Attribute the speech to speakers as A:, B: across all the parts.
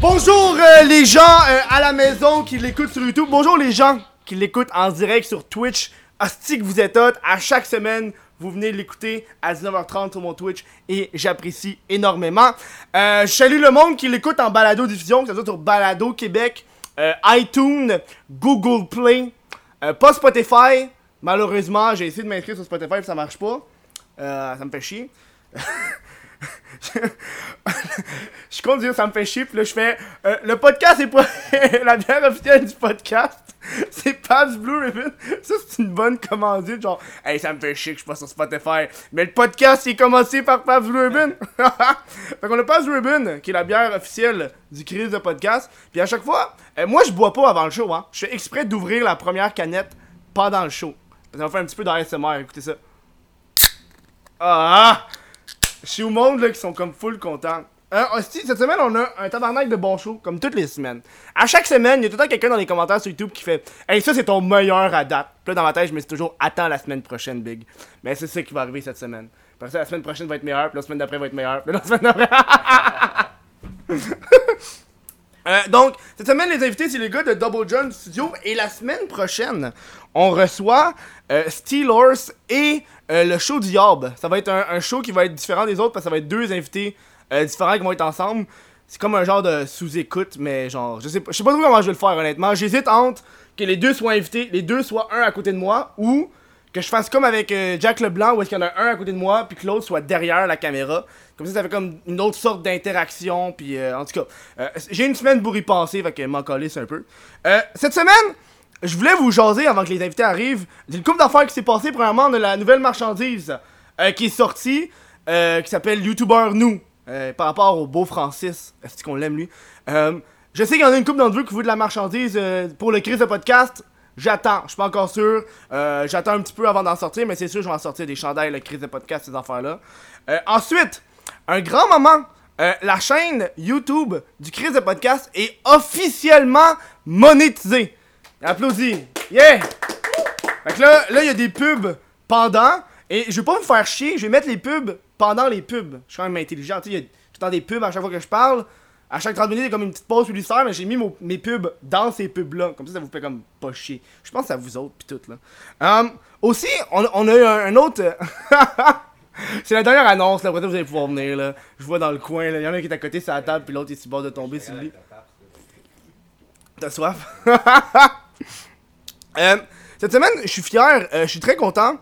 A: Bonjour euh, les gens euh, à la maison qui l'écoutent sur YouTube. Bonjour les gens qui l'écoutent en direct sur Twitch. Asti que vous êtes hot. À chaque semaine, vous venez l'écouter à 19h30 sur mon Twitch et j'apprécie énormément. Euh, je salue le monde qui l'écoute en balado diffusion, que ce soit sur Balado Québec, euh, iTunes, Google Play, euh, pas Spotify. Malheureusement, j'ai essayé de m'inscrire sur Spotify mais ça marche pas. Euh, ça me fait chier. je compte dire ça me fait chier, puis là je fais euh, le podcast est pas la bière officielle du podcast. C'est Pabs Blue Ribbon. Ça c'est une bonne commandite genre hey ça me fait chier que je suis pas sur Spotify. Mais le podcast il est commencé par Pabs Blue Ribbon. fait qu'on a Pabs Blue Ribbon qui est la bière officielle du crise de podcast. Puis à chaque fois, euh, moi je bois pas avant le show hein. Je fais exprès d'ouvrir la première canette pendant le show. Ça va faire un petit peu d'ASMR, écoutez ça. Ah! Je suis au monde là qui sont comme full contents. Hein, hostie, cette semaine, on a un tabarnak de bons shows, comme toutes les semaines. À chaque semaine, il y a tout le temps quelqu'un dans les commentaires sur YouTube qui fait Hey, ça, c'est ton meilleur à date. Puis là, dans ma tête, je me suis toujours Attends la semaine prochaine, Big. Mais c'est ça qui va arriver cette semaine. Parce que la semaine prochaine va être meilleure, puis la semaine d'après va être meilleure, puis la semaine d'après. Euh, donc, cette semaine, les invités, c'est les gars de Double John Studio. Et la semaine prochaine, on reçoit euh, Steelers et euh, le show du Yob. Ça va être un, un show qui va être différent des autres parce que ça va être deux invités euh, différents qui vont être ensemble. C'est comme un genre de sous-écoute, mais genre, je sais pas, je sais pas trop comment je vais le faire, honnêtement. J'hésite entre que les deux soient invités, les deux soient un à côté de moi ou que je fasse comme avec euh, Jack Leblanc où est-ce qu'il y en a un à côté de moi puis que l'autre soit derrière la caméra. Comme ça, ça fait comme une autre sorte d'interaction. Puis euh, en tout cas, euh, j'ai une semaine pour y penser, fait que m'en calisse un peu. Euh, cette semaine, je voulais vous jaser avant que les invités arrivent d'une coupe d'affaires qui s'est passée. Premièrement, de la nouvelle marchandise euh, qui est sortie euh, qui s'appelle YouTuber Nous euh, par rapport au beau Francis. Est-ce qu'on l'aime lui Euh, Je sais qu'il y en a une coupe d'entre vous qui veut de la marchandise euh, pour le crise de podcast. J'attends, je suis pas encore sûr. Euh, J'attends un petit peu avant d'en sortir, mais c'est sûr, je vais en sortir des chandails, le crise de podcast, ces affaires-là. Euh, ensuite, un grand moment. euh, la chaîne YouTube du crise de podcast est officiellement monétisée. Applaudis. Yeah! Fait que là, là, il y a des pubs pendant. Et je vais pas vous faire chier, je vais mettre les pubs pendant les pubs. Je suis quand même intelligent, tu sais, il y a tout le temps des pubs à chaque fois que je parle. À chaque 30 minutes, il y a comme une petite pause publicitaire, mais j'ai mis mon- mes pubs dans ces pubs-là. Comme ça, ça vous fait comme pas chier. Je pense à vous autres, pis tout, là. Hum, aussi, on, on a eu un, un autre. C'est la dernière annonce, là, après ça, vous allez pouvoir venir, là. Je vois dans le coin, là. Il y en a un qui est à côté sur la table, puis l'autre est sur le bord de tomber sur lui. T'as soif? Euh, cette semaine, je suis fier, euh, je suis très content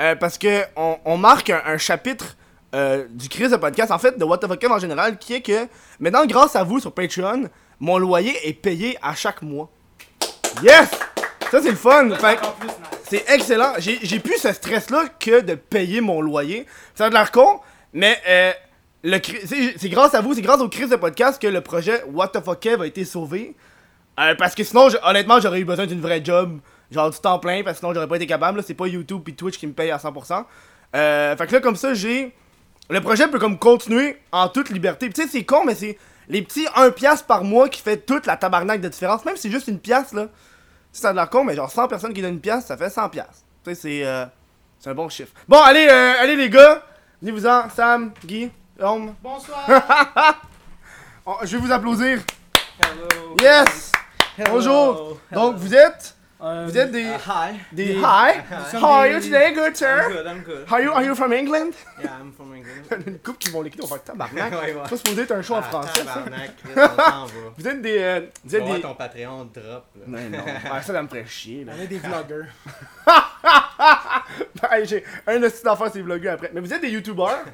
A: euh, parce que on, on marque un, un chapitre euh, du crise de podcast, en fait, de What the Fuck Up en général, qui est que maintenant, grâce à vous sur Patreon, mon loyer est payé à chaque mois. Yes! Ça, c'est le fun! Fait que c'est excellent. J'ai j'ai plus ce stress-là que de payer mon loyer. Ça a de l'air con, mais euh, le cri- c'est c'est grâce à vous, c'est grâce au crise de podcast que le projet What the Fuck Up a été sauvé. Euh, parce que sinon, je- honnêtement, j'aurais eu besoin d'une vraie job, genre du temps plein, parce que sinon, j'aurais pas été capable. là. C'est pas YouTube puis Twitch qui me payent à 100%. Euh, fait que là, comme ça, j'ai. Le projet peut comme continuer en toute liberté. Puis Tu sais, c'est con, mais c'est les petits 1$ piastre par mois qui fait toute la tabarnak de différence. Même si c'est juste une pièce, là. Si ça a de l'air con, mais genre 100 personnes qui donnent une pièce, ça fait 100 pièces. Tu sais, c'est euh, c'est un bon chiffre. Bon, allez, euh, allez les gars, venez-vous-en, Sam, Guy, Homme.
B: Bonsoir!
A: Oh, je vais vous applaudir.
B: Hello.
A: Yes!
B: Hello.
A: Bonjour.
B: Hello.
A: Donc vous êtes
B: Um,
A: vous êtes des-
B: uh, hi.
A: des hi.
B: Some
A: How are
B: des-
A: you today, good
B: I'm
A: sir?
B: good, I'm good.
A: How are you are you from England?
B: Yeah, I'm from England.
A: Une coupe qui vont l'écouter, on va faire tabarnak.
B: Ouais, ouais.
A: Ça supposé être un show en français. ça.
B: Ah, tabarnak, Chris, on s'en va.
A: Vous êtes des euh, vous
B: Tu
A: êtes
B: vas voir
A: des
B: ton Patreon drop. Là.
A: Mais non, Ah, ça, ça me ferait chier. Là.
C: On est des vlogueurs.
A: Hey, Ben, J'ai un de ces enfants, c'est vlogué après. Mais vous êtes des youtubeurs.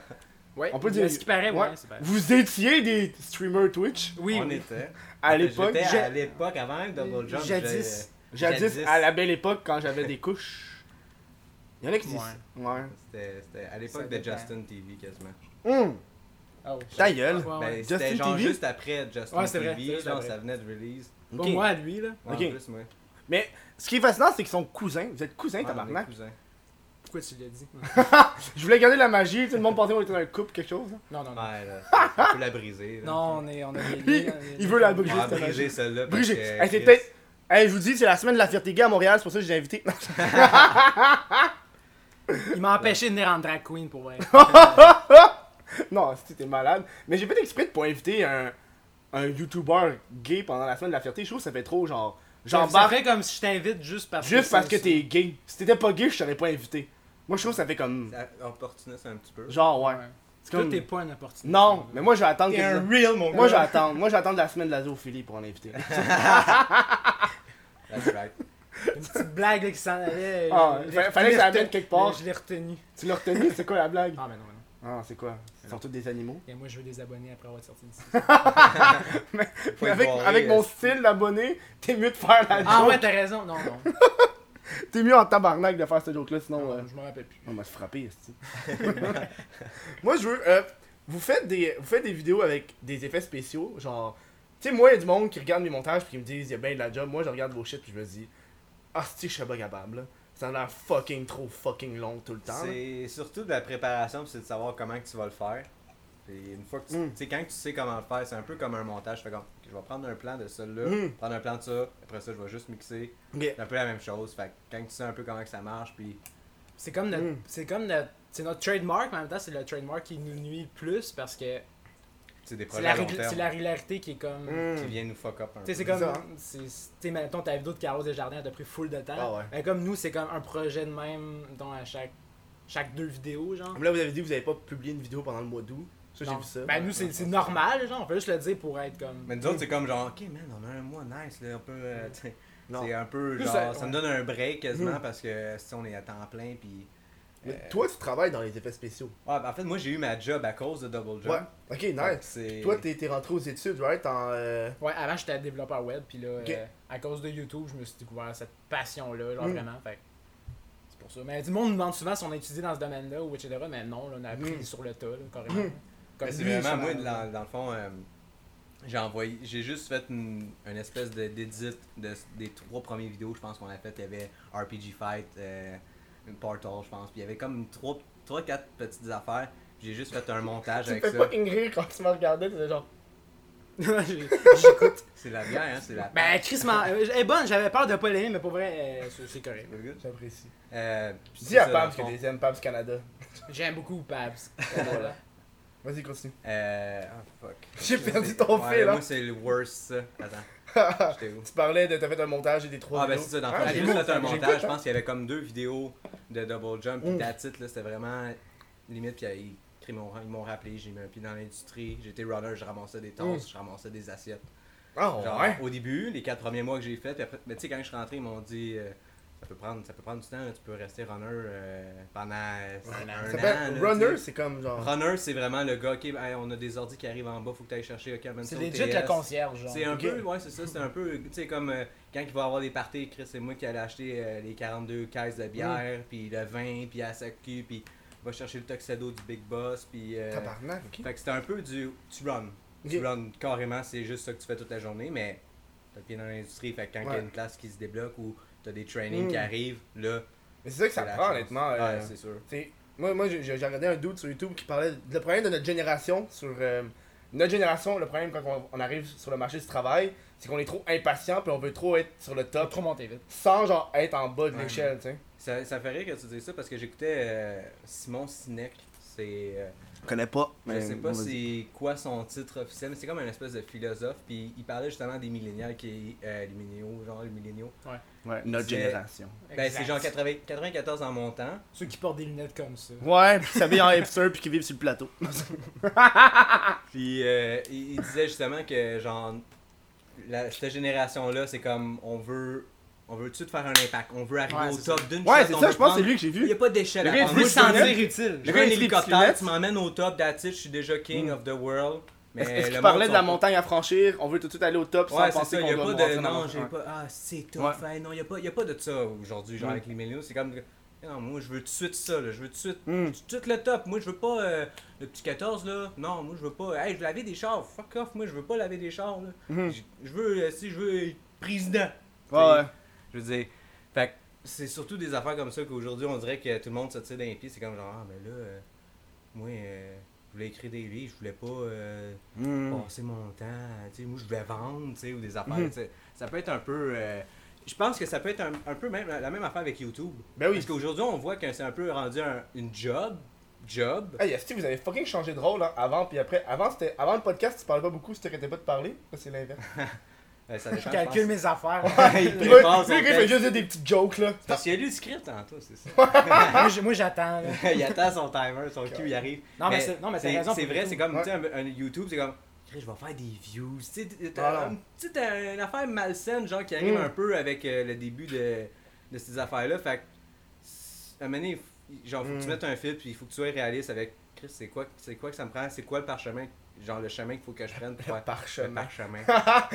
C: Ouais.
A: On peut dire-
C: Ce qui paraît, ouais.
A: Ouais.
C: c'est vrai.
A: Vous étiez des streamers Twitch
C: Oui,
B: on
C: oui.
B: était.
A: à l'époque.
B: J'étais
A: Ja-
B: à l'époque avant que Double Jump.
C: Jadis.
B: je-
A: Jadis, à la belle époque, quand j'avais des couches. Il y en a qui disent. Ouais.
B: C'était c'était à l'époque
C: Ça
B: de
C: dépend.
B: Justin TV quasiment.
A: Hum,
C: Ah oui.
A: Ta gueule.
C: Ouais, ouais.
B: Ben,
A: Justin
B: c'était genre
A: TV?
B: juste après Justin
C: Ouais, c'est vrai, c'est
B: TV.
C: vrai,
B: Genre,
C: c'est
B: ça
C: vrai.
B: venait de release.
C: Pas
A: Ok.
C: moi à lui, là.
A: Ok.
B: Ouais, En plus, moi.
A: Mais ce qui est fascinant, c'est qu'ils sont cousins. Vous êtes cousins,
B: Ouais, on est
A: tabarnak.
B: cousins.
C: Pourquoi tu l'as dit
A: Je voulais garder la magie, tout le monde pensait qu'on était dans un couple, quelque chose.
C: Non, non, non.
B: Ouais, là. On peut la briser. là.
C: Non, on est, on a des
A: Il-
C: liens, on est
A: il
C: des
A: veut la
C: familles.
B: On va
A: Briser, c'est
B: briser celle-là. parce
A: Briser.
B: que
A: Hey, c'est
B: Chris-
A: peut-être. Hey, je vous dis, c'est la semaine de la fierté gay à Montréal, c'est pour ça que j'ai invité.
C: Il m'a empêché de venir en drag queen pour vrai.
A: Non, si t'es malade. Mais j'ai fait exprès de pas inviter un, un YouTuber gay pendant la semaine de la fierté. Je trouve que ça fait trop genre.
C: J'en
A: J'embarque
C: ferais comme si je t'invite juste parce que.
A: juste parce que
C: c'est-
A: t'es gay. Si t'étais pas gay, je t'aurais pas invité. Moi, je trouve que ça fait comme.
B: C'est opportuniste un petit peu.
A: Genre, ouais.
C: Ouais.
A: C'est
C: Toi,
A: comme-
C: t'es pas une opportunité.
A: Non, mais moi, je vais attendre.
B: T'es
A: que-
B: un real, mon gars.
A: Moi, je vais attendre. Moi, je vais attendre la semaine de la zoophilie pour en inviter.
B: That's right.
C: Une petite blague là, qui s'en allait. euh,
A: Ah,
C: Je l'ai
A: fa- fallait que ça
C: retenu.
A: amène quelque part.
C: Je l'ai retenu.
A: tu l'as retenu, c'est quoi la blague
C: Ah, mais non, mais non.
A: Ah, c'est quoi C'est surtout des animaux.
C: Et moi, je veux des abonnés après avoir sorti d'ici.
B: Faut
A: avec
B: être barré,
A: avec mon
B: euh,
A: style d'abonné, t'es mieux de faire la
C: Ah,
A: joke.
C: ouais, t'as raison. Non, non.
A: T'es mieux en tabarnak de faire cette joke-là,
B: Ah.
A: sinon. euh,
C: Je me rappelle plus.
A: On m'a frappé, esti. moi, je veux. euh, vous, faites des, vous faites des vidéos avec des effets spéciaux. Genre, tu sais, moi, il y a du monde qui regarde mes montages puis qui me disent, il y a bien de la job. Moi, je regarde vos shit puis je me dis, ah, si, je serais pas capable. là. Ça a l'air fucking trop fucking long tout le temps. là.
B: C'est surtout de la préparation, puis c'est de savoir comment que tu vas le faire. Puis une fois que tu,
A: Mm.
B: tu sais, quand que tu sais comment le faire, c'est un peu comme un montage. Fait comme, je vais prendre un plan de ça là,
A: Mm.
B: prendre un plan de ça, après ça je vais juste mixer.
A: Ok.
B: C'est un peu la même chose. Fait que quand tu sais un peu comment que ça marche, puis
C: C'est comme notre.
A: Mm.
C: C'est comme notre. C'est notre trademark, mais en même temps, c'est le trademark qui nous nuit le plus parce que
B: c'est des
C: c'est
B: projets
C: la,
B: à long
C: régul-
B: terme
C: c'est la régularité qui est comme.
B: qui
A: Mm.
B: viennent nous fuck up un
C: Tu sais,
B: peu.
C: c'est comme.
A: bizarre. hein.
C: c'est- Tu sais, mettons, ta vidéo de Carlos Desjardins, elle t'a pris full de temps.
A: Ah ouais.
C: Mais comme nous, c'est comme un projet de même, dont à chaque, chaque deux vidéos, genre.
A: Comme Là, vous avez dit que vous avez pas publié une vidéo pendant le mois d'août. Ça, j'ai
C: Non.
A: vu ça.
C: Ben, nous, c'est c'est normal, genre, on peut juste le dire pour être comme.
B: Mais nous autres, c'est comme genre, ok man, on a un mois nice là, on peut. euh, tu sais,
A: Non.
B: c'est un peu
C: Plus Hmm.
B: genre,
C: ça-
B: ça,
C: ouais.
B: me donne un break quasiment
A: Mm.
B: parce que si on est à temps plein, puis.
A: Mais
B: euh,
A: toi, tu travailles dans les effets spéciaux.
B: ouais, ben, en fait, moi j'ai eu ma job à cause de Double
A: Ouais.
B: Jump.
A: Ok,
B: Fait que
A: nice.
B: c'est-
A: Toi, t'es t'es rentré aux études, right? En. euh,
C: Ouais, avant, j'étais développeur web, puis là,
A: Ok.
C: euh, à cause de YouTube, je me suis découvert cette passion-là, genre
A: Mm.
C: vraiment, fait que c'est pour ça. Mais du monde nous demande souvent si on a étudié dans ce domaine-là ou etc., mais non, là, on a appris
A: Mm.
C: sur le tas, là, carrément. Comme
B: Mais c'est
C: lui,
B: vraiment, moi,
C: justement, là.
B: dans, dans le fond, euh, j'ai envoyé, j'ai juste fait une, une espèce de- d'édit de, des trois premières vidéos, je pense qu'on a fait. Il y avait RPG Fight, euh, une Portal, je pense. Puis il y avait comme trois, trois, quatre petites affaires. J'ai juste fait un montage
A: Tu me
B: avec
A: fais
B: ça.
A: fucking rire quand tu me regardais, tu genre.
C: J'ai-
B: C'est la bière, hein, c'est la.
C: ben, Chris, m'en- euh, elle est bonne, j'avais peur de pas l'aimer, mais pour vrai, euh, c'est- c'est correct.
B: Very good.
A: J'apprécie.
B: Euh, puis c'est
A: Dis à
B: ça, dans
A: Pabs
B: le
A: que
B: fond.
A: t'es aimes, Pabs Canada.
C: J'aime beaucoup Pabs.
A: Voilà. Vas-y, continue.
B: Euh, ah, fuck.
A: J'ai perdu ton
B: Ouais,
A: fil, hein.
B: Moi, c'est le worst, ça. Attends. J'étais où?
A: Tu parlais de. T'as fait un montage et des trois
B: Ah ben
A: vidéos.
B: c'est ça, dans
A: Ah,
B: le fond, j'ai
A: j'écoute,
B: juste fait un
A: j'écoute,
B: montage, je
A: hein.
B: pense qu'il y avait comme deux vidéos de double jump,
A: Mm.
B: puis la titre, là, c'était vraiment limite, puis euh, ils, ils m'ont ils m'ont rappelé, j'ai mis un pied dans l'industrie, j'étais runner, je ramassais des tasses, je ramassais des assiettes.
A: Mm. Ah
B: Genre,
A: ouais.
B: Au début, les quatre premiers mois que j'ai fait, puis après, mais tu sais, quand je suis rentré, ils m'ont dit, euh, ça, peut prendre, ça peut prendre du temps, là, tu peux rester runner euh, pendant euh,
A: Ça
B: un an.
A: s'appelle
B: là,
A: Runner,
B: tu sais.
A: c'est comme genre.
B: Runner, c'est vraiment le gars, ok, hey, on a des ordi qui arrivent en bas, faut que tu ailles chercher, ok, amène
C: C'est
B: ça au
C: legit
B: TS.
C: le concierge, genre.
B: C'est un
A: Ok.
B: peu, ouais, c'est ça, c'est un peu, tu sais, comme euh, quand il va y avoir des parties, Chris et moi qui allait acheter euh, les 42 caisses de bière, puis le vin, puis la SAQ, puis va chercher le tuxedo du Big Boss, puis. euh,
A: Tabarnak, ok.
B: fait que c'est un peu du. Tu run.
A: Ok.
B: Tu run carrément, c'est juste ça que tu fais toute la journée, mais t'as le pied dans l'industrie, fait que quand il y
A: Ouais.
B: a une classe qui se débloque ou t'as des trainings
A: Mm.
B: qui arrivent, là.
A: Mais c'est ça que ça
B: c'est la
A: prend,
B: chance.
A: honnêtement. euh,
B: Ouais, c'est sûr.
A: t'sais, Moi, moi j'ai j'ai regardé un dude sur YouTube qui parlait. de- Le problème de notre génération sur. euh, Notre génération, le problème quand on- on arrive sur le marché du travail, c'est qu'on est trop impatient puis on veut trop être sur le
C: T'as
A: top
C: trop monté vite.
A: sans genre être en bas de
B: Ouais.
A: l'échelle, tu sais.
B: Ça, ça fait rire que tu dises ça parce que j'écoutais euh, Simon Sinek, c'est. euh,
A: Je connais pas,
B: Je sais pas c'est quoi son titre officiel, mais c'est comme un espèce de philosophe. Puis il parlait justement des milléniaux qui. euh, les milléniaux, genre les milléniaux.
A: notre
B: C'est-
A: génération.
B: Ben, c'est
C: Exact.
B: genre 80 94 en montant.
C: Ceux qui portent des lunettes comme ça.
A: Ouais, pis ça vit en hipster puis qui vivent sur le plateau.
B: Puis euh, il, il disait justement que, genre, la- cette génération-là, c'est comme on veut. On veut tout de faire un impact. On veut arriver
C: Ouais,
B: au
C: c'est
B: top d'une
A: Ouais,
B: shot,
A: c'est
B: on
A: ça,
B: veut
A: je pense que c'est
B: prendre-
A: lui que j'ai
B: Il n'y a
A: vu.
B: pas d'échelle.
A: Le
B: à
A: gars, il
B: prendre.
A: veut
B: Moi,
A: se
B: je t'en
A: sentir
B: dis-
C: utile.
B: Je
A: Le gars,
B: veux
A: il
B: un
A: se dit,
B: hélicoptère,
A: tu
B: tu m'emmènes au top, that's it, je suis déjà king
A: Mm.
B: of the world. Mais
A: Est-ce- Est-ce
B: le
A: qu'il
B: monde
A: parlait de la
B: sont pas-
A: montagne à franchir On veut tout de suite aller au top
B: Ouais,
A: sans
B: c'est
A: penser
B: ça,
A: qu'on
B: y a
A: doit
B: pas
A: monter
B: de.
A: dans la
B: Non,
A: montagne.
B: j'ai pas. Ah, c'est tout.
A: Ouais. Mm.
B: fait, Non, y a pas, y a pas de ça aujourd'hui, genre
A: Ouais.
B: avec les milléniaux. C'est comme. Non, moi, je veux tout de suite ça, là. Je veux tout de suite.
A: Hmm.
B: Tout de suite le top. Moi, je veux pas euh, le petit 14, là. Non, moi, je veux pas. Hey, je veux laver des chars. Fuck off, moi, je veux pas laver des chars, là.
A: Mhm.
B: J- Je veux, euh, si je veux, être président.
A: Ouais, ouais.
B: Je veux dire. Fait que c'est surtout des affaires comme ça qu'aujourd'hui, on dirait que tout le monde se tire dans les pieds. C'est comme genre, ah, ben là, euh, moi, euh, je voulais écrire des livres, je voulais pas. euh,
A: Hmm.
C: Mm. Mm-hmm.
B: passer mon temps, tu sais, moi je vais vendre, tu sais, ou des affaires,
A: Mhm.
B: tu sais. Ça peut être un peu euh, Je pense que ça peut être un, un peu même, la même affaire avec YouTube.
A: Ben
C: Ah
A: oui.
B: Parce qu'aujourd'hui, on voit que c'est un peu rendu un- une job. Job.
A: Hey, Esti, vous avez fucking changé de rôle hein, avant puis après. Avant, c'était avant le podcast, tu parlais pas beaucoup, tu t'arrêtais pas de parler. Là, c'est l'inverse.
B: Euh, ça
C: Je
B: dépend,
C: calcule mes affaires.
B: pense. Il
A: Le
B: prépare son
A: le gars, il fait
B: texte.
A: juste des petites jokes là.
B: Parce qu'il a lu le script tantôt, c'est ça.
C: moi, j'- moi, j'attends. là.
B: il attend son timer, son cue, il arrive.
C: Non, mais c'est- non, mais t'as
B: c'est
C: raison,
B: C'est
C: pour
B: vrai,
C: tout.
B: c'est comme,
A: Ouais.
B: tu sais, un, un YouTube, c'est comme, Chris, je vais faire des views. Tu sais, t'as-
A: Ah,
B: t'as
A: non.
B: un- tu sais, t'as une affaire malsaine, genre, qui arrive
A: Mm.
B: un peu avec euh, le début de, de ces affaires-là. Fait que, c'est- à un moment donné, il- genre, faut que tu
A: Mm.
B: mettes un fil, puis il faut que tu sois réaliste avec, Chris, c'est quoi, c'est quoi que ça me prend, c'est quoi le parchemin, genre, le chemin qu'il faut que je prenne pour faire. Le
A: Parchemin.
B: parchemin.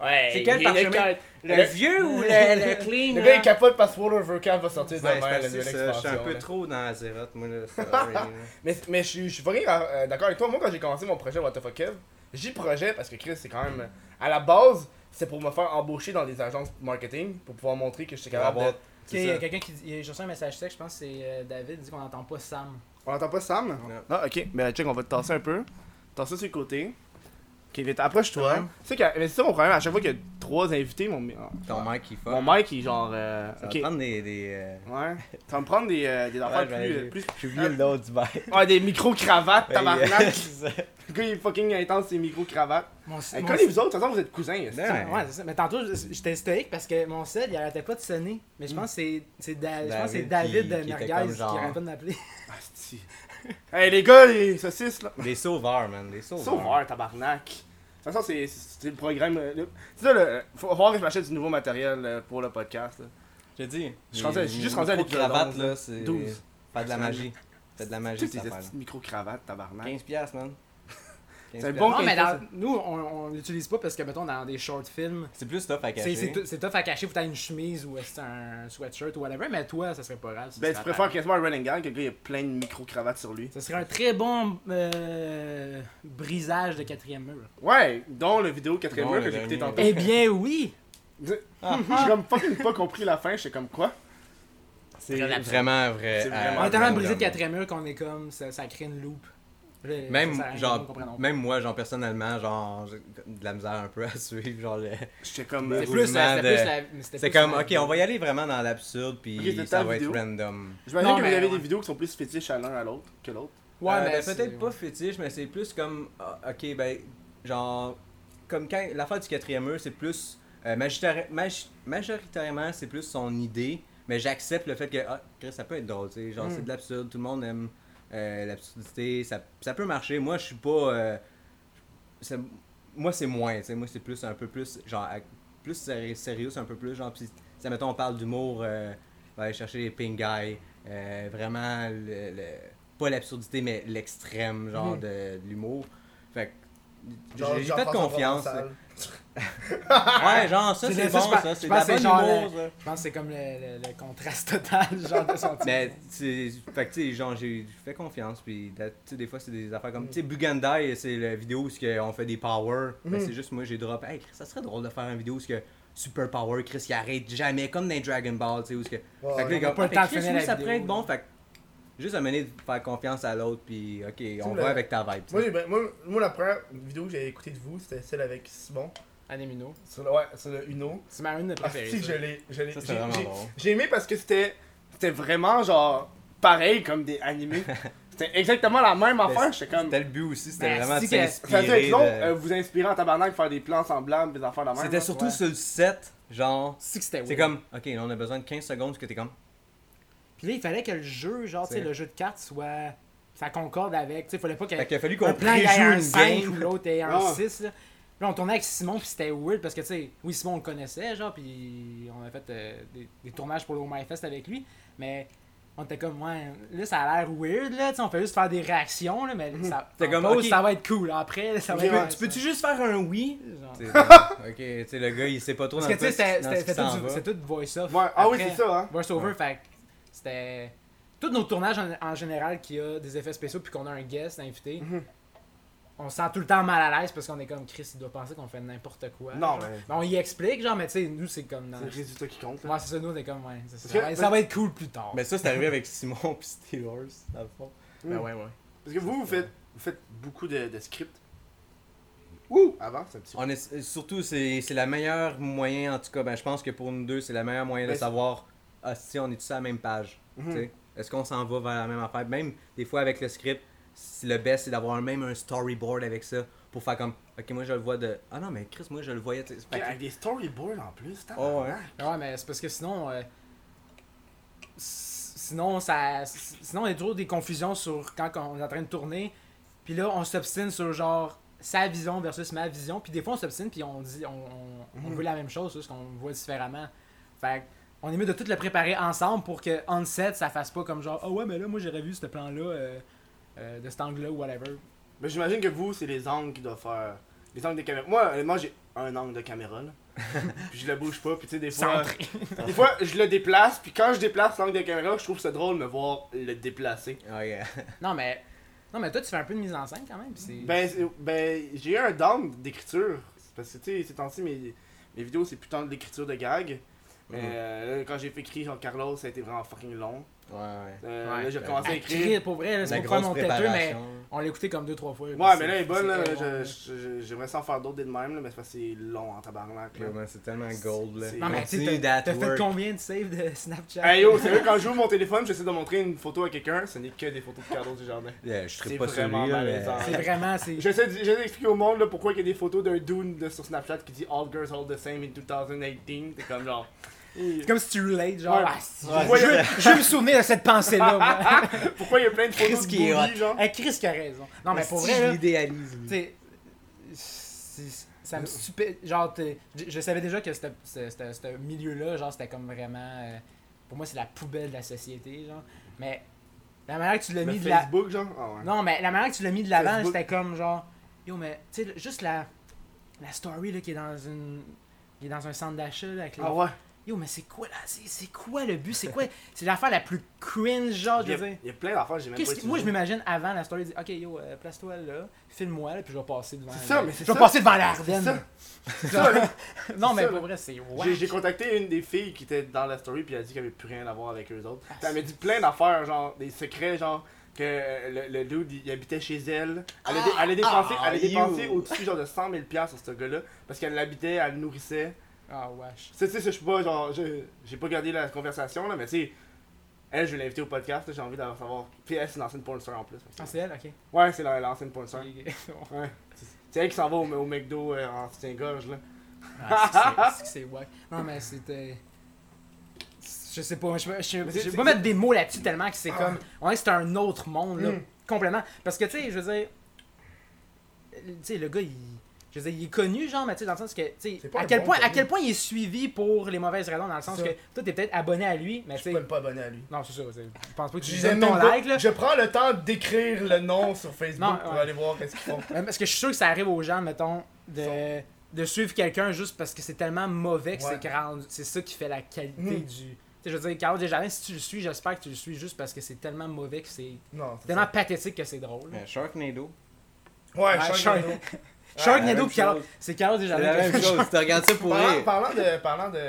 A: Ouais,
B: C'est quel
A: il est
B: parchemin?
A: le-
B: Le
A: Le-
B: vieux ou le, le clean?
A: Le
B: là?
A: gars, il capote parce que World of Warcraft va sortir
B: Ouais, c'est
A: demain,
B: parce
A: la
B: que
A: nouvelle
B: c'est ça, Je suis un
A: expansion.
B: peu
A: là.
B: trop dans la zérote, moi, là. sorry, là.
A: Mais, mais je, suis- je suis pas euh, d'accord avec toi. Moi, quand j'ai commencé mon projet What the fuck Kev, j'y projet parce que Chris, c'est quand même. À la base, c'est pour me faire embaucher dans des agences marketing pour pouvoir montrer que j'étais capable de.
B: Avoir-
C: Ok,
B: c'est
C: il y
B: ça.
C: a quelqu'un qui dit. il y a- J'ai reçu un message texte, je pense que c'est euh, David, il dit qu'on n'entend pas Sam.
A: On entend pas Sam
B: Non.
A: Ah, ok. Ben, check, on va te tasser un peu. Tasser sur le côté. Ok, vite, approche-toi.
B: Ouais.
A: Tu sais que- mais c'est ça mon problème. À chaque fois qu'il y a trois invités, mon, mon
B: Ton mec qui fuck.
A: mic, il est genre. euh,
B: Ça va
A: ok.
B: prendre des. des euh,
A: Ouais. Tu vas me prendre des, euh, des affaires
B: ouais, ben, j'ai-
A: plus, plus.
B: J'ai oublié le nom du verre.
A: Ouais, des micro-cravates, tabarnak.
B: C'est ça.
A: Le gars, il est fucking intense, ses micro-cravates.
C: Mon,
A: Hey,
C: mon-
A: Connais-vous autres, de toute façon, vous êtes cousins. est-ce que-
B: Non.
C: Ouais, c'est ça. Mais tantôt, j'étais stoïque parce que mon cell, il arrêtait pas de sonner. Mais je pense que c'est- c'est Da- je pense que c'est
B: David
C: David
B: qui-
C: de
B: qui
C: Merguez
B: était comme
C: qui
B: genre-
C: arrête pas de m'appeler.
A: Asti. Hey les gars, les saucisses là.
B: Des sauveurs, man. Des sauveurs.
A: Sauveur, tabarnak. De toute façon, c'est- c'est c'est le programme. euh, le- C'est ça, le... faut voir que je m'achète du nouveau matériel euh, pour le podcast. là.
B: Je te dis.
A: Je suis rendu- je suis juste rendu à l'épisode
B: cravate,
A: 11,
B: là. c'est-
A: 12.
B: Pas de la magie. Fait de la magie,
A: Toutes
B: cette
A: ces
B: affaire-là.
A: petites micro-cravates, tabarnak.
B: 15 piastres, man. 15
A: C'est
B: piastres.
A: bon.
C: Non,
A: Ok,
C: mais
A: ça,
C: dans- nous, on, on l'utilise pas parce que, mettons, dans des short films,
B: C'est plus tough à
C: c'est- c'est
B: cacher.
C: tou- c'est tough à cacher, faut t'as une chemise ou c'est un sweatshirt ou whatever, mais toi, ça serait pas grave. ça
A: Ben,
C: serait
A: tu
C: apparent.
A: préfères quasiment un running gag que le gars, il y a plein de micro-cravates sur lui.
C: Ça serait un très bon euh, brisage de quatrième mur.
A: Ouais, dont le vidéo 4
B: Dont
A: mur
B: le
A: que j'ai écouté
B: dernier.
A: tantôt.
C: Eh bien, oui!
A: J'ai comme fucking pas compris la fin, j'étais comme quoi
B: C'est vraiment vrai.
A: C'est
B: euh,
A: vraiment
C: On est tellement
B: random.
C: brisé de quatrième mur qu'on est comme, ça, ça crée une loupe. Là, ça sert à
B: Même,
C: rien, nous
B: genre,
C: comprenons pas.
B: même moi, genre, personnellement, genre, j'ai de la misère un peu à suivre, genre, le-
A: J'étais comme. euh,
C: C'est
B: Le
C: plus,
B: roulement
C: c'était
B: de-
C: plus la- mais c'était
B: C'est
C: plus
B: comme,
C: la-
B: ok, on va y aller vraiment dans l'absurde, puis
A: Ok, c'est ta
B: ça va être
A: vidéo.
B: random.
A: J'imagine
C: Non,
A: que vous
C: mais
A: avez des
C: ouais.
A: vidéos qui sont plus fétiches à l'un à l'autre que l'autre.
C: Ouais,
B: Euh,
C: mais
B: ben,
C: c'est-
B: peut-être pas fétiche, mais c'est plus comme, ah, ok, ben, genre, comme quand l'affaire du quatrième mur, c'est plus, euh, majorita- maj- majoritairement, c'est plus son idée, mais j'accepte le fait que, ah, Chris, ça peut être drôle, tu sais, genre,
A: Mm.
C: Hmm.
B: c'est de l'absurde, tout le monde aime euh, l'absurdité, ça, ça peut marcher, moi, je suis pas, euh, c'est- moi, c'est moins, tu sais, moi, c'est plus, un peu plus, genre, ac- plus séri- sérieux, c'est un peu plus, genre, pis, ça, mettons, on parle d'humour, euh, on va aller chercher les pink guys, euh, vraiment, le, le- pas l'absurdité, mais l'extrême, genre,
A: Mhm.
B: de, de l'humour, fait que,
A: Genre,
B: j'ai j'ai
A: genre
B: fait
A: François
B: confiance.
A: Provençal.
B: Ouais, genre, ça
C: C'est
B: c'est
C: le-
B: bon,
C: ça, je pense-
B: ça, c'est
C: je
B: de la
C: pense que
B: bonne
C: c'est genre
B: humour, ça.
C: Je pense que c'est comme le, le- le contraste total, genre de sentiment.
B: Mais, c'est- fait que, tu sais, genre, j'ai fait confiance, puis, là, tu sais, des fois, c'est des affaires comme, tu sais, Bugandai, c'est la vidéo où ce on fait des power,
C: Mhm.
B: mais c'est juste, moi, j'ai drop, hey, Chris, ça serait drôle de faire une vidéo où ce que super power, Chris, il arrête jamais, comme dans les Dragon Ball, tu sais, où ce que,
A: Ouais,
B: fait que,
A: on
B: les
A: a
B: gars,
C: pas le
B: ah, fait
C: temps de
B: Chris,
C: finir
B: oui,
C: la
B: ça
C: vidéo,
B: pourrait être
C: là.
B: bon, fait que, juste amener de faire confiance à l'autre, puis, ok, on
A: le-
B: va avec ta vibe, tu sais.
A: Moi, j'ai- ben, moi, moi, la première vidéo que j'avais écoutée de vous, c'était celle avec Simon.
C: Anemino.
A: Sur le, ouais, sur le Uno.
C: C'est ma une de
A: Ah,
C: préférée.
A: si, je
C: ça.
A: l'ai. je l'ai-
B: ben, Ça, c'est
A: j'ai-
B: vraiment
A: j'ai-
B: drôle.
A: J'ai aimé parce que c'était c'était vraiment genre pareil comme des animés. c'était exactement la même
B: Ben,
A: affaire. J'étais comme.
B: C'était le but aussi, c'était
C: Mais
B: vraiment de
C: Ben, si que-
A: Ça doit être
B: s'inspirer.
A: long,
B: de-
A: euh, vous inspirant en tabarnak, faire des plans semblables, des affaires de même.
B: C'était
A: là.
B: surtout
C: ouais.
B: sur le set, genre,
C: Si que c'était
B: C'est
C: weird.
B: comme, ok, là on a besoin de 15 secondes, parce que t'es comme.
C: Puis là, il fallait que le jeu, genre, tu sais,
B: C'est-
C: le jeu de cartes soit. Ça concorde avec. Tu sais, il fallait pas que.
B: Fait qu'il a fallu
C: un
B: qu'on
C: plan il y ait
B: préjoue
C: un
B: une
C: 5 ou
B: game.
C: l'autre ait un
A: Ah.
C: 6. Là. là, on tournait avec Simon, puis c'était weird parce que, tu sais, oui, Simon, on le connaissait, genre, puis on a fait euh, des, des tournages pour le Home Fest avec lui, mais. On était comme, ouais, là ça a l'air weird, là, tu sais, on fait juste faire des réactions, là, mais ça,
B: Mhm. T'es
C: en
B: comme,
C: pause,
B: ok.
C: ça va être cool. Après, ça va
A: Tu
C: être.
A: peux-
C: nice,
B: Tu peux-tu juste faire un oui
C: hein. Genre.
B: T'sais, Ok, tu sais, le gars il sait pas trop
C: Parce
B: dans
C: que,
B: le
C: tu sais, c'était- c'était c'était tout, du-
B: c'est
C: c'était tout voice-off.
A: Ouais, ah oui,
C: Après,
A: c'est ça, hein.
C: Voice over,
B: Ouais.
C: fait que c'était. Tous nos tournages en, en général qui a des effets spéciaux puis qu'on a un guest invité,
A: Mhm.
C: on se sent tout le temps mal à l'aise parce qu'on est comme Chris, il doit penser qu'on fait n'importe quoi.
A: Non,
C: genre.
A: mais-
C: on y explique, genre, mais tu sais, nous c'est comme. Dans...
A: C'est le résultat qui compte. là.
C: Ouais, c'est ça, nous on est comme, ouais, ça, ça
A: que-
C: va, ça va être cool plus tard.
B: Mais ça, c'est arrivé avec Simon pis Steelers, dans le fond.
C: Ben ouais, ouais.
A: Parce que vous, vous faites, vous faites beaucoup de, de scripts. Wouh! Avance un petit peu.
B: On est, surtout, c'est c'est la meilleure moyen, en tout cas, ben, je pense que pour nous deux, c'est la meilleure moyen de
A: Ben, c'est-
B: savoir ah, si on est tous à la même page.
C: Mhm.
B: tu sais. Est-ce qu'on s'en va vers la même affaire? Même des fois avec le script, c'est- le best, c'est d'avoir même un storyboard avec ça pour faire comme, ok, moi je le vois de. Ah non, mais Chris, moi je le voyais. tu sais. Fait que-
A: Avec des storyboards en plus, t'as
B: Oh, ouais.
C: Ouais, mais c'est parce que sinon. euh, s- sinon, ça, s- sinon, il y a toujours des confusions sur quand on est en train de tourner. Puis là, on s'obstine sur genre sa vision versus ma vision. Puis des fois, on s'obstine, puis on dit. On, on,
B: Mhm.
C: on veut la même chose, juste qu'on voit différemment. Fait que, on est mieux de tout le préparer ensemble pour que on set ça fasse pas comme genre ah ouais mais là moi j'aurais vu ce plan là de cet angle là ou whatever
A: Mais j'imagine que vous, c'est les angles qui doivent faire. Les angles des caméras. Moi, honnêtement, j'ai un angle de caméra, là. puis je le bouge pas, puis tu sais, des fois. Des fois, je le déplace, puis quand je déplace l'angle de caméra, je trouve ça drôle de me voir le déplacer.
B: Ah, yeah.
C: non mais non mais toi tu fais un peu de mise en scène quand même puis c'est
A: Ben, c'est- ben j'ai eu un down d'écriture. Parce que, tu sais, ces temps-ci, mes, mes vidéos, c'est plus tant de l'écriture de gag. Mais
B: Mhm.
A: euh, là, quand j'ai fait écrire Jean-Carlos, ça a été vraiment fucking long.
B: Ouais, ouais.
A: Euh,
C: Ouais,
A: là, j'ai
B: ben,
A: commencé à
C: Ah,
A: écrire.
C: Chris, pour vrai là,
B: La
C: c'est pas
B: grosse
C: mon têteux mais
B: préparation.
C: On l'a écouté comme deux, trois fois.
A: Ouais,
C: puis
A: mais
C: c'est-
A: là, elle est bonne,
C: c'est
A: là.
C: énorme.
A: Je- je- je- J'aimerais s'en faire d'autres dès de même, là, mais c'est parce que c'est long en tabarnak, là.
B: Ouais, ben, C'est tellement gold là.
A: c'est-
C: Non, mais tu
B: Continue
C: sais, t'as
B: that
C: t'as fait
B: work.
C: combien de saves de Snapchat
A: Hey yo, c'est vrai, quand je joue mon téléphone, j'essaie de montrer une photo à quelqu'un, ce n'est que des photos de Carlos Dujardin.
B: Yeah, je serais
A: C'est
B: pas
A: vraiment
B: celui-là. mais-
A: malaisant.
C: C'est vraiment. c'est-
A: J'essaie d- j'essaie d'expliquer au monde là, pourquoi il y a des photos d'un dude là, sur Snapchat qui dit All girls all the same in 2018. T'es comme genre.
C: C'est comme si tu relates, genre.
A: Ouais.
C: Ah, si,
A: Ouais,
C: je,
A: c'est
C: veux- je veux me souvenir de cette pensée-là, moi.
A: Pourquoi il y a plein de photos
B: Chris
A: de
B: qui est
A: boobies,
B: hot.
A: genre.
C: Hey, Chris qui a raison. Non, mais pour
B: Si
C: vrai,
B: je
C: là, tu
B: l'idéalise. lui.
C: sais. c'est- Ça me stupé. Genre, t'es- je, je savais déjà que c'était- c'était- c'était- ce milieu-là, genre, c'était comme vraiment. euh, pour moi, c'est la poubelle de la société, genre. Mais la manière que tu l'as
A: Le
C: mis de la.
A: Facebook, genre. Ah ouais.
C: Non, mais la manière que tu l'as mis de l'avant,
A: Facebook.
C: c'était comme genre. Yo, mais tu sais, juste la, la story là, qui est dans une. qui est dans un centre d'achat là, avec les.
A: Ah ouais.
C: Yo, mais c'est quoi là C'est c'est quoi le but C'est quoi C'est l'affaire la plus cringe, genre,
A: Il
C: je
A: y
C: veux
A: a,
C: dire.
A: il y a plein d'affaires, j'ai même pas
C: Qu'est-ce que- moi, je
A: utilisées.
C: m'imagine avant la story, dire Ok, yo, euh, place-toi là, filme-moi, là, puis je vais passer devant.
A: C'est ça,
C: le-
A: mais c'est
C: Je vais
A: ça.
C: passer devant la
A: C'est ça.
C: Ardenne.
A: C'est ça, là.
C: Non, mais
A: ça,
C: pour
A: là.
C: vrai, c'est
A: J'ai-
C: ouais.
A: J'ai contacté une des filles qui était dans la story puis elle a dit qu'elle avait plus rien à voir avec eux autres.
C: Ah,
A: Puis elle m'a dit plein d'affaires, genre des secrets, genre que euh, le, le dude il, il habitait chez elle. Elle a, dé- elle a dépensé,
B: ah,
A: elle a dépensé
B: you.
A: au-dessus genre de 100 000 piastres sur ce gars-là parce qu'elle l'habitait, elle le nourrissait.
C: Ah, wesh.
A: Tu sais, tu sais, je sais pas, genre, je- j'ai pas gardé la conversation là, mais tu sais, elle, je vais l'inviter au podcast, là, j'ai envie d'avoir savoir. Puis elle, c'est l'ancienne porn star en plus.
C: Ah, c'est elle, ok.
A: Ouais, c'est la- l'ancienne porn star.
C: Ah,
A: Ouais. C'est elle qui s'en va au, au McDo euh, en soutien-gorge là.
C: Ah, c'est- c'est- C'est ouais. Non, mais c'était. Je sais pas, je, je,
A: Mais
C: je,
A: c'est-
C: je vais
A: c'est-
C: pas mettre des mots là-dessus tellement que c'est
D: Ah.
C: comme. Ouais, c'est un autre monde, là.
A: Mm.
C: Complètement. Parce que, tu sais, je veux dire. euh, Tu sais, le gars, il. Je veux dire, il est connu, genre, mais tu sais, dans le sens que, tu sais,
D: C'est pas
C: à
D: un
C: quel
D: bon
C: point, à
D: connu.
C: quel point il est suivi pour les mauvaises raisons, dans le sens
D: C'est
C: que,
D: ça.
C: toi, t'es peut-être abonné à lui, mais
D: Je
C: tu
D: suis
C: sais,
D: même pas abonné à lui.
C: non, c'est ça, c'est- je pense pas que tu lui
D: Je
C: donnes
D: les aime
C: ton
D: même pas.
C: like, là,
D: Je prends le temps d'écrire le nom sur Facebook
C: Non,
D: pour
C: ouais.
D: aller voir qu'est-ce qu'ils font.
C: Euh, parce que je suis sûr que ça arrive aux gens, mettons, de, de suivre quelqu'un juste parce que c'est tellement mauvais que
D: Ouais.
C: c'est grand. C'est ça qui fait la qualité
A: Hmm.
D: Mm.
C: du. Tu sais, je veux dire, Carlos Desjardins, si tu le suis, j'espère que tu le suis juste parce que c'est tellement mauvais que c'est
D: Non, c'est
C: tellement
D: ça.
C: pathétique que c'est drôle.
B: Mais Sharknado.
D: Ouais,
C: Ah,
D: Sharknado.
C: Shark-
D: Ah,
B: la
C: Sharknado,
B: même
C: puis Carl-
B: chose.
C: c'est Carlos
B: C'est la
C: Desjardins.
B: même chose. Tu regardes ça pour
D: Parlant,
B: rire.
D: parlant de, parlant de,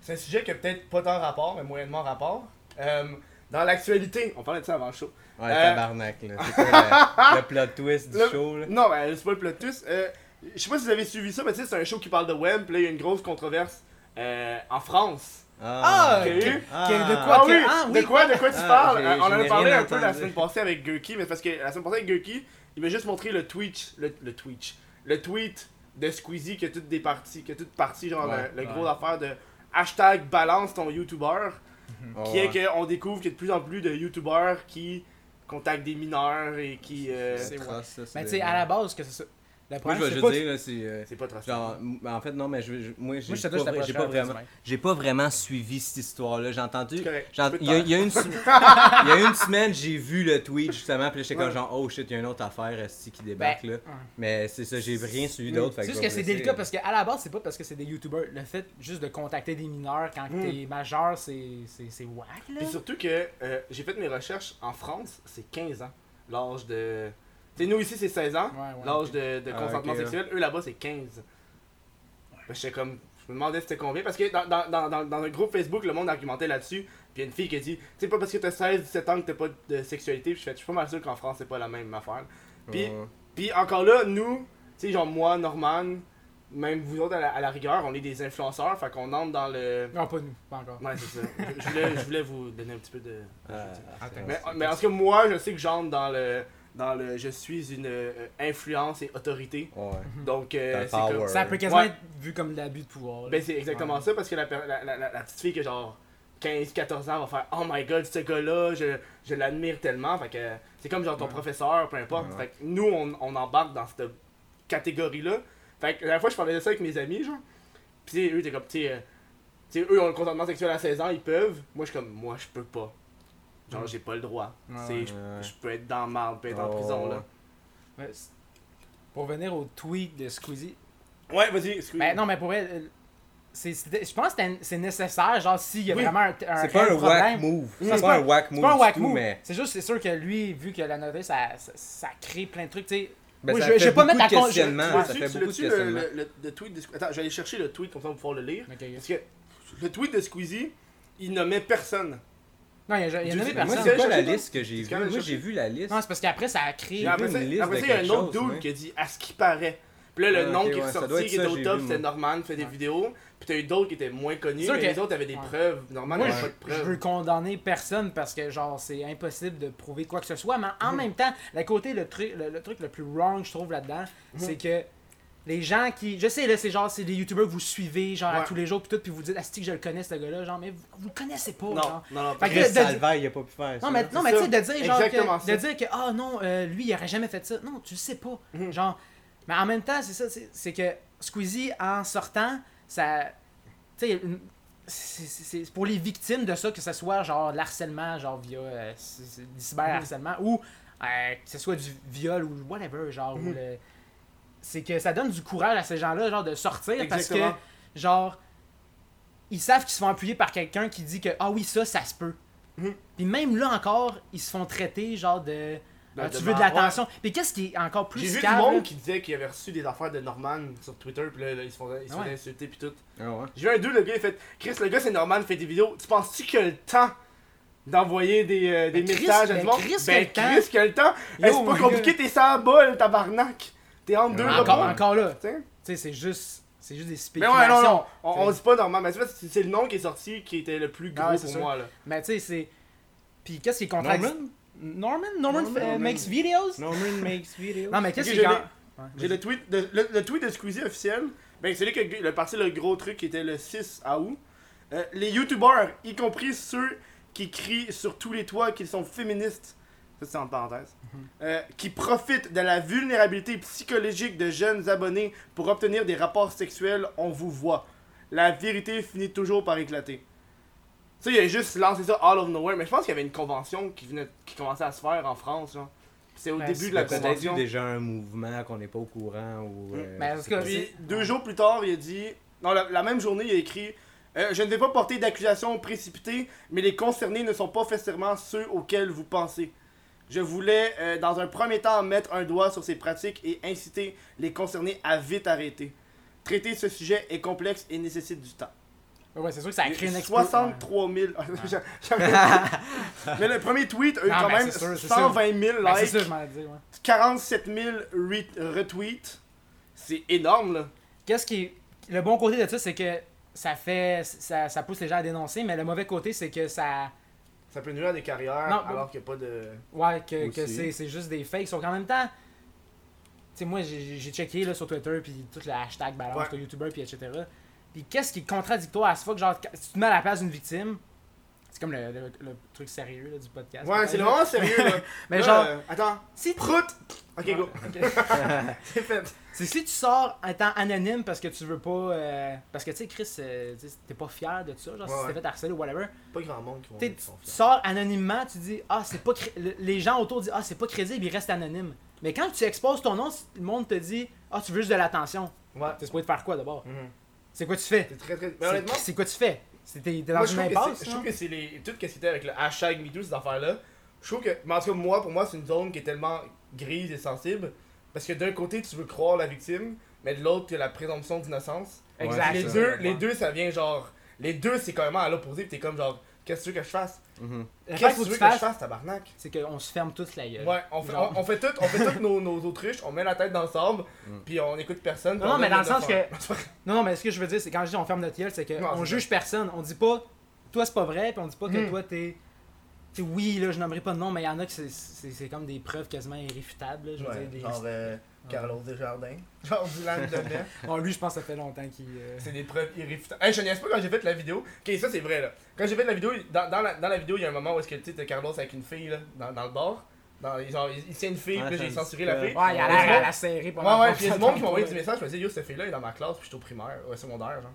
D: c'est un sujet qui a peut-être pas tant rapport, mais moyennement rapport. Euh, dans l'actualité,
A: On parlait de ça avant le show.
B: Ouais,
A: Euh,
B: tabarnak, là. C'est quoi le, le plot twist du
A: Le-
B: show, là?
A: Non, mais c'est pas le plot twist. Euh, je sais pas si vous avez suivi ça, mais tu sais, c'est un show qui parle de web. Puis là, il y a une grosse controverse euh, en France.
C: Ah,
A: Qu'il y a
C: ok.
A: eu.
B: Ah.
C: qu'il y a eu de quoi?
A: Ah
C: que-
A: oui,
C: ah,
A: De
C: oui.
A: quoi, de quoi tu
B: Ah,
A: parles
B: j'ai-
A: Euh, On en
B: j'ai
A: a
B: rien
A: parlé un peu
B: entendu.
A: la semaine passée avec Gurky, mais parce que la semaine passée avec Gurky, il m'a juste montré le Twitch, le, le Twitch, le tweet de Squeezie que toutes des parties, que toutes parties, genre
B: Ouais,
A: le, le
B: ouais.
A: gros affaire de hashtag balance ton YouTuber,
B: Oh,
A: qui est
B: ouais.
A: qu'on découvre qu'il y a de plus en plus de YouTubers qui contactent des mineurs et qui. euh,
B: C'est
C: C'est
B: atroce, ça, c'est
C: Mais tu sais,
B: débile.
C: à la base, que c'est ça. Le
B: Moi,
C: problème,
B: je vais
C: c'est
B: juste
C: pas-
B: dire, là, c'est. euh,
A: C'est pas trop
B: Genre, m- en fait, non, mais je, je- moi, j'ai
C: Moi, je te
B: pas,
C: dis, je
B: vra- j'ai
C: t'approcherais
B: pas
C: à
B: vraiment,
C: Rosemary.
B: j'ai pas vraiment suivi cette histoire-là. J'ai entendu,
A: C'est correct.
B: j'en-
A: Tu peux te
B: il y, a-
A: taire.
B: il y a une, se- il y a une semaine, j'ai vu le tweet justement, puis là, j'étais comme
A: Ouais.
B: genre, oh shit, il y a une autre affaire esti, qui
C: Ben,
B: débarque là.
C: ouais.
B: Mais c'est ça, j'ai rien suivi d'autre.
C: C'est juste que c'est délicat parce qu'à la base, c'est pas parce que c'est des youtubeurs. Le fait juste de contacter des mineurs quand
A: Mm.
C: t'es majeur, c'est c'est- c'est whack là.
A: Puis surtout que euh, j'ai fait mes recherches en France, c'est 15 ans. L'âge de. Tu sais, nous ici, c'est 16 ans.
C: Ouais, ouais,
A: l'âge
C: ok.
A: de, de
B: Ah,
A: consentement
B: ok, ouais.
A: sexuel. Eux, là-bas, c'est 15. Ben, j'étais comme. Je me demandais c'était combien. Parce que dans, dans, dans, dans, dans un groupe Facebook, le monde argumentait là-dessus. Puis il y a une fille qui a dit Tu sais, pas parce que t'as 16, 17 ans que t'as pas de sexualité. Puis je fais Je suis pas mal sûr qu'en France, c'est pas la même affaire. Puis, puis encore là, nous, sais, genre moi, Norman, même vous autres à la, à la rigueur, on est des influenceurs, fait qu'on entre dans le.
C: Non, pas nous, pas encore.
A: Ouais, c'est ça. Je- Je voulais, je voulais vous donner un petit peu de.
B: Euh,
A: Mais, mais en tout cas, moi, je sais que j'entre dans le. Dans le. Je suis une euh, influence et autorité.
B: Ouais.
A: Donc, euh,
B: Hmm. T'as le
A: c'est comme-
B: power.
C: Ça peut quasiment
A: Ouais.
C: être vu comme de l'abus de pouvoir. là.
A: Ben, c'est exactement
C: Ouais.
A: ça, parce que la, per- la, la, la- la petite fille qui a genre 15-14 ans va faire Oh my god, ce gars-là, je, je l'admire tellement. Fait que c'est comme genre ton
C: Ouais.
A: professeur, peu importe.
B: Ouais.
A: Fait que nous, on, on embarque dans cette catégorie-là. Fait que la dernière fois, je parlais de ça avec mes amis, genre. Pis eux, t'es comme, tu sais, euh, tu sais, eux ont le consentement sexuel à 16 ans, ils peuvent. Moi, je suis comme, moi, je peux pas. Genre,
C: Mm.
A: j'ai pas le droit.
C: Ouais,
A: Tu sais,
C: ouais.
A: je- je peux être dans le marde, je peux être en
B: Oh,
A: prison, là.
C: Mais c'est- Pour venir au tweet de Squeezie.
A: Ouais, vas-y, excuse
C: Ben non, mais pour vrai, euh, c'est- c'était- je pense que c'était- c'est nécessaire, genre s'il y a
A: Oui.
C: vraiment un, un
B: C'est
C: réel
B: pas un whack
C: problème.
B: move.
C: Mm.
B: C'est pas un whack move.
C: C'est pas un
B: du
C: whack
B: tout,
C: move.
B: Mais
C: C'est juste, c'est sûr que lui, vu que la nouvelle, ça, ça, ça crée plein de trucs, tu sais.
B: mais
C: Moi,
B: ça
C: je- je
B: fait
C: vais pas
B: beaucoup
C: mettre
B: de
C: la con- je-
B: questionnements.
A: Tu
B: Ça
A: l'as-tu-
B: fait
A: tu
B: beaucoup de
A: l'as-tu, le,
B: questionnements.
A: le- le- le tweet de Squeezie? Attends, je vais aller chercher le tweet, comme ça on va pouvoir le lire.
C: Ok, ok.
A: Parce que le tweet de Squeezie, il nommait personne.
C: Non, il y a, il y a
A: Tu
C: nommé
A: sais,
B: Mais Moi,
A: Tu
B: c'est
A: l'as
C: personne.
B: pas la
A: cherché, toi?
B: liste que j'ai
A: Tu
B: vue.
A: l'as
B: Moi,
A: cherché?
B: j'ai vu la liste.
C: Non, c'est parce qu'après, ça a créé.
A: Et après ça,
B: une liste
A: après
B: de
A: ça, il y a un
B: quelque
A: autre
B: chose,
A: dude
B: ouais.
A: qui a dit à ce qui paraît. Puis là, le
B: Ah,
A: nom
B: ok,
A: qui est
B: ouais, ça doit
A: ressorti,
B: être
A: qui était
B: ça,
A: au
B: j'ai
A: top,
B: vu,
A: c'était
B: moi.
A: Norman fait des
C: Ouais.
A: vidéos. Puis t'as eu d'autres qui étaient moins connus,
C: C'est sûr
A: mais
C: que-
A: les autres avaient des
C: Ouais.
A: preuves. Norman
C: Moi,
A: n'avait
C: je,
A: pas de
C: je veux
A: preuves.
C: condamner personne parce que, genre, c'est impossible de prouver quoi que ce soit, mais en
A: Mm-hmm.
C: même temps, le côté, le, truc le, le truc le plus wrong, je trouve, là-dedans,
A: Mm-hmm.
C: c'est que les gens qui. Je sais, là, c'est genre, c'est les youtubeurs que vous suivez, genre, à
A: Ouais.
C: tous les jours, puis tout, puis vous dites, ah, c'est que je le connais, ce gars-là, genre, mais vous, vous le connaissez pas,
A: Non,
C: genre.
A: non, non.
C: Fait
A: pas-
C: que de-
B: Chris
C: de-
B: Salvaire, il a pas pu faire ça.
C: Non, mais,
A: c'est
C: non, mais tu
A: ça.
C: sais, de dire, genre,
A: Exactement
C: que,
A: ça.
C: de dire que, ah non, euh, lui, il aurait jamais fait ça. Non, tu le sais pas.
A: Mm-hmm.
C: Genre, mais en même temps, c'est ça, c'est- c'est que Squeezie, en sortant, ça. Tu sais, une- c'est- c'est c'est pour les victimes de ça, que ce soit, genre, de l'harcèlement, genre, via euh, c- c- du cyberharcèlement,
A: Mm-hmm.
C: ou euh, que ce soit du viol ou whatever, genre,
A: Mm-hmm.
C: ou le- C'est que ça donne du courage à ces gens-là, genre, de sortir
A: Exactement.
C: parce que, genre, ils savent qu'ils se font appuyer par quelqu'un qui dit que, ah oui, ça, ça se peut.
A: Mhm.
C: Puis même là encore, ils se font traiter genre de.
A: De-
C: Ah,
A: Ben, de
C: tu veux de
A: marrant.
C: l'attention. Puis qu'est-ce qui est encore plus
A: J'ai vu du
C: scab, là?
A: monde qui disait qu'il avait reçu des affaires de Norman sur Twitter, puis là, là, ils se faisaient ils se
C: Ouais.
A: faisaient insulter, puis tout.
B: Ah ouais.
A: J'ai vu un deux, le gars, il fait Chris, le gars, c'est Norman, il fait des vidéos. Tu penses-tu qu'il a le temps d'envoyer des, euh, des
C: Ben, Chris,
A: messages à
C: ben,
A: du monde
C: Chris, qu'il a
A: Ben,
C: le temps.
A: Chris, qu'il a le temps. Eh,
C: Yo,
A: C'est
C: le
A: pas
C: gars.
A: compliqué, t'es sans bol, tabarnak. T'es en deux
B: Ouais,
C: Encore,
A: repas.
C: encore là. Tu
A: T'sais.
C: sais, c'est juste. C'est juste des
A: Mais
C: spéculations.
A: ouais, non, non, on,
C: T'sais.
A: on dit pas Norman, mais c'est c'est- c'est le nom qui est sorti qui était le plus gros
C: Ah Ouais, c'est
A: pour
C: sûr.
A: moi, là.
C: Mais tu sais, c'est. Puis qu'est-ce qui est contraire
B: Norman?
C: Norman? Norman,
B: Norman,
C: euh,
B: Norman.
C: makes videos?
B: Norman makes videos.
C: Non, mais qu'est-ce
A: Ok,
C: qui est.
A: je l'ai.
C: quand- Ouais,
A: J'ai le tweet, de, le, le tweet de Squeezie officiel. Ben, c'est lui que le parti le gros truc qui était le 6 à août. Euh, les youtubeurs, y compris ceux qui crient sur tous les toits qu'ils sont féministes, ça c'est en parenthèse,
C: Mhm.
A: euh, qui profitent de la vulnérabilité psychologique de jeunes abonnés pour obtenir des rapports sexuels, on vous voit. La vérité finit toujours par éclater. Tu sais, il a juste lancé ça out of nowhere, mais je pense qu'il y avait une convention qui, venait, qui commençait à se faire en France. genre. C'est au
C: Ben,
A: début
C: c'est
A: de la
B: peut-être eu
A: convention.
B: déjà un mouvement qu'on n'est pas au courant ou. euh,
C: Mais en
B: je
C: tout
B: sais
C: cas,
B: pas.
A: Puis
C: C'est-
A: deux jours plus tard, il a dit. Non, la, la même journée, il a écrit euh, Je ne vais pas porter d'accusations précipitées, mais les concernés ne sont pas forcément ceux auxquels vous pensez. Je voulais, euh, dans un premier temps, mettre un doigt sur ces pratiques et inciter les concernés à vite arrêter. Traiter ce sujet est complexe et nécessite du temps.
C: Ouais, ouais, c'est sûr que ça crée une explosion.
A: 63 000. mais le premier tweet a eu
C: Non,
A: quand
C: mais
A: même
C: c'est sûr, c'est sûr.
A: 120 000
C: Ouais. Ben, c'est
A: likes,
C: ça, je m'en ai dit, ouais.
A: 47 000 re- retweets. C'est énorme, là.
C: qu'est-ce qui est- le bon côté de ça c'est que ça fait ça, ça pousse les gens à dénoncer mais le mauvais côté c'est que ça
A: Ça peut nuire à des carrières
C: Non,
A: alors qu'il n'y a pas de.
C: ouais que, que
B: Aussi.
C: c'est c'est juste des fakes sauf qu'en même temps tu sais moi j'ai j'ai checké là, sur Twitter puis tout le hashtag balance
A: Ouais.
C: le YouTuber puis etc puis qu'est-ce qui est contradictoire à ce fuck genre quand- si tu te mets à la place d'une victime c'est comme le, le- le truc sérieux là, du podcast
A: Ouais, c'est vraiment sérieux là.
C: mais
A: Là,
C: genre
A: euh, attends,
C: si tu- Ah,
A: prout Ok, go. C'est fait.
C: C'est si tu sors étant anonyme parce que tu veux pas. euh, parce que tu sais, Chris, euh, tu sais, t'es pas fier de ça, genre
A: Ouais,
C: si
A: ouais.
C: t'es fait harceler ou whatever.
A: Pas grand monde qui vont
C: T'sais,
A: qui
C: tu
A: sont fiers.
C: sors anonymement, tu dis ah c'est pas cré- le- les gens autour disent ah c'est pas crédible, ils restent anonymes. Mais quand tu exposes ton nom, si- le monde te dit ah tu veux juste de l'attention.
A: Ouais.
C: T'es supposé de faire quoi d'abord
A: Mhm.
C: C'est quoi tu fais
A: C'est très très. Mais
C: C'est-
A: honnêtement,
C: C'est quoi tu fais C'est t'es t'es dans
A: moi, je
C: une
A: trouve que
C: impasse. hein.
A: c'est- je
C: genre?
A: trouve que c'est les. Tout ce qui était avec le hashtag MeToo, ces affaires-là. Je trouve que. Mais en tout cas, moi, pour moi, c'est une zone qui est tellement grise et sensible. Parce que d'un côté, tu veux croire la victime, mais de l'autre, tu as la présomption d'innocence.
B: Ouais,
C: Exact.
A: les
B: c'est ça.
A: deux, les deux, ça vient genre. Les deux, c'est carrément à l'opposé, pis t'es comme genre.
E: Qu'est-ce que tu veux que je fasse
B: Mhm.
C: L'affaire
E: Qu'est-ce
C: qu'il
E: que
C: faut
E: tu
C: que
E: veux
C: tu
E: que je
C: fasses,
E: fasse, tabarnak
C: c'est qu'on se ferme tous la gueule.
E: Ouais, on fait,
C: Genre.
E: on, on fait tout- on fait toutes nos, nos autruches, on met la tête dans le sable,
B: Mm.
E: puis on écoute personne. puis
C: Non,
E: on
C: mais
E: donne
C: dans le
E: notre
C: sens
E: affaire.
C: Non, non, mais ce que je veux dire, c'est quand je dis on ferme notre gueule, c'est
E: Non,
C: qu'on
E: c'est
C: juge personne. On dit pas, toi c'est pas vrai, puis on dit pas que
E: Hmm.
C: toi t'es. t'sais, oui, là, je nommerai pas de nom, mais il y en a que c'est- c'est c'est comme des preuves quasiment irréfutables. là, je veux
E: Ouais,
C: dire, des-
E: genre euh, Carlos Desjardins, genre Dylan Demain.
C: Bon, lui, je pense que ça fait longtemps qu'il. euh,
E: C'est des preuves irréfutables. Hey, je ne pas quand j'ai fait la vidéo. Ok, ça c'est vrai là. Quand j'ai fait la vidéo, dans, dans la, dans la vidéo, il y a un moment où est-ce que tu sais, t'as Carlos avec une fille là, dans, dans le bar. Dans, genre, il, il tient une fille,
B: Ouais,
E: puis là,
B: ça
E: j'ai
B: dit
E: censuré
B: que-
E: la fille.
C: Ouais, il a
E: Et
C: l'air à
E: moi-
C: la serrer pendant
E: Ouais, ouais,
C: qu'on
E: puis il y a du
C: s'entend
E: monde qui m'a
C: pas,
E: envoyé
C: là.
E: des messages, je me disais, yo, cette fille-là est dans ma classe, puis j'étais au primaire, ouais, secondaire, genre.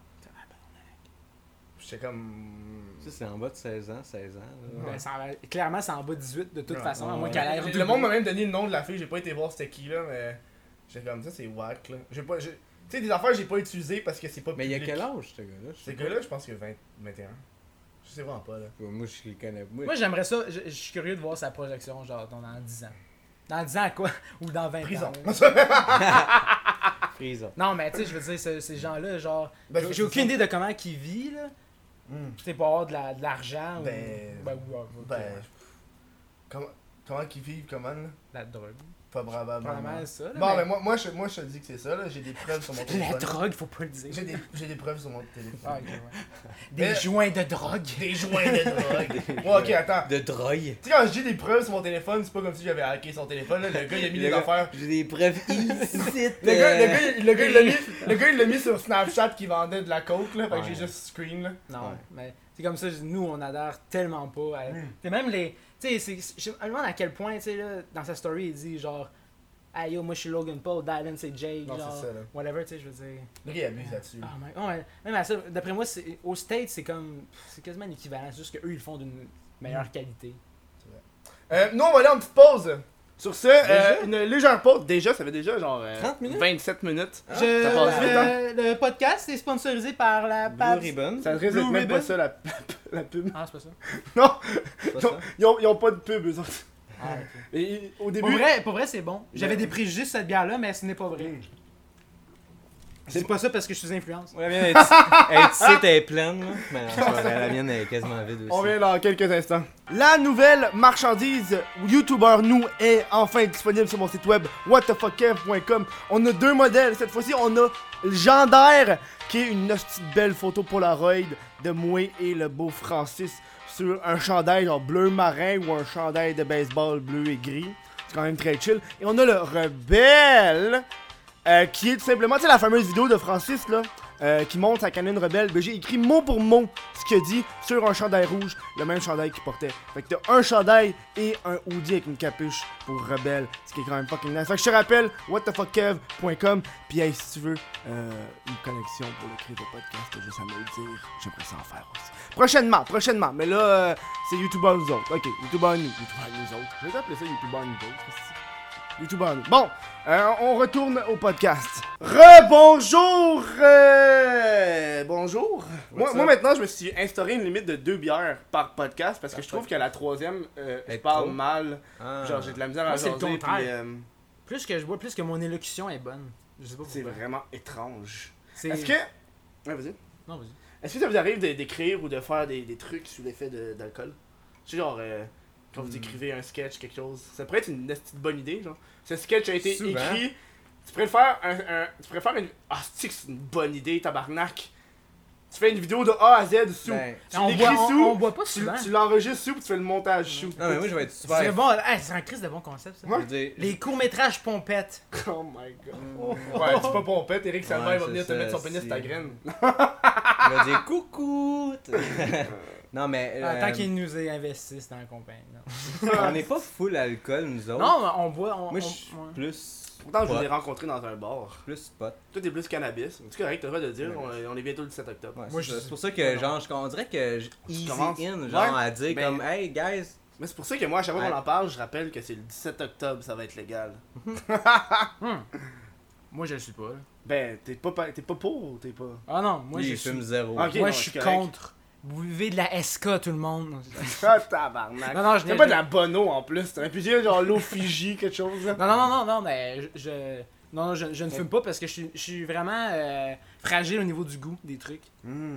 E: J'étais comme.
B: Ça, c'est en bas de 16 ans, 16 ans. là.
C: Ben, ça en va- clairement, c'est en bas 18 de toute
E: Ouais,
C: façon, à
B: ouais,
C: moins
B: ouais.
C: qu'elle aille
E: J'ai-
C: redoublée.
E: Le monde m'a même donné le nom de la fille, j'ai pas été voir c'était qui là, mais. J'étais comme ça, c'est whack là. J'ai pas. j'ai- Tu sais, des affaires, j'ai pas utilisées parce que c'est pas
B: Mais il y a
E: public.
B: quel âge, ce gars-là Je
E: Ce
B: sais pas.
E: gars-là, je pense que 20, 21. Je sais vraiment pas là.
B: Moi, je le connais. Moi,
C: Moi, j'aimerais ça. Je je suis curieux de voir sa projection, genre, dans dans 10 ans. Dans 10 ans, quoi Ou dans 20
E: Prison.
C: ans. là.
B: prison.
C: Non, mais tu sais, je veux dire, ce- ces gens-là, genre.
E: Ben,
C: j'ai-
E: c'est-
C: J'ai
E: c'est
C: aucune
E: ça.
C: idée de comment qu'ils vivent, là.
E: Hmm.
C: Tu sais, pour avoir de la- de l'argent. ou-
E: Ben-
C: Ben, oui, ouais, ok,
E: Ben.
C: ouais.
E: Comment, comment qu'ils vivent, comment là
C: La drogue.
E: Pas bravo.
C: Probablement ça, là.
E: Bon,
C: mais-
E: ben moi, moi, je, moi je te dis que c'est ça là, j'ai des preuves sur mon
C: La
E: téléphone.
C: drogue, faut pas le dire.
E: J'ai des, j'ai des preuves sur mon téléphone.
C: Ah, ok, ouais. Des
E: Mais-
C: joints de drogue.
E: Des joints de drogue. Ouais, ok,
A: Ah.
E: attends.
B: De drogue.
E: Tu sais, quand je dis des preuves sur mon téléphone, c'est pas comme si j'avais hacké son téléphone, là. Le gars, il a mis des
B: Le gars-
E: affaires.
B: J'ai des preuves illicites.
E: Le gars, le
B: euh,
E: gars, il- le gars, il l'a mis, le gars, il l'a mis sur Snapchat qui vendait de la coke, là. Fait que
B: Ouais.
E: j'ai juste screen, là.
C: Non,
B: Ouais.
C: mais c'est comme ça, nous, on adhère tellement pas à. Et même les. Tu sais, c'est- c'est- je me demande à quel point, tu sais, là, dans sa story, il dit genre. Hey yo, moi je suis Logan Paul, Dylan c'est Jake,
E: Non,
C: genre.
E: c'est ça, là.
C: Whatever, tu sais, je veux dire.
E: Le gars, il abuse là-dessus.
C: Ah, mais- oh, mais- même à ça, d'après moi, c'est- aux States, c'est comme. pff, C'est quasiment l'équivalent, c'est juste qu'eux, ils le font d'une meilleure qualité.
E: Euh, nous, on va aller en petite pause.
A: Sur ce, euh, une légère pause. Déjà, ça fait déjà genre euh,
B: 30 minutes?
A: 27 minutes.
B: Ah,
C: Je-
A: ça passe vite,
C: euh, le podcast est sponsorisé par la
B: Blue
C: Pabst-
B: Ribbon.
A: Ça risque d'être
C: Blue
A: même pas
C: Ribbon?
A: ça la, la pub.
C: Ah, c'est pas ça.
B: c'est pas
A: Non.
B: ça?
A: Ils ont, ils ont pas de pub, eux autres.
C: Ah, ok.
A: Et, et au
C: pour,
A: début,
C: vrai, pour vrai, c'est bon. J'avais
A: Mais-
C: des préjugés sur cette bière-là, mais ce n'est pas vrai. C'est pas ça parce que je suis influence.
B: Ouais, la mienne, elle est- elle est ici, elle est pleine, là. Mais non, c'est pas vrai, la mienne, elle est quasiment vide aussi.
A: on vient dans quelques instants. La nouvelle marchandise YouTuber nous est enfin disponible sur mon site web whatthefuckkev.com. On a deux modèles. Cette fois-ci, on a le Gendaire, qui est une hostie de belle photo Polaroid de moi et le beau Francis sur un chandail genre bleu marin ou un chandail de baseball bleu et gris. C'est quand même très chill. Et on a le Rebelle, euh, qui est tout simplement, tu sais, la fameuse vidéo de Francis, là, euh, qui monte sa canine rebelle. Ben, j'ai écrit mot pour mot ce qu'il a dit sur un chandail rouge, le même chandail qu'il portait. Fait que t'as un chandail et un hoodie avec une capuche pour Rebelle, ce qui est quand même fucking nice. Fait que je te rappelle, whatthefuckkev.com, puis hey, si tu veux euh, une connexion pour le cri de podcast, t'as juste à me le dire, j'aimerais ça en faire aussi. Prochainement, prochainement, mais là, euh, c'est YouTubeur nous autres. Ok, YouTubeur nous, YouTubeur nous autres. Je vais appeler ça YouTubeur nous autres. aussi. YouTubeur nous. Bon, euh, on retourne au podcast. Rebonjour! euh, bonjour! Moi,
B: up?
A: moi, maintenant, je me suis instauré une limite de deux bières par podcast parce que je trouve que la troisième, euh, je
B: Être
A: parle
B: trop.
A: mal.
B: Ah.
A: Genre, j'ai de la misère à
C: Moi, c'est le
A: jaser. puis,
C: contraire.
A: euh,
C: Plus que je bois, plus que mon élocution est bonne. Je sais pas pourquoi.
A: c'est vraiment étrange.
C: C'est-
A: Est-ce que. Ouais, vas-y.
C: Non, vas-y.
A: Est-ce que ça vous arrive de- d'écrire ou de faire des, des trucs sous l'effet de- d'alcool? Tu sais, genre, euh, quand vous
B: Hmm.
A: écrivez un sketch, quelque chose, ça pourrait être une petite bonne idée, genre. Ce sketch a été
B: Souvent.
A: écrit, tu pourrais le faire un, un- tu pourrais faire une... Ah, c'est que c'est une bonne idée, tabarnak! Tu fais une vidéo de A à Z sous,
B: Ben,
A: tu
C: Ah, on,
A: l'écris
C: boit, on-
A: sous,
C: on boit pas
A: tu,
C: souvent.
A: tu l'enregistres sous, puis tu fais le montage sous.
B: Non, mais moi, je vais être super.
C: C'est bon, ah, hey, c'est un crise de bon concept ça.
B: Je veux dire,
C: Les courts-métrages pompettes.
A: Oh my god.
E: Ouais, dis pas pompette, Eric Salvaire
B: Ouais,
E: il va
B: c'est
E: venir te
B: ça,
E: mettre son pénis
B: c'est-
E: sur ta graine.
B: je vais dire coucou. non, mais.
C: Ah,
B: euh,
C: Tant qu'ils nous investissent dans la compagnie. Non,
B: on n'est pas full alcool, nous autres.
C: Non, on boit. On,
B: Moi,
C: on-
B: je suis
C: ouais.
B: plus.
A: Pourtant, je hein.
B: pot.
A: vous ai rencontré dans un bar.
B: Plus pot.
A: Toi, t'es plus cannabis. C'est correct, t'as le droit de dire, on, euh, on est bientôt le 17 octobre.
B: Ouais,
C: Moi,
B: c'est
C: je-
B: ça. C'est pour ça que, genre, je- on dirait que je easy
A: commences-
B: in, genre,
A: Ouais,
B: à dire
A: ben-
B: comme, hey, guys.
A: Mais c'est pour ça que moi, à chaque fois qu'on
B: Ouais.
A: en parle, je rappelle que c'est le 17 octobre, ça va être légal.
C: Moi, je le suis pas. là.
A: Ben, t'es pas, pa- t'es pas pour, t'es pas.
C: Ah non, moi,
B: Lui,
C: je
B: il
C: suis.
B: fume zéro.
A: Ok.
C: moi,
A: non,
C: je
A: c'est
C: suis
A: correct.
C: contre. Buvez de la SK, tout le monde.
A: Ah, tabarnak.
C: Non, non, je
A: T'as
C: n'ai
A: pas de la bonne eau en plus, t'aurais pu dire genre l'eau Fiji, quelque chose là.
C: Non, non, non, non, non, mais je. je- Non, non, je, je
A: Hmm,
C: ne fume pas parce que je suis, je suis vraiment euh, fragile au niveau du goût des trucs.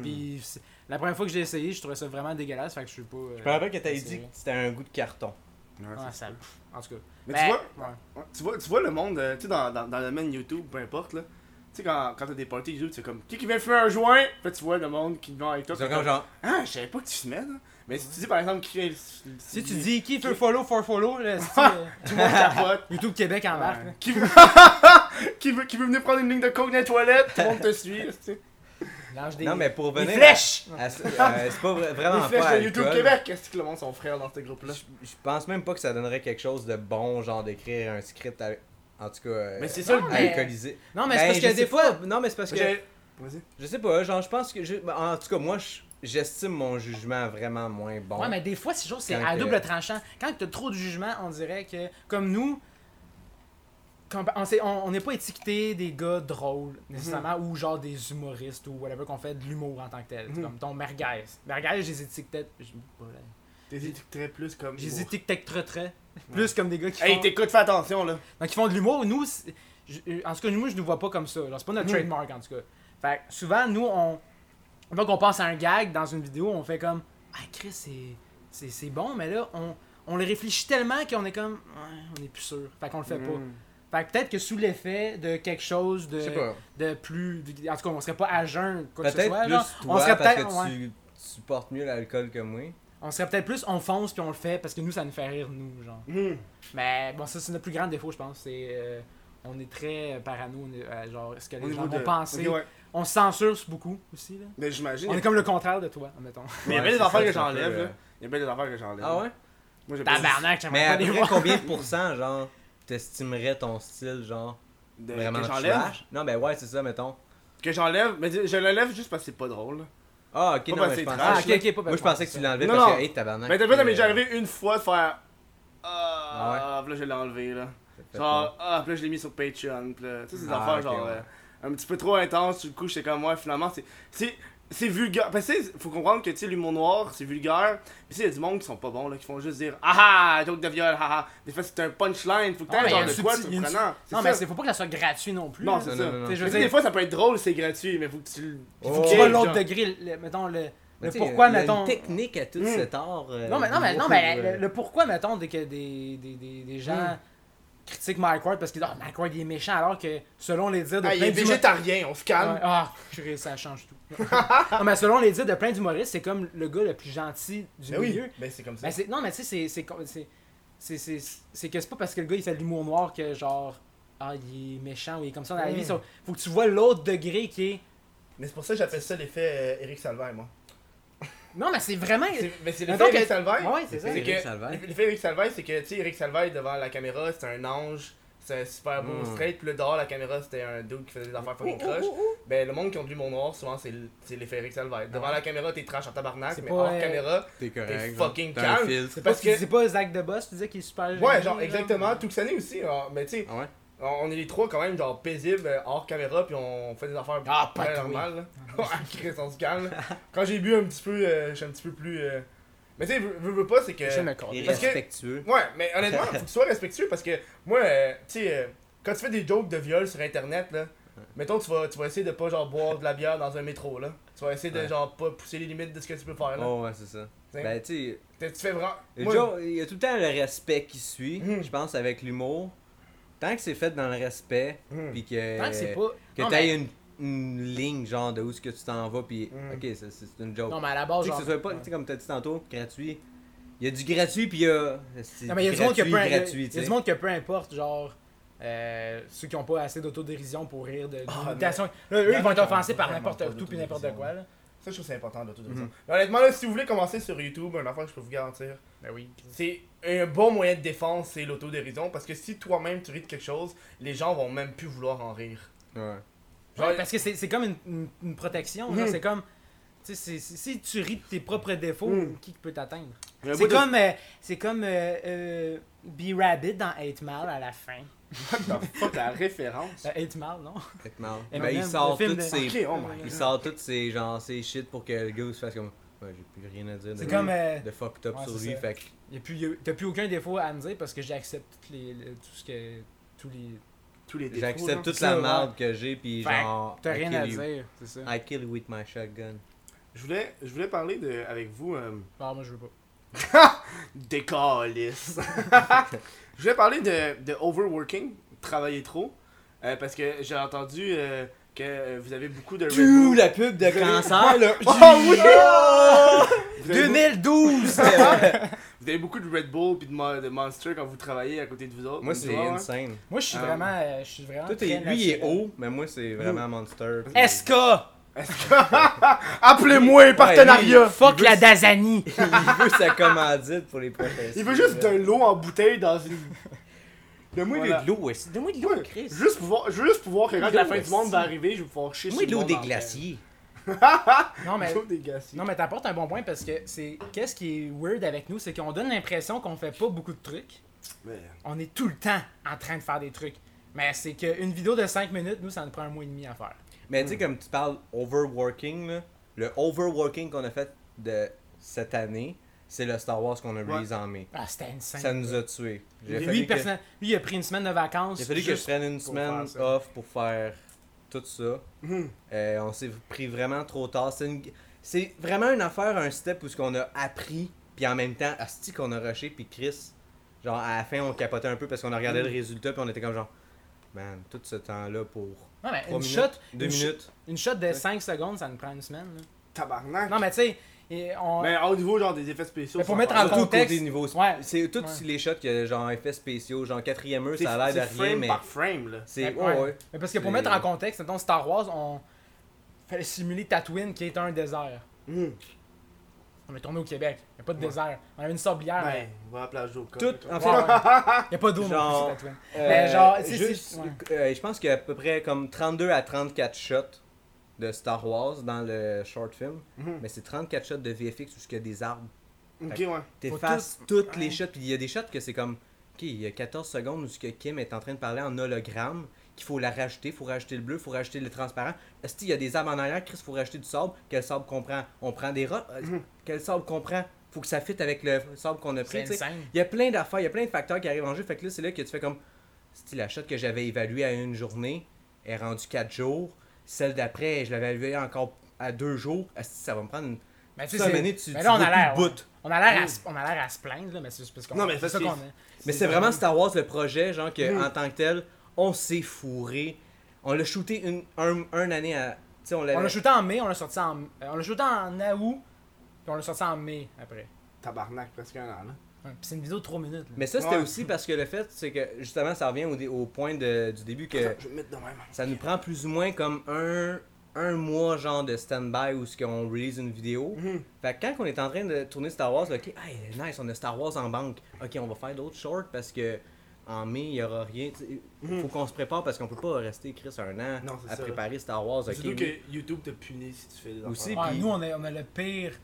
C: Puis c'est- La première fois que j'ai essayé, je trouvais ça vraiment dégueulasse, fait que je suis pas. euh,
B: Je me rappelle que t'avais
C: essayé.
B: dit que c'était un goût de carton.
A: Ouais,
C: Ouais,
A: c'est
C: Ah, ça-
A: ça.
C: En tout cas.
A: Mais
C: Ben,
A: tu vois,
C: ouais.
A: Ouais, Tu vois, tu vois le monde, euh, tu sais, dans, dans, dans le domaine YouTube, peu importe, là. Tu sais, quand, quand t'as des parties YouTube, c'est comme, qui qui vient fumer un joint? Puis tu vois le monde qui vient avec toi.
B: C'est
A: puis
B: comme
A: comme,
B: genre,
A: Ah, je savais pas que tu fumais, là. Mais si tu dis par exemple, qui est.
C: Si tu dis Hmm. qui veut follow for follow, là, c'est, euh,
A: Tout le monde capote.
C: YouTube Québec en marque. là.
A: qui, veut... qui, veut, qui veut venir prendre une ligne de coke dans les toilettes, tout le monde te suit, là, tu sais.
C: Lâche des-
B: non mais pour
A: Des
B: venir.
A: flèches!
B: à- à ce- euh, C'est pas vra-
A: Des
B: vraiment pas.
A: flèches de
B: à
A: YouTube
B: l'alcool.
A: Québec! Est-ce que le monde sont frères dans ce groupe-là?
B: Je je pense même pas que ça donnerait quelque chose de bon, genre d'écrire un script avec- En tout cas, euh,
A: Mais c'est ça le
C: Non, mais-
B: alcoolisé.
C: Non, mais c'est parce
B: Ben,
C: que
B: je
C: des
B: sais
C: fois.
B: pas. Non, mais c'est parce que.
A: J'ai- Vas-y.
B: Je sais pas, genre, je pense que. je- ben, En tout cas, moi, je- j'estime mon jugement vraiment moins bon.
C: Ouais, mais des fois, ces choses, c'est
B: Quand
C: à
B: que-
C: double tranchant. Quand t'as trop de jugement, on dirait que, comme nous, quand on s'est- on on n'est pas étiqueté des gars drôles, nécessairement, ou genre des humoristes, ou whatever, qu'on fait de l'humour en tant que tel.
A: Mhm.
C: Comme ton merguez. Merguez, je les étiquetais. je- voilà.
A: T'hésites très plus comme.
C: Je les étiquetais très très. Plus comme des gars qui font.
A: Hey, t'écoutes, fais attention, là.
C: Donc ils font de l'humour. Nous, c'est- je- euh, en tout cas, nous, je ne vois pas comme ça. Genre, C'est pas notre
A: Mm.
C: trademark, en tout cas. Fait que souvent, nous, on. Donc on passe à un gag dans une vidéo, on fait comme Ah, Chris, c'est- c'est c'est bon, mais là, on, on le réfléchit tellement qu'on est comme Ouais, on est plus sûr. Fait qu'on le fait
A: Mm.
C: pas. Fait que peut-être que sous l'effet de quelque chose de,
B: Je sais pas.
C: de plus. de- en tout cas, on serait pas à jeun, quoi que ce
B: Peut-être
C: soit.
B: plus
C: genre.
B: toi,
C: on serait
B: parce
C: peut-être.
B: que
C: ouais.
B: tu, tu portes mieux l'alcool que moi.
C: On serait peut-être plus on fonce puis on le fait parce que nous, ça nous fait rire, nous, genre.
A: Mm.
C: Mais bon, ça, c'est notre plus grand défaut, je pense. C'est. euh, on est très euh, parano, on est, euh, genre, ce que
A: Au
C: les gens
A: niveau
C: vont
A: de-
C: penser.
A: Ok, ouais.
C: On se censure beaucoup aussi, là.
A: Mais j'imagine.
C: On est comme le contraire de toi, admettons.
A: Mais il y a
B: Ouais,
A: bien des
B: c'est
A: affaires
B: ça,
A: que
B: c'est un peu,
A: j'enlève,
B: euh,
A: là. Il y a bien des affaires que j'enlève.
B: Ah ouais?
A: Moi, j'ai pas dit-
C: Tabarnak, j'aimerais
B: Mais
C: pas les
B: après,
C: voir.
B: combien de pourcents, genre, t'estimerais ton style, genre,
A: de-
B: vraiment
A: que j'enlève.
B: trash? Non, ben ouais, c'est ça, mettons.
A: Que j'enlève, mais dis- je le lève juste parce que c'est pas drôle.
B: Ah, ok,
A: Pas parce que
B: non, mais je
A: c'est
B: pensais...
A: trash.
C: Ah, ok, ok, pas
B: Moi, je pensais que tu l'enlevais
A: Non,
B: parce
A: non.
B: que, hey, tabarnak.
A: Mais t'as vu,
B: euh,
A: mais j'ai arrivé une fois de faire. Ah,
B: Ah
A: puis là, je l'ai enlevé, là.
B: fait
A: Genre, ah, puis là, je l'ai mis sur Patreon. Puis là, tu sais, ces
B: Ah,
A: affaires,
B: ok,
A: genre,
B: ouais.
A: euh, un petit peu trop intense. Du coup, j'étais comme, moi finalement, c'est. c'est- C'est vulgaire. Parce que, tu sais, faut comprendre que, tu sais, l'humour noir, c'est vulgaire. Puis, tu sais, il y a du monde qui sont pas bons, là, qui font juste dire, ah ah, joke de viol, ah ah. Des fois, c'est un punchline. Faut que
C: Ah,
A: t'aies
C: mais il y
A: genre
C: a
A: de
C: une
A: quoi,
C: subtil- il y a une
A: surprenant.
C: Non, mais
A: ça.
C: c'est faut pas que ça soit gratuit non plus.
A: Non,
C: là.
A: c'est
B: Non,
A: ça.
B: non,
C: Tu sais, je
B: non,
A: Mais
C: veux
A: tu sais, des
C: dire,
A: fois, ça peut être drôle, c'est gratuit, mais faut que tu le.
B: Oh.
C: faut que tu
B: Ouais,
C: vois l'autre
A: genre.
C: degré, le- le- mettons, le, le
B: Mais tu sais,
C: pourquoi,
B: il y a
C: mettons. Hmm.
B: une technique à tout
A: Mm.
B: cet art. euh,
C: Non, mais, non, mais, non, mais
B: euh,
C: le, le pourquoi, mettons, de que des, des, des, des gens
A: Mm.
C: critiquent Mike Ward parce qu'ils disent Ah, Mike Ward, il est méchant, alors que selon les dires de
A: Ah, il
C: plein
A: est
C: d'humoristes-
A: végétarien, on se calme.
C: Ouais, Ah, purée, ça change tout. non, mais selon les dires de plein d'humoristes, c'est comme le gars le plus gentil du
A: Ben oui,
C: milieu.
A: ben c'est comme ça.
C: Ben, c'est- non, mais tu sais, c'est- c'est con- c'est. c'est- C'est c'est que c'est pas parce que le gars il fait de l'humour noir que genre. Ah, il est méchant ou il est comme ça dans la vie.
A: Mm.
C: ça- Faut que tu vois l'autre degré qui est.
A: Mais c'est pour ça que j'appelle ça l'effet euh, Eric Salvaire, moi.
C: Non, mais c'est vraiment.
A: C'est- Mais c'est
C: Mettons
A: l'effet Eric
C: que-
A: Salvaire.
C: Ouais, c'est ça.
A: C'est
B: Eric Salvaire.
A: que l'effet Eric Salvaire, c'est que tu sais, Eric Salvaire devant la caméra, c'était un ange, c'est un super beau
B: Mm.
C: Hmm.
A: straight, puis le dehors la caméra, c'était un dude qui faisait des affaires fucking crush. Ben le monde qui a de l'humour noir, souvent c'est l- c'est l'effet Eric Salvaire. Devant la caméra, t'es trash en tabarnak,
C: Ah C'est
A: mais
C: pas,
A: hors
C: euh,
A: caméra,
B: T'es
A: t'es
B: correct. genre,
A: fucking
B: t'as un
A: calme.
B: filtre.
A: C'est
C: Parce
A: parce
C: que
A: que
C: c'est pas Zach de Boss, tu disais qu'il est super
A: Ouais,
C: gentil,
A: genre
C: là.
A: exactement, Tuxani aussi, genre, mais tu sais,
B: Ah ouais?
A: on- on est les trois quand même genre paisibles euh, hors caméra puis on fait des affaires
C: Ah, pas
A: bien
C: toi. Ah,
A: normales. là. Ouais, Chris, on se calme. Quand j'ai bu un petit peu, euh, je suis un petit peu plus euh, Mais tu sais, veux, veux- veux pas c'est que
C: Je me connais.
B: Et
A: parce que-
B: respectueux.
A: Ouais, mais honnêtement, faut que tu sois respectueux parce que moi, euh, tu sais, euh, quand tu fais des jokes de viol sur internet, là, mettons, tu vas, tu vas essayer de pas genre boire de la bière dans un métro, là. Tu vas essayer de
B: Ouais.
A: genre pas pousser les limites de ce que tu peux faire, là.
B: Oh, ouais, c'est ça.
A: T'sais,
B: Ben, tu sais,
A: t'sais, tu fais vraiment.
B: Et
A: moi-
B: Joe, il y a tout le temps le respect qui suit,
A: Mhm.
C: Hmm.
B: je pense, avec l'humour. Tant que c'est fait dans le respect,
A: Mhm.
C: Hmm.
B: puis que,
C: Tant que c'est pas.
B: que
C: non,
B: t'aies
C: mais-
B: une, une ligne, genre, de où est-ce que tu t'en vas, puis
C: Hmm.
A: Mhm.
B: ok, c'est- c'est c'est une joke.
C: Non, mais à la base,
B: Tu sais,
C: genre.
B: que ce soit pas, tu sais, comme t'as dit tantôt, gratuit. Il y a du gratuit, puis il y a. c'est
C: Non, mais il y a du monde que peu,
B: gratuit,
C: il y a-
B: gratuit,
C: il y a
B: tu
C: du
B: sais.
C: monde que peu importe, genre. euh, ceux qui n'ont pas assez d'autodérision pour rire de
A: Ah,
C: l'imitation. Là, eux,
A: Non,
C: ils vont être
A: non,
C: offensés par
A: vraiment pas
C: n'importe tout puis n'importe
A: d'autodérision.
C: quoi. Là.
A: Ça, je trouve que c'est important de tout dire ça. Mais honnêtement, là, si vous voulez commencer sur YouTube, un affaire que je peux vous garantir,
C: Ben oui.
A: c'est un bon moyen de défense, c'est l'autodérision. Parce que si toi-même tu ris de quelque chose, les gens vont même plus vouloir en rire.
B: Ouais.
A: Genre,
C: parce que c'est c'est comme une, une- une protection. genre,
A: Mm.
C: C'est comme. tu sais, c'est- c'est- si tu ris de tes propres défauts,
A: Mm.
C: qui peut t'atteindre
A: il y a un
C: C'est
A: bout Ben, de-
C: comme. euh, c'est comme. euh, euh, Be Rabbit dans 8 Mile à la fin.
A: What the fuck, la référence.
C: Euh, 8 Mile, non
B: Fait que non.
C: Et
B: Ben, il
C: même le
B: sort
C: film
B: toutes
C: de-
A: Ok,
B: ses.
A: oh my
B: Il sort toutes ses, genre, ses shit pour que le gars se fasse comme. Ouais, j'ai plus rien à dire.
C: C'est
B: de-
C: comme. euh,
B: De fucked up
C: Ouais,
B: sur
C: c'est
B: lui,
C: ça.
B: fait que.
C: y a plus- y a- T'as plus aucun défaut à me dire parce que j'accepte toutes les- le- tout ce que. Tous les.
A: Tous les défauts.
B: J'accepte
A: là.
B: toute
C: Ça,
B: la
C: ouais.
B: merde que j'ai, puis
C: Fait
B: genre.
C: T'as
B: I
C: rien
B: kill
C: à
B: you.
C: dire, c'est ça.
B: I kill you with my shotgun.
A: Je voulais, je voulais parler de, avec vous. euh,
C: Ah, moi, je veux pas.
A: des calices. Je voulais parler de, de overworking, travailler trop. euh, parce que j'ai entendu euh, que euh, vous avez beaucoup de. Red
B: Tout
A: Bull.
B: la pub de cancer, là.
A: Oh oui!
C: Ah
A: Vous avez beaucoup-
B: 2012!
A: Vous avez beaucoup de Red Bull puis de, Mo- de Monster quand vous travaillez à côté de vous autres.
B: Moi,
A: vous
B: c'est
A: autres, hein?
B: insane.
C: Moi, je suis
A: Euh,
C: vraiment. euh, Je suis vraiment.
B: Ah. Toi, t'es-
C: très
B: lui, il est
C: naturel.
B: haut, mais moi, c'est vraiment Monster.
C: SK!
A: Appelez-moi, partenariat!
C: Fuck la Dazanie!
B: Il veut sa commandite pour les prochains.
A: Il veut juste de l'eau en bouteille dans une.
B: Donne-moi
A: Voilà.
B: de l'eau, aussi. Donne-moi de l'eau,
A: Ouais,
B: Chris.
A: Juste pour voir, juste pour voir que quand la fin
B: L'eau,
A: du monde
B: est-ce-
A: va arriver, je vais pouvoir chier
B: Donne-moi de
A: sur
B: l'eau
A: le
B: des
A: monde en
B: glaciers.
C: Non,
A: fait.
C: mais.
A: L'eau des glaciers.
C: Non, mais t'apportes un bon point parce que c'est. Qu'est-ce qui est weird avec nous? C'est qu'on donne l'impression qu'on fait pas beaucoup de trucs.
A: Mais-
C: On est tout le temps en train de faire des trucs. Mais c'est qu'une vidéo de 5 minutes, nous, ça nous prend un mois et demi à faire.
B: Mais tu sais, comme tu parles overworking, là, le overworking qu'on a fait de cette année, c'est le Star Wars qu'on a
A: Ouais.
B: release en mai.
C: Ah, c'était insane.
B: Ça nous a tués. J'ai fallu
C: Lui,
B: que-
C: personne- lui, il a pris une semaine de vacances.
B: Il a fallu que je
C: juste-
B: prenne une
C: pour
B: semaine
C: faire ça. Mhm.
B: off pour faire tout ça. Euh, on s'est pris vraiment trop tard. C'est une- c'est vraiment une affaire, un step où ce qu'on a appris, puis en même temps, asti qu'on a rushé, puis Chris, genre à la fin, on capotait un peu parce qu'on a
C: Mhm.
B: regardé le résultat, puis on était comme genre, man, tout ce temps-là pour
C: Ouais, mais
B: 3
C: une
B: minutes,
C: shot,
B: 2
C: une shot-
B: minutes.
C: Une shot de 5 secondes, ça nous prend une semaine. là.
A: Tabarnak.
C: Non, mais tu sais, et on...
A: Mais au niveau genre des effets spéciaux.
C: Mais faut
A: ça
C: mettre
A: va.
C: en
B: Surtout
C: contexte-
B: côté niveau. sp-
C: Ouais.
B: C'est tous
C: Ouais.
B: les shots que genre effets spéciaux, genre quatrième heure,
A: C'est-
B: ça a l'air
A: c'est
B: de rien,
A: frame
B: mais
A: par frame là.
B: c'est
C: Ouais, ouais.
B: ouais, ouais.
C: Mais parce que pour
B: C'est-
C: mettre en contexte, dans Star Wars, on fallait simuler Tatooine qui est un désert.
A: Hmm.
C: On est tourné au Québec, il a pas de désert. On a une sablière.
A: Ouais, on va à la plage d'eau.
B: Tout, en fait,
C: Il a pas d'eau non plus
B: Genre,
C: sur Tatooine. Mais Ben, genre, c'est-
B: Euh, juste,
C: c'est- ouais.
B: euh, je pense qu'il y a à peu près comme 32 à 34 shots de Star Wars dans le short film,
A: Mhm.
B: mais c'est 34 shots de VFX où il y a des arbres.
A: Ok, ouais.
B: T'effaces toutes les shots, puis il y a des shots que c'est comme, ok, il y a 14 secondes où ce que Kim est en train de parler en hologramme, qu'il faut la rajouter, faut rajouter le bleu, faut rajouter le transparent. Est-ce qu'il y a des arbres en arrière, Chris, faut rajouter du sable, quel sable qu'on prend On prend des rats, Euh, quel sable qu'on prend Faut que ça fitte avec le sable qu'on a pris.
C: C'est
B: tu sais.
C: insane.
B: Il y a plein d'affaires, il y a plein de facteurs qui arrivent en jeu. Fait que là, c'est là que tu fais comme. Si la shot que j'avais évaluée à une journée est rendue 4 jours, celle d'après, je l'avais évaluée encore à 2 jours, Asti, ça va me prendre une.
C: Mais tu
B: Ça,
C: sais,
B: à un moment
C: c'est-
B: donné, tu-
C: mais
B: tu
C: là, on
B: vois
C: a
B: plus
C: l'air.
B: le bout.
C: On a l'air à, se- on a l'air à se plaindre, là, mais c'est juste parce qu'on.
A: Non, mais
C: c'est
A: ça,
C: ça qu'on
A: c'est-
C: a.
B: Mais c'est vraiment Star Wars le projet, genre, que
A: Mm.
B: en tant que tel, on s'est fourré. On l'a shooté une un, un année à. Tu sais, on
C: On
B: l'avait.
C: l'a shooté en mai, on l'a sorti en. euh, On l'a shooté en août, puis on l'a sorti en mai après.
A: Tabarnak, presque un an là.
C: Ouais, puis c'est une vidéo de 3 minutes. là.
B: Mais ça, c'était
A: Ouais.
B: aussi parce que le fait, c'est que justement, ça revient au, dé- au point de- du début que.
A: Je vais me mettre de même.
B: Euh, Ça nous prend plus ou moins comme un, un mois genre de stand-by où ce qu'on release une vidéo.
A: Mhm.
B: Fait que quand on est en train de tourner Star Wars, là, ok, hey, nice, on a Star Wars en banque. Ok, on va faire d'autres shorts parce que en mai, il y aura rien. Tu sais, Faut qu'on se prépare parce qu'on peut pas rester Chris un an
A: Mhm. Non, c'est
B: à
A: ça,
B: préparer Star Wars. ok,
A: Surtout
B: oui.
A: que YouTube te punit si tu fais des
B: Aussi,
A: affaires.
C: Ouais,
B: puis-
C: nous, on a, on a le pire,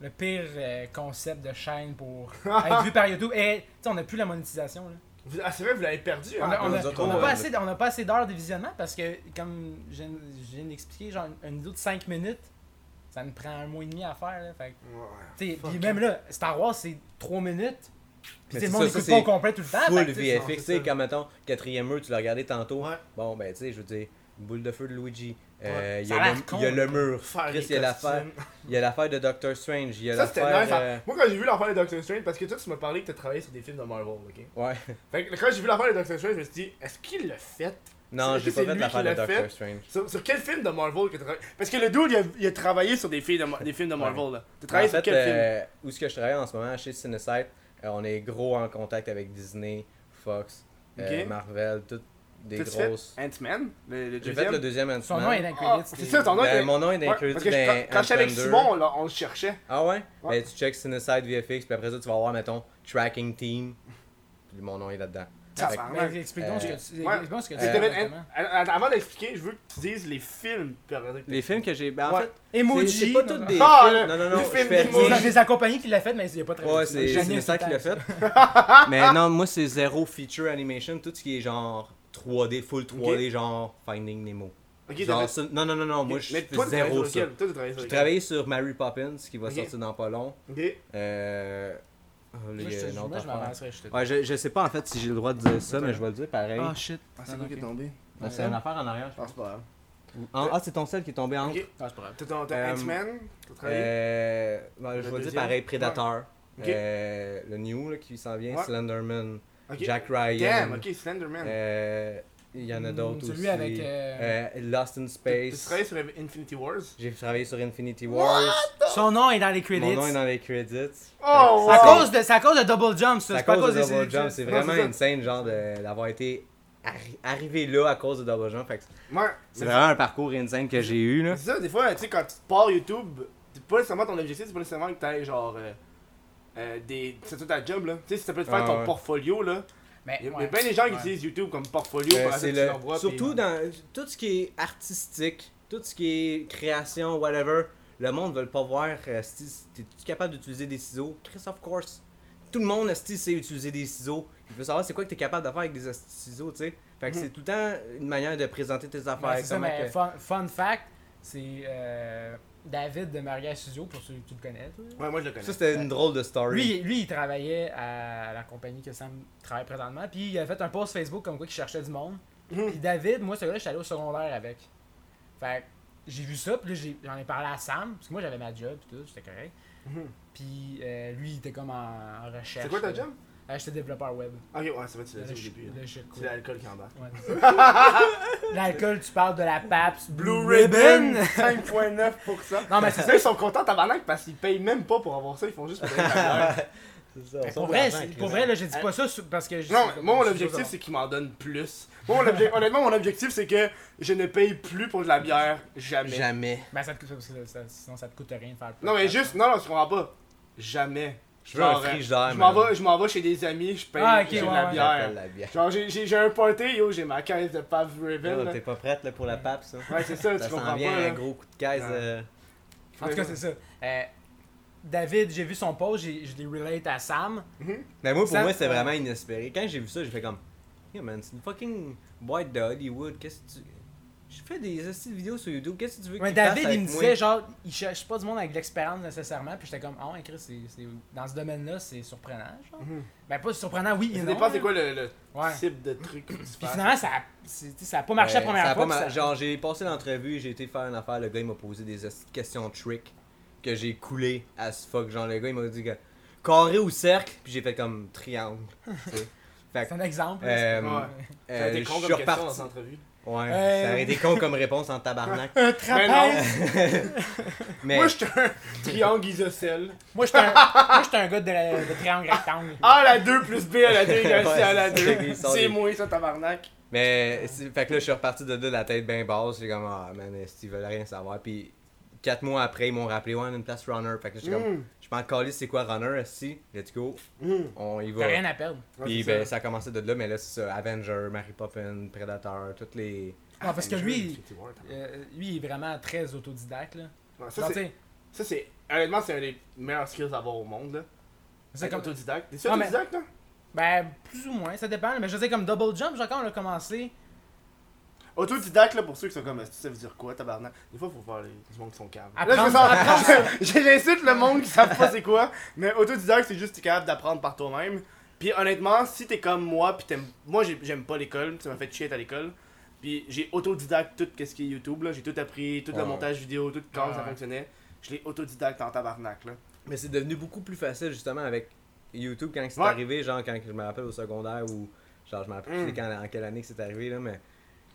C: le pire euh, concept de chaîne pour être vu par YouTube. Et tu sais, on n'a plus la monétisation. Là.
A: Vous- Ah, c'est vrai, vous l'avez perdu.
C: On
A: hein?
C: n'a
B: nous autres, on a-
C: pas, assez d- on a pas assez d'heures de visionnement parce que, comme je viens- je viens d'expliquer, genre une vidéo de 5 minutes, ça me prend un mois et demi à faire. Là, fait que,
A: Ouais.
C: tu sais,
A: Fuck.
C: puis même là, Star Wars, c'est 3 minutes. Puis
B: Mais
C: tu sais,
B: c'est
C: le monde
B: ça, ça,
C: n'écoute pas au
B: c'est
C: complet tout le temps.
B: Full
C: fait que, tu sais,
B: VFX, tu
A: c'est ça.
B: sais, quand mettons, quatrième mur, tu l'as regardé tantôt.
A: Ouais.
B: Bon, ben, tu sais, je veux dire, boule de feu de Luigi. Euh,
C: Ouais.
B: Il
C: Ça
B: y,
C: a
B: a
C: l'air
B: le-
C: con,
B: il y a le mur.
A: Faire
B: Chris,
A: des
B: il y a l'affaire-
A: costumes.
B: il y a l'affaire de Doctor Strange. Il y a
A: Ça, c'était nice.
B: l'affaire. euh,
A: hein. Moi, quand j'ai vu l'affaire de Doctor Strange, parce que toi, tu m'as parlé que t'as travaillé sur des films de Marvel, ok?
B: euh, Ouais.
A: Fait que quand j'ai vu l'affaire de Doctor Strange, je me suis dit, est-ce qu'il l'a fait
B: Non,
A: C'est- c'est
B: j'ai pas fait
A: lui
B: l'affaire
A: qui
B: de
A: l'a fait.
B: Doctor Strange.
A: Sur, sur quel film de Marvel que t'as travaillé Parce que le dude, il a, il a travaillé sur des, filles de Mar- des films de Marvel, là. T'as travaillé
B: en
A: sur
B: fait,
A: quel film
B: euh, où ce que je travaille en ce moment, chez Cinesite, euh, on est gros en contact avec Disney, Fox, euh,
A: Ok.
B: Marvel, toutes des
A: T'as-tu fait
B: grosses.
A: Ant-Man Le, le
B: J'ai fait
A: deuxième
B: le deuxième Ant-Man.
C: Son nom est dans les
A: Ah,
C: credits,
A: C'est
C: c'est-
A: ça, ton nom
B: Ben,
A: était-
B: mon nom est
A: Ouais,
B: inclus
A: Parce que
B: dans
A: je- quand- quand j'étais avec
B: Ant-Man
A: Simon, là, on le cherchait.
B: Ah ouais?
A: Ouais.
B: Ben, tu checks Cinesite VFX, puis après ça, tu vas voir, mettons, Tracking Team, puis mon nom est là-dedans.
A: Ça
B: Fait que-
A: va.
C: Ben, explique donc ce que tu
A: Ouais.
C: explique donc
A: Parce
C: ce que tu
A: que
B: Euh,
C: fais,
A: t'avais-
C: exactement.
A: Ant- Avant d'expliquer, je veux que tu dises les films. que t'as regardé.
B: Les films que j'ai. Ben, en
A: Ouais.
B: fait, c'est-
C: Emoji.
B: c'est pas tous des.
A: Ah,
B: films.
A: le-
B: Non, non, non,
A: le
B: je
A: film
B: fais
A: d'Emoji.
C: C'est des accompagnés qui l'a fait, mais il n'y a pas travaillé.
B: Ouais,
C: dessus.
B: c'est
C: Jamais
B: c'est ça qui l'a
C: tout
B: fait.
C: le temps.
B: Mais non, moi, c'est zéro feature animation, tout ce qui est genre 3D, full 3D, genre Finding Nemo.
A: Ok,
B: Genre
A: t'as fait-
B: ça- non, non, non, non, moi, je
A: Mais
B: fais
A: toi, t'as travaillé
B: zéro
A: sur
B: ça.
A: lequel? Toi, t'as travaillé sur
B: J'ai
A: lequel?
B: travaillé sur Mary Poppins, qui va
A: Ok.
B: sortir dans pas long.
A: Ok.
B: Euh... oh, là,
C: Moi,
B: il y
C: je
B: a
C: te-
B: une
C: moi,
B: autre
C: je
B: affaire.
C: m'avancerais. je te-
B: Ouais, je, je sais pas en fait si j'ai le droit de dire ça, mais je vais le dire pareil.
C: shit.
A: Ah, c'est quoi qui est tombé
B: c'est une affaire en arrière, je
A: Je pense pas.
B: En- Ah, c'est ton sel qui est tombé en.
A: Ok.
C: Ah, c'est pas grave.
A: T'as ton
B: Euh,
A: t'as Ant-Man, t'as travaillé.
B: Euh, ben, je
A: Le
B: vais dire
A: deuxième.
B: pareil, Predator.
A: Ok.
B: Euh, le New là, qui s'en vient,
A: Ouais.
B: Slenderman,
A: Ok.
B: euh, Jack Ryan.
A: Damn, ok, Mm, Slenderman.
B: euh, Il y en a
C: Hmm,
B: d'autres aussi.
C: celui avec, euh,
B: Euh, Lost in
A: T'as
B: Space.
A: travaillé sur Infinity Wars.
B: J'ai travaillé sur Infinity Wars.
C: Son nom est dans les credits.
B: Mon nom est dans les credits.
A: Oh,
C: C'est à
A: wow.
C: cause de, c'est à cause de Double Jump, ça.
B: C'est à
C: C'est pas
B: cause, de
C: ces-
B: Double Jump, c'est
A: non,
B: vraiment
A: c'est ça.
B: insane genre de- d'avoir été arri- arrivé là à cause de Double Jump. Fait que
A: Ouais.
B: C'est vraiment un parcours insane que j'ai eu là.
A: C'est ça, des fois, tu sais, quand tu pars YouTube, c'est pas nécessairement ton objectif, c'est pas nécessairement que t'ailles genre. euh, euh, des... C'est tout ta job là. Tu sais, si ça peut te faire
B: Ah,
A: ton
B: ouais.
A: portfolio là.
C: Mais,
A: Il y a,
C: ouais.
A: bien des gens qui
C: Ouais.
A: utilisent YouTube comme portfolio
B: Euh,
A: pour
B: c'est
A: assez
B: le- Surtout dans tout ce qui est artistique, tout ce qui est création, whatever, le monde veut pas voir euh, si t'es -tu capable d'utiliser des ciseaux. Chris, of course. Tout le monde esti, sait utiliser des ciseaux. Il veut savoir c'est quoi que t'es capable de faire avec des esti ciseaux, tu sais. Fait que c'est tout le temps une manière de présenter tes affaires.
C: Ouais, Mhm. Ben, c'est ça,
B: comment
C: mais
B: que-
C: fun, fun fact, c'est euh, David de Maria Studio, pour ceux qui le connaissent. là.
A: Ouais, moi je le connais.
B: Ça, c'était une drôle de story.
C: Lui, lui, il travaillait à la compagnie que Sam travaille présentement, puis il avait fait un post Facebook comme quoi qu'il cherchait du monde.
A: Mhm.
C: Puis David, moi, ce gars-là, je suis allé au secondaire avec. Fait que j'ai vu ça, puis là, j'ai- j'en ai parlé à Sam, parce que moi, j'avais ma job, puis tout, c'était correct. Puis euh, lui, il était comme en, en recherche.
A: Mhm. C'est quoi ta
C: là.
A: job
C: Euh, J'étais développeur web.
A: Ok, ouais, c'est vrai, tu l'as
C: Là,
A: dit
C: je-
A: au début.
C: là,
A: hein.
C: je
A: C'est l'alcool qui embarque.
C: Ouais. L'alcool, tu parles de la PAPS.
A: Blue Ribbon 5.9%.
C: Non, mais c'est ça.
A: Là, ils sont contents tabarnak parce qu'ils payent même pas pour avoir ça, ils font juste pour payer la bière.
B: C'est ça, on
C: Mais
B: sort
C: Ben, Pour vrai,
B: de l'argent,
C: c'est-
B: Chris.
C: pour vrai, là, j'ai dit pas ça sou- parce que. je-
A: Euh, Non, moi mon
C: je-
A: objectif c'est qu'ils m'en donnent plus. Moi, mon obje- Honnêtement, mon objectif c'est que je ne paye plus pour de la bière jamais.
B: Jamais.
C: Ben, ça te coûte, ça- ça- sinon, ça te coûte rien de faire.
A: Non, mais juste, non, non, tu comprends pas. Jamais.
B: Je veux un
A: Genre, euh,
B: frigidaire,
A: Je m'en
B: man.
A: vais, je m'en vais chez des amis, je paye,
C: Ah, ok,
A: j'ai de
C: ouais,
A: la
C: ouais.
A: bière.
B: La bière.
A: Genre, j'ai- j'ai j'ai un party, yo, j'ai ma caisse de Pabst Blue Ribbon.
B: Là,
A: là.
B: Ah, T'es pas prête là, pour la pape, ça.
A: Ouais, c'est ça,
B: Ça
A: tu
B: s'en
A: comprends pas.
B: vient
C: hein.
B: un
A: là.
B: gros coup de caisse.
A: Ouais.
B: euh,
C: En tout cas, c'est ça. Euh, David, j'ai vu son post, j'ai- je l'ai relate à Sam.
B: Mais moi, pour
C: Ça-
B: moi, c'était vraiment inespéré. Quand j'ai vu ça, j'ai fait comme. Yeah, man, c'est une fucking boîte de Hollywood. Qu'est-ce que tu. Je fais des astuces vidéos sur YouTube. Qu'est-ce que tu veux que
C: Mais
B: je fasse
C: David,
B: avec
C: il me
B: moi?
C: disait, genre, il cherche pas du monde avec de l'expérience nécessairement. Puis j'étais comme, ah, ouais, Chris, c'est- c'est- dans ce domaine-là, c'est surprenant, genre.
B: Mhm.
C: Ben, pas surprenant, oui. et
A: Ça
C: non,
A: dépend c'est
C: là.
A: quoi le, le
C: Ouais.
A: type de truc que tu fais.
C: Puis finalement, ça a, c'est- tu sais, ça a pas marché
B: Ouais,
C: la première
B: ça a
C: fois.
B: pas
C: puis
B: mar-
C: ça-
B: Genre, j'ai passé l'entrevue, j'ai été faire une affaire. Le gars, il m'a posé des esti de questions trick que j'ai coulé à ce fuck. Genre, le gars, il m'a dit que carré ou cercle, puis j'ai fait comme triangle. tu sais. Fait que.
C: C'est un exemple. là, c'est-
B: euh,
A: Ouais. Ça a
B: euh,
A: été
B: je
A: con
B: suis
A: comme question dans
B: reparti.
A: cette entrevue.
B: Ouais,
C: Euh.
B: ça aurait été con comme réponse en tabarnak.
C: Un
A: Mais non.
C: trapèze.
B: Mais
A: Moi, j'étais un triangle isocèle.
C: Moi, j'étais un, moi, j'étais un gars de, de triangle rectangle.
B: Ah!
A: A à la 2 plus B à la 2 égale C à la
B: Ouais, c'est ça, les
A: 2.
B: sorts,
A: C'est
B: les-
A: moi, ça, tabarnak.
B: Mais, c'est- fait que là, je suis reparti de là, la tête bien basse. J'ai comme, ah, man, est-ce qu'ils veulent rien savoir. Puis, quatre mois après, ils m'ont rappelé, ouais, on a une place runner. Fait que j'ai comme,
A: Mm.
B: je m'en calisse, c'est quoi runner, si let's go,
A: Hum.
B: on y va.
C: T'as rien à perdre.
B: Puis,
A: Ouais, c'est
B: ben,
A: ça.
B: ça a commencé de là, mais là, c'est ça, Avenger, Mary Poppins, Predator, toutes les.
C: Non, Ah, parce que
B: Ah,
C: lui,
A: Infinity War,
B: hein.
A: tabarnak.
C: euh, lui, il est vraiment très autodidacte. Là.
A: Ouais,
C: Genre,
A: ça, c'est-
C: t'sais,
A: ça, c'est. Honnêtement, c'est un des meilleurs skills à avoir au monde. là.
C: c'est
A: C'est
C: comme,
A: autodidacte. T'es
C: Ah, mais-
A: autodidacte, là
C: ben, plus ou moins, ça dépend. Mais je sais, comme Double Jump, genre, quand on a commencé,
A: Autodidacte, là, pour ceux qui sont comme, ça veut dire quoi, tabarnak? Des fois, faut faire les... du monde qui sont caves. Là, je me
C: Apprendre-
A: sens- je- J'insulte le monde qui savent pas c'est quoi, mais autodidacte, c'est juste que t'es capable d'apprendre par toi-même. Puis honnêtement, si t'es comme moi, puis t'aimes... Moi, j'ai- j'aime pas l'école, ça m'a fait chier à l'école. Puis j'ai autodidacte tout qu'est-ce qui est YouTube, là. J'ai tout appris, tout
B: Ouais.
A: le montage vidéo, tout comment
C: Ouais,
A: ça
C: ouais.
A: fonctionnait. Je l'ai autodidacte en tabarnak, là.
B: Mais c'est devenu beaucoup plus facile, justement, avec YouTube quand c'est
A: Ouais.
B: arrivé, genre, quand je me rappelle au secondaire ou. Genre, je me rappelle plus
A: Mm.
B: quand, en quelle année que c'est arrivé, là, mais.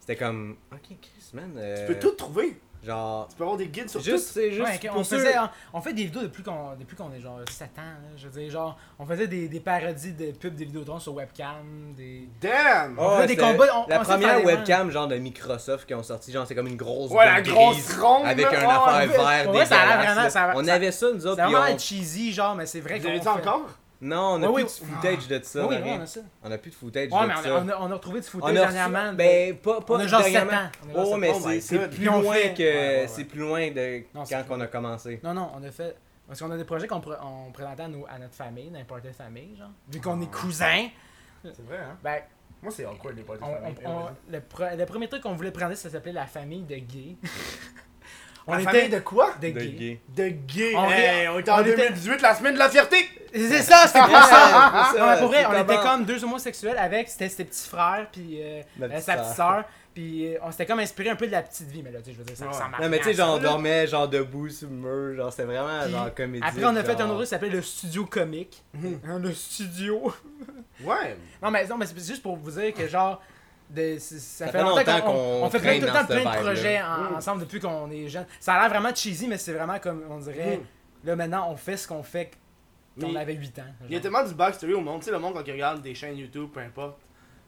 B: C'était comme, ok, Chris, man. euh,
A: Tu peux tout trouver.
B: Genre.
A: Tu peux avoir des guides sur
B: Juste, c'est juste
C: ouais,
B: pour
C: on,
B: ceux-
C: faisait, on, on fait des vidéos depuis qu'on depuis qu'on est genre 7 ans. là. je veux dire, genre, on faisait des, des parodies de pubs des vidéotrons sur webcam. Des...
A: tout. Damn!
C: On fait des
B: c'est-
C: combats, on-
B: la
C: on sait faire
B: première
C: les mains.
B: webcam genre de Microsoft qui ont sorti genre c'est comme une grosse
A: Ouais, la
B: boule
A: grosse
B: grise
A: ronde,
B: avec
A: là.
B: un
A: Oh,
B: affaire
A: ouais.
B: vert
C: Ouais, ça a l'air
B: dégueulasse,
C: vraiment- ça a-
B: là. on
C: ça-
B: avait ça nous
C: C'est
B: autres puis
C: vraiment
B: on...
C: cheesy, genre, mais c'est vrai
A: Vous
C: qu'on.
A: avez dit
C: fait-
A: encore?
B: non on a
C: Ouais,
B: plus
C: oui.
B: de footage de ça
C: Oui, oui,
B: on, a rien.
C: on a ça.
B: On a plus de footage
C: Ouais,
B: de
C: mais on
B: ça
C: a, on a- on a retrouvé du
B: On a
C: footage
B: reçu-
C: dernièrement. mais-
B: ben pas pas
C: on a genre sept
B: dernièrement.
C: ans. On a genre
B: oh
C: sept
B: mais
A: ans. Oh
B: c'est
A: my
B: c'est
A: God.
B: plus
C: Puis on
B: loin
C: fait-
B: que
C: Ouais, ouais,
B: c'est plus loin de
C: Non, c'est
B: quand
C: plus
B: qu'on a commencé
C: Non, non, on a fait. Parce qu'on a des projets qu'on pr- on présentait à, nos- à notre famille, n'importe quelle famille, genre. Vu qu'on est cousins,
A: C'est vrai, hein?
C: ben,
A: Moi, c'est awkward, les potes.
C: on- on- on- le, pre- le premier truc qu'on voulait présenter, ça s'appelait la famille de gays. on
A: La
C: était
A: famille de quoi?
C: de
B: de
C: gays.
B: gay
A: De gay.
C: On
A: Hey,
C: rit-
A: on était en
C: on était-
A: 2018, la semaine de la fierté.
C: C'est ça, c'était pour ça.
B: C'est ça,
C: Non, mais pour vrai,
B: c'est
C: on était
B: comment-
C: comme deux homosexuels avec c'était ses petits frères, puis euh,
B: La
C: euh,
B: petite
C: sa petite
B: sœur.
C: sœur. Puis euh, on s'était comme inspiré un peu de la petite vie, mais là, tu sais, je veux dire, ça
F: Ouais.
C: ça marche
B: Non, mais tu sais,
C: rien à
B: genre, on
C: ça, là.
B: dormait, genre, debout sur le mur, genre, c'était vraiment,
C: Puis
B: genre, comédie.
C: Après, on a fait
B: genre.
C: un autre qui s'appelle le studio comique.
B: Mhm.
C: Hein, Le studio.
F: Ouais.
C: Non, mais, non, mais c'est juste pour vous dire que, genre, de- c'est- ça,
B: Ça
C: fait longtemps qu'on
B: qu'on
C: on fait plein,
B: traîne
C: tout le
B: dans
C: temps
B: ce
C: plein de
B: vibe-là.
C: projets en- ensemble depuis qu'on est jeune. Ça a l'air vraiment cheesy, mais c'est vraiment comme, on dirait, là maintenant, on fait ce qu'on fait quand on
A: Mais-
C: avait 8 ans. genre.
A: Il y a tellement du backstory au monde. Tu sais, le monde, quand il regarde des chaînes YouTube, peu importe,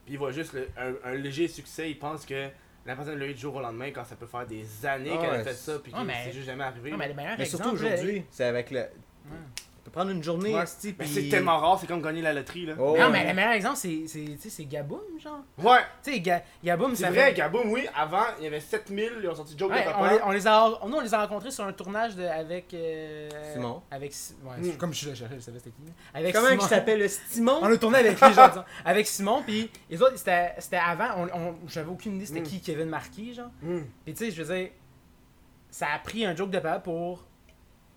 A: puis il voit juste le- un, un léger succès, il pense que la personne l'a eu du jour au lendemain quand ça peut faire des années
B: Ah
A: qu'elle
B: ouais,
A: a fait ça, puis que
C: Ouais, mais-
A: c'est juste jamais arrivé.
C: Non, mais le meilleur
B: Mais surtout
C: exemple, euh, là,
B: aujourd'hui, c'est avec le. Tu peux prendre une journée,
A: Ouais.
B: esti,
A: Mais
B: puis-
A: Ben, c'est tellement rare, c'est comme gagner la loterie, là.
B: Oh,
C: Non,
B: ouais.
C: mais le meilleur exemple, c'est, c'est, tu sais, c'est Gaboum, genre.
A: Ouais,
C: Tu sais, Ga- Gaboum,
A: c'est
C: ça
A: vrai,
C: fait-
A: Gaboum, oui, avant, il y avait 7000, ils ont sorti Joke
C: Ouais,
A: de
C: on,
A: papa.
C: les, on les a, nous, on les a rencontrés sur un tournage de, avec. euh,
B: Simon.
C: Avec. Si- Ouais,
A: Mm.
C: Comme je suis le chercheur, je savais c'était qui. là. Avec
B: Comment
C: Simon.
B: je s'appelle Ah, le
C: On
B: Stimon?
C: a tourné avec lui, genre, disons. Avec Simon, puis les autres, c'était c'était avant, on, on- j'avais aucune idée c'était
A: Mm.
C: qui Kevin Marquis, genre.
A: Mm.
C: Puis tu sais, je veux dire, ça a pris un joke de papa pour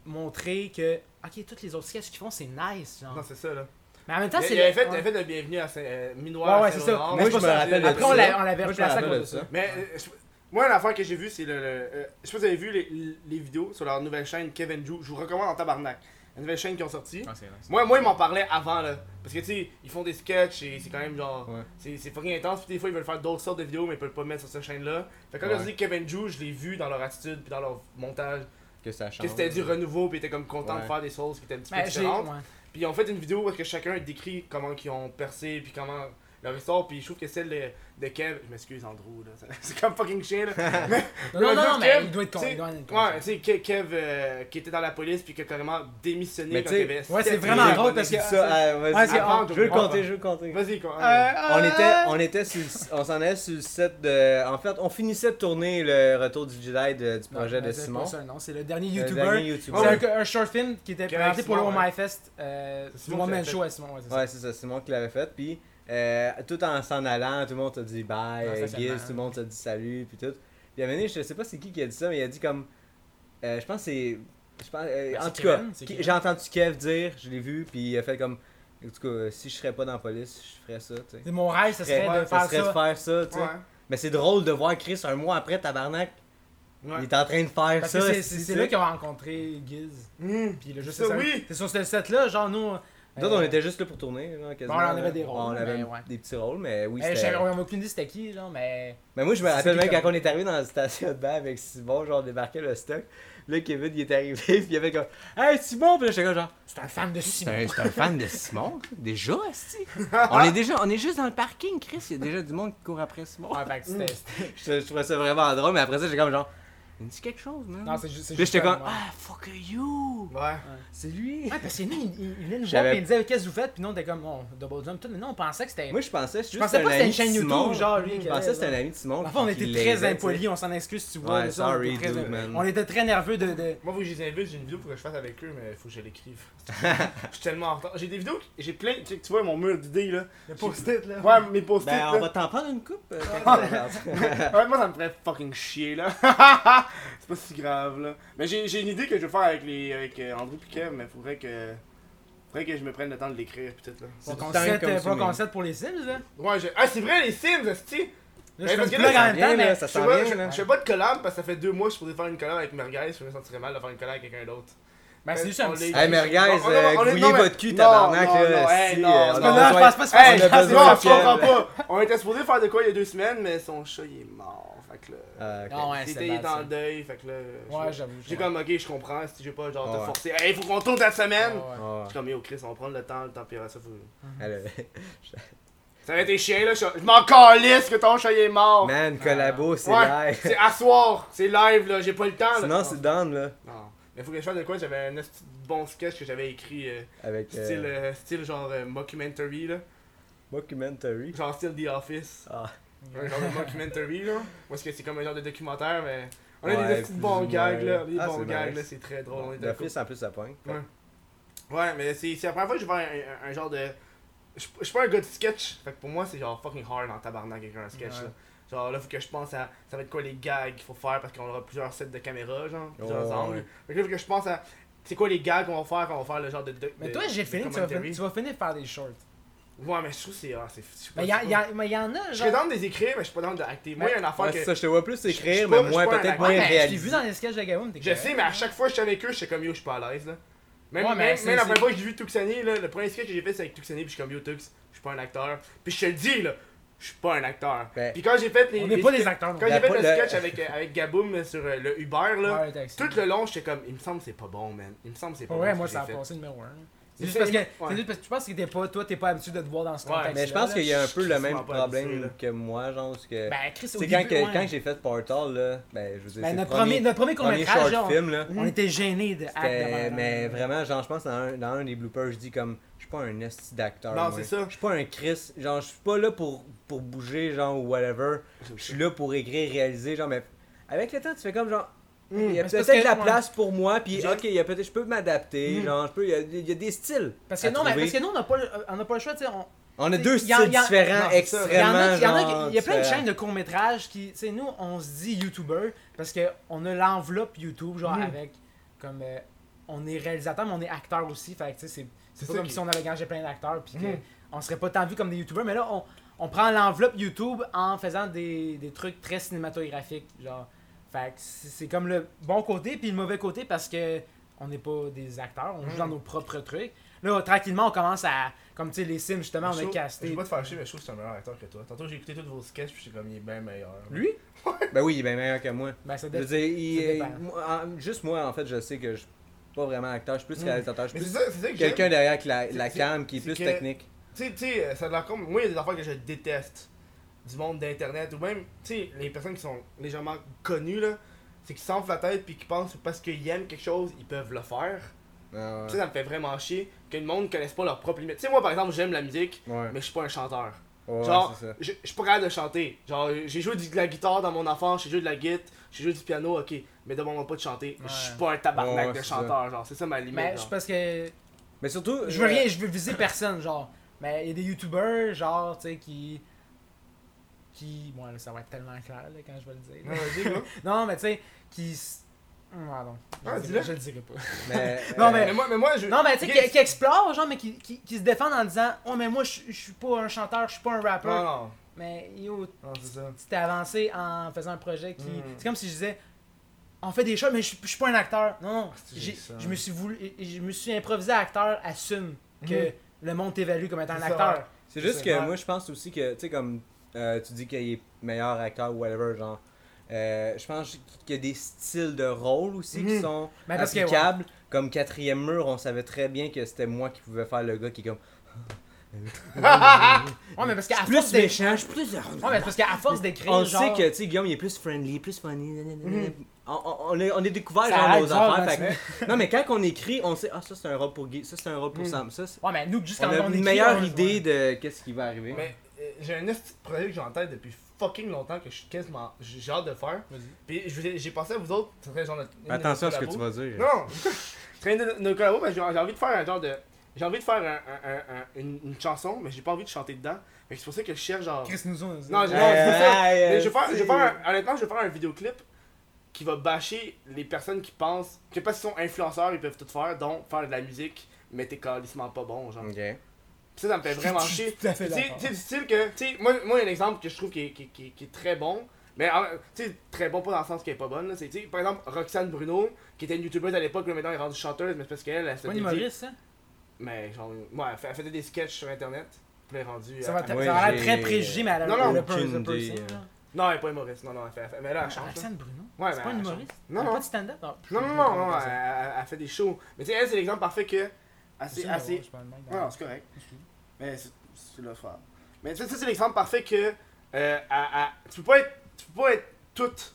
C: montrer que, ok, tous les autres sketchs qu'ils font, c'est nice, genre.
A: Non, c'est ça, là.
C: Mais en même temps,
A: Il-
C: c'est.
A: il avait
C: le-
A: fait, il
C: ouais.
A: avait fait le bienvenu à Saint- euh, Minoir.
C: Ouais,
A: à
C: ouais, c'est ça.
A: Saint-Laurent.
C: Moi,
A: Ouais,
C: je
A: ça,
B: me
A: c'est-
B: rappelle de
A: Après,
C: Après, on
A: on l'a-
C: l'a- on l'avait
B: Moi, je me
C: replacé à
B: rappelle
C: cause
B: de
C: de
B: ça.
C: ça.
A: Mais euh, je- moi, une affaire que j'ai vue, c'est le. le- euh, je sais pas si vous avez vu les, les vidéos sur leur nouvelle chaîne Kevin Drew. Je vous recommande en tabarnak. La nouvelle chaîne qu'ils ont sortie.
C: Ah,
A: Moi, moi ils m'en parlaient avant, là. Parce que, tu sais, ils font des sketchs et c'est quand même genre.
B: Ouais.
A: C'est c'est fucking intense. Puis des fois, ils veulent faire d'autres sortes de vidéos, mais ils peuvent pas mettre sur cette chaîne-là. Fait que quand
B: Ouais.
A: on dit Kevin Drew, je l'ai vu dans leur attitude puis dans leur montage.
B: Que ça
A: Que
B: change.
A: c'était du renouveau, puis ils étaient comme contents de
B: Ouais.
A: faire des choses qui étaient un petit peu
C: Mais Ben, j'ai-
A: différentes.
C: ouais.
A: Puis ils ont fait une vidéo où est-ce que chacun décrit comment ils ont percé, puis comment leur histoire, puis je trouve que celle de, de Kev, je m'excuse Andrew, là, ça- c'est comme fucking chien là. mais, le
C: Non, non, non,
A: gars de
C: mais
A: Kev,
C: il doit être con.
A: tu sais,
C: il doit être con.
A: Ouais, tu sais, Ke- Kev euh, qui était dans la police, puis qui a carrément démissionné
B: Mais
A: quand
B: tu sais,
A: il avait
C: ouais, c'est
A: sept
C: vraiment
A: millions
C: drôle
A: d'abonnés.
C: parce que-
B: Ça, ah, vas-y.
C: Ouais, c'est-
B: Attends,
A: ah,
B: je veux le
A: ah,
B: compter, je veux le compter.
A: Vas-y, quoi.
C: Euh,
B: On était, on était sur le- on s'en allait sur le set de, en fait, on finissait de tourner le retour du Jedi de- du
C: Non,
B: projet
C: mais
B: de
C: c'est pas
B: Simon.
C: ça, non, c'est le dernier
B: Le
C: YouTuber.
B: dernier YouTuber.
C: C'est un, un short film qui était
A: Qui est
C: présenté pour le
A: Simon, ouais.
C: My Fest. Euh,
A: C'est
C: le
A: Simon qui
C: One-Man
A: l'a
C: Show à Simon, ouais, c'est
B: Ouais, c'est ça, Simon qui l'avait fait. Puis, euh, tout en s'en allant, tout le monde t'a dit bye,
C: Ah, ça,
B: euh,
C: c'est
B: Giz,
C: marrant.
B: tout le monde t'a dit salut, puis tout. Puis, à un moment donné, je sais pas c'est qui qui a dit ça, mais il a dit comme. euh, je pense que c'est. Je pense, euh,
C: Ben,
B: en
C: c'est
B: tout
C: Kevin,
B: cas,
C: c'est
B: qui-
C: Kevin.
B: j'ai entendu Kev dire, je l'ai vu, puis il a fait comme. En tout cas, euh, si je serais pas dans la police, je ferais ça, tu sais.
C: ça. Mon rêve, ce serait
B: Ouais,
C: de
B: ça
C: faire
B: serait de
C: ça.
B: faire ça, tu sais. Mais c'est drôle de voir Chris un mois après, tabarnak.
A: Ouais.
B: Il est en train de faire
C: Parce
B: ça.
C: que c'est-
B: esti,
C: c'est
B: tu
C: c'est
B: sais.
C: là qu'ils ont rencontré Giz.
A: Hmm.
C: Puis là, juste
A: Ça,
C: c'est ça.
A: oui.
C: C'est sur ce set-là, genre nous. euh,
B: Nous autres, on était juste là pour tourner, là, quasiment.
C: on avait
B: là.
C: des rôles,
B: On avait
C: mais ouais. Eh,
B: des petits rôles, mais oui,
C: mais je
B: c'était...
C: savais- on avait euh, aucune idée c'était qui, genre, mais.
B: Mais moi, je me
C: C'est
B: rappelle même
C: comme-
B: quand on est arrivé dans la station de bain avec Simon, genre, on débarquait le stock. Là, Kevin, il est arrivé, puis il avait comme « Hey, Simon! » Puis là, j'étais comme genre
C: C'est un fan de
B: «
C: Simon.
B: fan de Simon? Déjà, esti? On est déjà, on est juste dans le parking, Chris. Il y a déjà du monde qui court après Simon.
C: Ouais, fait que
A: Mm.
C: c'était. c'était- »
B: je, je trouvais ça vraiment drôle, mais après ça, j'étais comme genre « Il me dit quelque chose, man.
C: Non, c'est ju- c'est
B: Puis là,
C: juste.
B: j'étais comme «
C: ouais.
B: Ah, fuck you!
A: Ouais.
B: C'est lui!
C: Ouais, parce que nous, il, il, il venait nous voir,
B: J'avais-
C: puis il disait qu'est-ce que vous faites, puis nous, on était comme, bon, Double Jump, tout. Mais non, on pensait que c'était.
B: Moi, je pensais juste
C: Je pensais
B: un
C: pas que c'était
B: ami
C: une chaîne
B: de Simon.
C: YouTube, genre, lui.
B: Je
C: qui-
B: pensais que c'était un ami de Simon.
C: Enfin, on
B: qui
C: était
B: l'aidait,
C: très
B: tu sais.
C: impolis, on s'en excuse si tu vois.
B: Ouais,
C: de ça, on
B: sorry,
C: était très-
B: dude, man.
C: On était très nerveux de. de...
A: Moi, faut que je les invite, j'ai une vidéo pour que je fasse avec eux, mais faut que je l'écrive. je suis tellement en retard. J'ai des vidéos, j'ai plein. Tu tu vois mon mur d'idées là.
C: Le
A: post-it là. Ouais, mes post-it.
B: Ben,
A: là.
B: on va t'en prendre une coupe. euh, quand tu regardes.
A: Ouais, moi ça me ferait fucking chier là. c'est pas si grave là. Mais j'ai j'ai une idée que je vais faire avec les avec euh, Andrew Piquet, mais faudrait que faudrait que je me prenne le temps de l'écrire peut-être là.
B: C'est
C: Faut
B: du
C: qu'on
B: temps
C: set, euh,
B: consumé.
C: faut qu'on set pour les Sims, là.
A: Ouais, je- ah c'est vrai les Sims, esti.
C: Là,
A: Ouais,
C: je
A: parce
C: fais
A: que
C: une
A: là,
C: plug
A: ça
C: en même
B: vient,
C: temps,
B: là,
C: mais.
B: ça
A: Je
B: s'en
A: sais pas,
B: vient, hein.
A: je-
B: là.
A: je fais pas de collab parce que ça fait deux mois que je suis supposé faire une collab avec Merguez, je me sentirais mal de faire une collab avec quelqu'un d'autre.
C: Ben, c'est juste
A: On
C: un petit.
A: les-
B: Hey, mais regarde,
A: On- on- on- on-
B: bouillez
A: non, mais-
B: votre cul,
A: non,
B: tabarnak.
A: non,
B: là,
A: non,
B: si,
A: hey, non,
B: euh,
A: non,
B: on
C: Non,
B: va-
C: je pense pas que c'est
A: Hey,
B: On a
A: non,
B: besoin
A: je
B: de
A: comprends
B: Kev.
A: pas. On était supposé faire de quoi il y a deux semaines, mais son chat il est mort. Fait que là.
B: Ah, ok.
C: Non, ouais,
A: il
C: c'est
A: était il
C: bad,
A: était en
C: ça.
A: deuil, fait que là. je-
C: Ouais, j'avoue.
A: J'ai comme, ok, je comprends, si j'ai pas genre
B: Ah, Ouais.
A: te forcer, hey, faut qu'on tourne cette semaine!
C: Ouais, ouais.
B: Ah,
A: Je suis comme, yo, Chris, on va prendre le temps, le temps, puis après ça, faut.
B: elle-
A: Ça va être chiens, là, je je m'en calisse que ton chat il est mort!
B: Man, collabo, c'est
A: Euh, ouais,
B: live.
A: c'est à soir, c'est live, là, j'ai pas le temps, là!
B: Sinon, c'est down, là.
A: Non, mais faut que je fasse de quoi? J'avais un esti de bon sketch que j'avais écrit, euh,
B: Avec. euh,
A: style, euh, style genre euh, mockumentary, là.
B: Mockumentary.
A: Genre style The Office.
B: Ah.
A: Un genre de mockumentary, là. Parce que c'est comme un genre de documentaire, mais. On a
B: Ouais,
A: des esti de
B: plus
A: bons
B: ou
A: gags,
B: moins.
A: là. Des
B: Ah,
A: bons
B: c'est
A: gags,
B: nice.
A: là, c'est très drôle. on était
B: D'office, en plus, ça pogne.
A: Ouais. Ouais, mais c'est c'est la première fois que je vais un, un, un genre de. Je je suis pas un gars de sketch, fait que pour moi c'est genre fucking hard en tabarnak avec un sketch
C: Ouais.
A: là. Genre là, faut que je pense à. Ça va être quoi les gags qu'il faut faire parce qu'on aura plusieurs sets de caméras, genre, plusieurs
B: Oh,
A: angles.
B: ouais.
A: Fait que là, faut que je pense à. c'est quoi les gags qu'on va faire, qu'on va faire le genre de. de-
C: Mais
A: de-
C: toi, j'ai
A: de
C: fini, tu vas,
A: commentary.
C: fin- tu vas finir de faire des shorts.
A: Ouais, mais je trouve que c'est. Ah, c'est je sais pas,
C: Mais il Ben, y,
A: je sais pas.
C: a- mais y en a,
A: Je serais
C: genre.
A: dans de les écrire, mais je suis pas dans de acter. Moi, il y a une affaire
B: Ouais, c'est
A: que.
B: ça, je te vois plus
A: je suis
B: écrire,
A: pas-
B: mais
A: je
B: moins
A: suis pas un
B: peut-être
A: acteur.
B: moins
A: Ouais,
C: mais je l'ai vu
B: réaliser.
C: dans les sketchs de Gaoum, t'es
A: Je sais, mais à chaque fois que je suis avec eux, je suis comme yo, je suis pas à l'aise là. Même,
C: Ouais, mais
A: même,
C: c'est-
A: même la
C: c'est-
A: première fois que j'ai vu Tuxani, là, le premier sketch que j'ai fait c'est avec Tuxani, puis je suis comme yo Tux, je suis pas un acteur. Puis je te le dis là, je suis pas un acteur.
B: Ben,
A: puis quand j'ai fait les.
C: On n'est
A: les
C: pas
A: sketchs-
C: des acteurs, non.
A: Quand
B: La
A: j'ai fait
B: po-
A: le
B: le-
A: sketch avec, euh, avec Gaboum là, sur euh, le Uber là,
C: Ouais, t'es excellent.
A: tout le long j'étais comme il me semble que c'est pas bon man. Il me semble que c'est pas
C: Pour vrai,
A: bon.
C: moi,
A: ce que
C: ça a
A: j'ai fait.
C: passé numéro 1.
A: J'ai
C: C'est juste
A: fait-
C: parce que.
A: ouais.
C: C'est juste parce que je pense que t'es pas, toi, t'es pas habitué de te voir dans ce
A: Ouais,
C: contexte.
B: Mais je pense qu'il y a un peu le même
A: Sûrement pas habitué, là.
B: problème que moi, genre, parce que.
C: Ben, Chris, au
B: C'est quand,
C: début,
B: que-
C: ouais.
B: quand j'ai fait Portal, là, ben, je veux dire,
C: Ben,
B: c'est le
C: notre premier, notre premier
B: premier
C: court-métrage,
B: short
C: genre,
B: film, là.
C: on était gênés de euh, hack
B: C'était-
C: devant-
B: mais vraiment, genre, je pense dans un, dans un des bloopers, je dis comme, je suis pas un esti d'acteur.
A: Non,
B: moi.
A: c'est ça.
B: Je suis pas un Chris. Genre, je suis pas là pour, pour bouger, genre, ou whatever. Je suis là pour écrire, réaliser, genre, mais avec le temps, tu fais comme, genre, il y a
A: Mm.
C: Mais c'est parce
B: peut-être
C: que- Hmm.
B: la
C: ouais.
B: place pour moi, puis
A: J'ai-
B: ok, il y a peut-être, je peux m'adapter, genre, je peux, il y a, il y a des styles.
C: Parce que
B: à
C: non, mais
B: trouver.
C: parce que nous, on n'a pas, le- on n'a pas le choix, tu sais. on-
B: On a deux
C: Il y
B: styles
C: en- il y en-
B: différents,
C: non, c'est ça. Il y en
B: extrêmement.
C: a, il y en a-
B: genre,
C: il y a plein de
B: différents.
C: chaînes de courts-métrages qui, tu sais, nous, on se dit YouTuber parce qu'on a l'enveloppe YouTube, genre
A: Mm.
C: avec, comme, euh, on est réalisateur, mais on est acteur aussi, fait que, tu sais, c'est- c'est pas
A: ça
C: comme
A: qui-
C: si on avait engagé plein d'acteurs, puis que
A: Mm.
C: on serait pas tant vu comme des YouTubers, mais là, on, on prend l'enveloppe YouTube en faisant des, des trucs très cinématographiques, genre, fait que c'est c'est comme le bon côté, puis le mauvais côté parce que on n'est pas des acteurs, on joue
A: Hmm.
C: dans nos propres trucs. Là, tranquillement, on commence à. Comme tu sais, les Sims, justement, on
A: Je
C: a
A: trouve- Je
C: casté.
A: vais pas te fâcher, mais je trouve que c'est un meilleur acteur que toi. Tantôt j'ai écouté tous vos sketchs, puis j'étais comme il est bien meilleur.
B: Lui Ben oui, il est bien meilleur que moi.
C: Ben, ça
B: Je veux
C: dépend.
B: dire, il-
C: ça dépend.
B: il- moi, en- juste moi, en fait, je sais que je suis pas vraiment acteur, je suis
C: Hmm.
B: plus réalisateur, je suis
A: Mais c'est
B: plus
A: ça, c'est ça que j'aime.
B: quelqu'un derrière avec la, la
A: C'est-
B: cam qui est
A: c'est
B: plus
A: que-
B: technique.
A: Tu sais, tu sais, euh, ça a l'air comme. Moi, il y a des affaires que je déteste du monde d'internet ou même, tu sais, les personnes qui sont légèrement connues là, c'est qu'ils s'enflent la tête puis qui pensent que parce qu'ils aiment quelque chose, ils peuvent le faire.
B: Ah
A: Tu sais,
B: ouais.
A: ça me fait vraiment chier que le monde connaisse pas leurs propres limites. Tu sais, moi par exemple, j'aime la musique,
B: Ouais.
A: mais je suis pas un chanteur.
B: Ouais,
A: Genre,
B: c'est ça.
A: je je suis pas capable de chanter. Genre, j'ai joué du- de la guitare dans mon enfance, j'ai joué de la guitare, j'ai joué du piano, ok, mais demande-moi pas de chanter. Je suis
C: Ouais.
A: pas un tabarnak
B: Ouais,
A: de
B: c'est
A: chanteur, genre, c'est ça ma limite.
C: Mais
A: genre.
C: ben, je pense que.
B: Mais surtout,
C: Je veux
B: euh,
C: rien, je veux viser personne, genre. Mais il y a des YouTubers, genre, tu sais, qui. Qui. Bon, là, ça va être tellement clair, là, quand je vais le dire. là.
A: Ouais, vas-y, go.
C: non, mais tu sais, qui. s- Hum, Ah non. Je,
A: Ah,
C: le
A: dis-le.
C: dirai- je le dirai pas.
B: mais, euh,
C: Non,
A: mais, moi, mais moi, je.
C: Non, mais tu sais,
A: Yes.
C: qui, qui explore, genre, mais qui, qui, qui se défendent en disant Oh, mais moi, je je suis pas un chanteur, je suis pas un
A: Non,
C: rappeur.
A: non,
C: Mais yo,
A: non, c'est ça.
C: tu t'es avancé en faisant un projet qui.
A: Mm.
C: C'est comme si je disais, on fait des choses, mais je suis- je suis pas un acteur. Non, non.
A: Ah, c'est que
C: j'ai-
A: j'ai ça.
C: Je me suis voulu, je me suis improvisé acteur. Assume que le monde t'évalue comme étant un
A: Hmm. C'est ça, ouais.
C: acteur.
B: C'est juste
A: C'est
B: que
A: vrai.
B: moi, je pense aussi que, tu sais, comme euh, tu dis qu'il est meilleur acteur ou whatever, genre, euh, je pense qu'il y a des styles de rôle aussi qui
A: Mhm.
B: sont
C: Mais Ben, parce que,
B: applicables. Comme quatrième mur, on savait très bien que c'était moi qui pouvais faire le gars qui est comme
C: Ouais, mais parce qu'à force
B: plus
C: d'é-
B: méchant, je suis plus.
C: Ouais, mais parce qu'à force d'écrire.
B: On
C: genre, Mhm.
B: sait que, tu sais, Guillaume, il est plus friendly, plus funny. On, on, on est, on est découvert
C: Ça a
B: genre
C: l'air
B: nos
C: bizarre,
B: affaires.
C: mais
B: fait que- non, mais quand on écrit, on sait, ah, ça c'est un rôle pour Guy, ça c'est un rôle pour
A: Hmm.
B: Sam, ça c'est.
C: Ouais, mais nous, juste
B: On
C: quand
B: a
C: on,
B: une
C: écrit,
B: meilleure
C: on-
B: idée de qu'est-ce qui va arriver.
A: Mais euh, j'ai un petit projet que j'ai en tête depuis fucking longtemps que je suis quasiment j'ai j'ai hâte de le faire. Puis je vous ai- j'ai pensé à vous autres, ça serait genre notre- une de nos collabos.
B: dire.
A: Non, c'est une de nos collabos parce que j'ai j'ai envie de faire un genre de j'ai envie de faire un- un- un- un- une, une chanson mais j'ai pas envie de chanter dedans. Fait que c'est pour ça que je cherche genre
C: Chris nous on-
A: Non, j'ai- non,
B: Euh,
A: c'est ça.
B: euh,
A: Mais je vais faire, je vais
B: c'est-
A: faire un- honnêtement, je vais faire un vidéoclip qui va bâcher les personnes qui pensent que parce qu'ils sont influenceurs, ils peuvent tout faire, donc faire de la musique, mais t'es calissement pas bon, genre.
B: Ok.
A: Ça, ça me fait vraiment
C: Je suis
A: chier.
C: tout à fait
A: Tu sais-
C: d'accord.
A: tu sais, du style que. Tu sais, moi, moi, il y a un exemple que je trouve qui est, qui, est- qui est- qui est très bon. Mais en- tu sais, très bon, pas dans le sens qu'elle est pas bonne. là, c'est, tu sais, par exemple, Roxane Bruno, qui était une youtubeuse à l'époque, là, maintenant elle est rendue chanteuse, mais c'est parce qu'elle, elle, se
C: C'est pas un
A: dédie-
C: humoriste, hein? ça.
A: Mais genre, ouais, elle, fait- elle faisait des sketchs sur internet. Puis elle est rendue.
C: Ça
A: euh,
C: va ça
B: Ouais,
C: va l'air
B: j'ai-
C: très préjugé, mais elle a
A: Non, non,
C: le peu-
B: aucune
C: le peu-
B: idée,
C: ça,
B: euh.
C: là.
A: Non, elle est pas humoriste. Non, non, elle fait, elle fait- mais là, elle chante. là.
C: Alexandre Bruno
A: Ouais,
C: C'est
A: ben,
C: pas un
A: elle chante.
C: humoriste
A: Non,
C: Elle a
A: non.
C: Pas de stand-up Ah, je-
A: Non, non,
C: je-
A: non, non,
C: je-
A: elle, elle- elle fait des shows. Mais tu sais, elle, c'est l'exemple parfait que. Assez.
C: Excuse-moi,
A: assez...
C: je parle mal dans-
A: Non, non, c'est correct. Mais c'est- c'est le soir. Mais tu sais, ça, c'est l'exemple parfait que. euh, à- à- tu peux pas être. Tu peux pas être toute.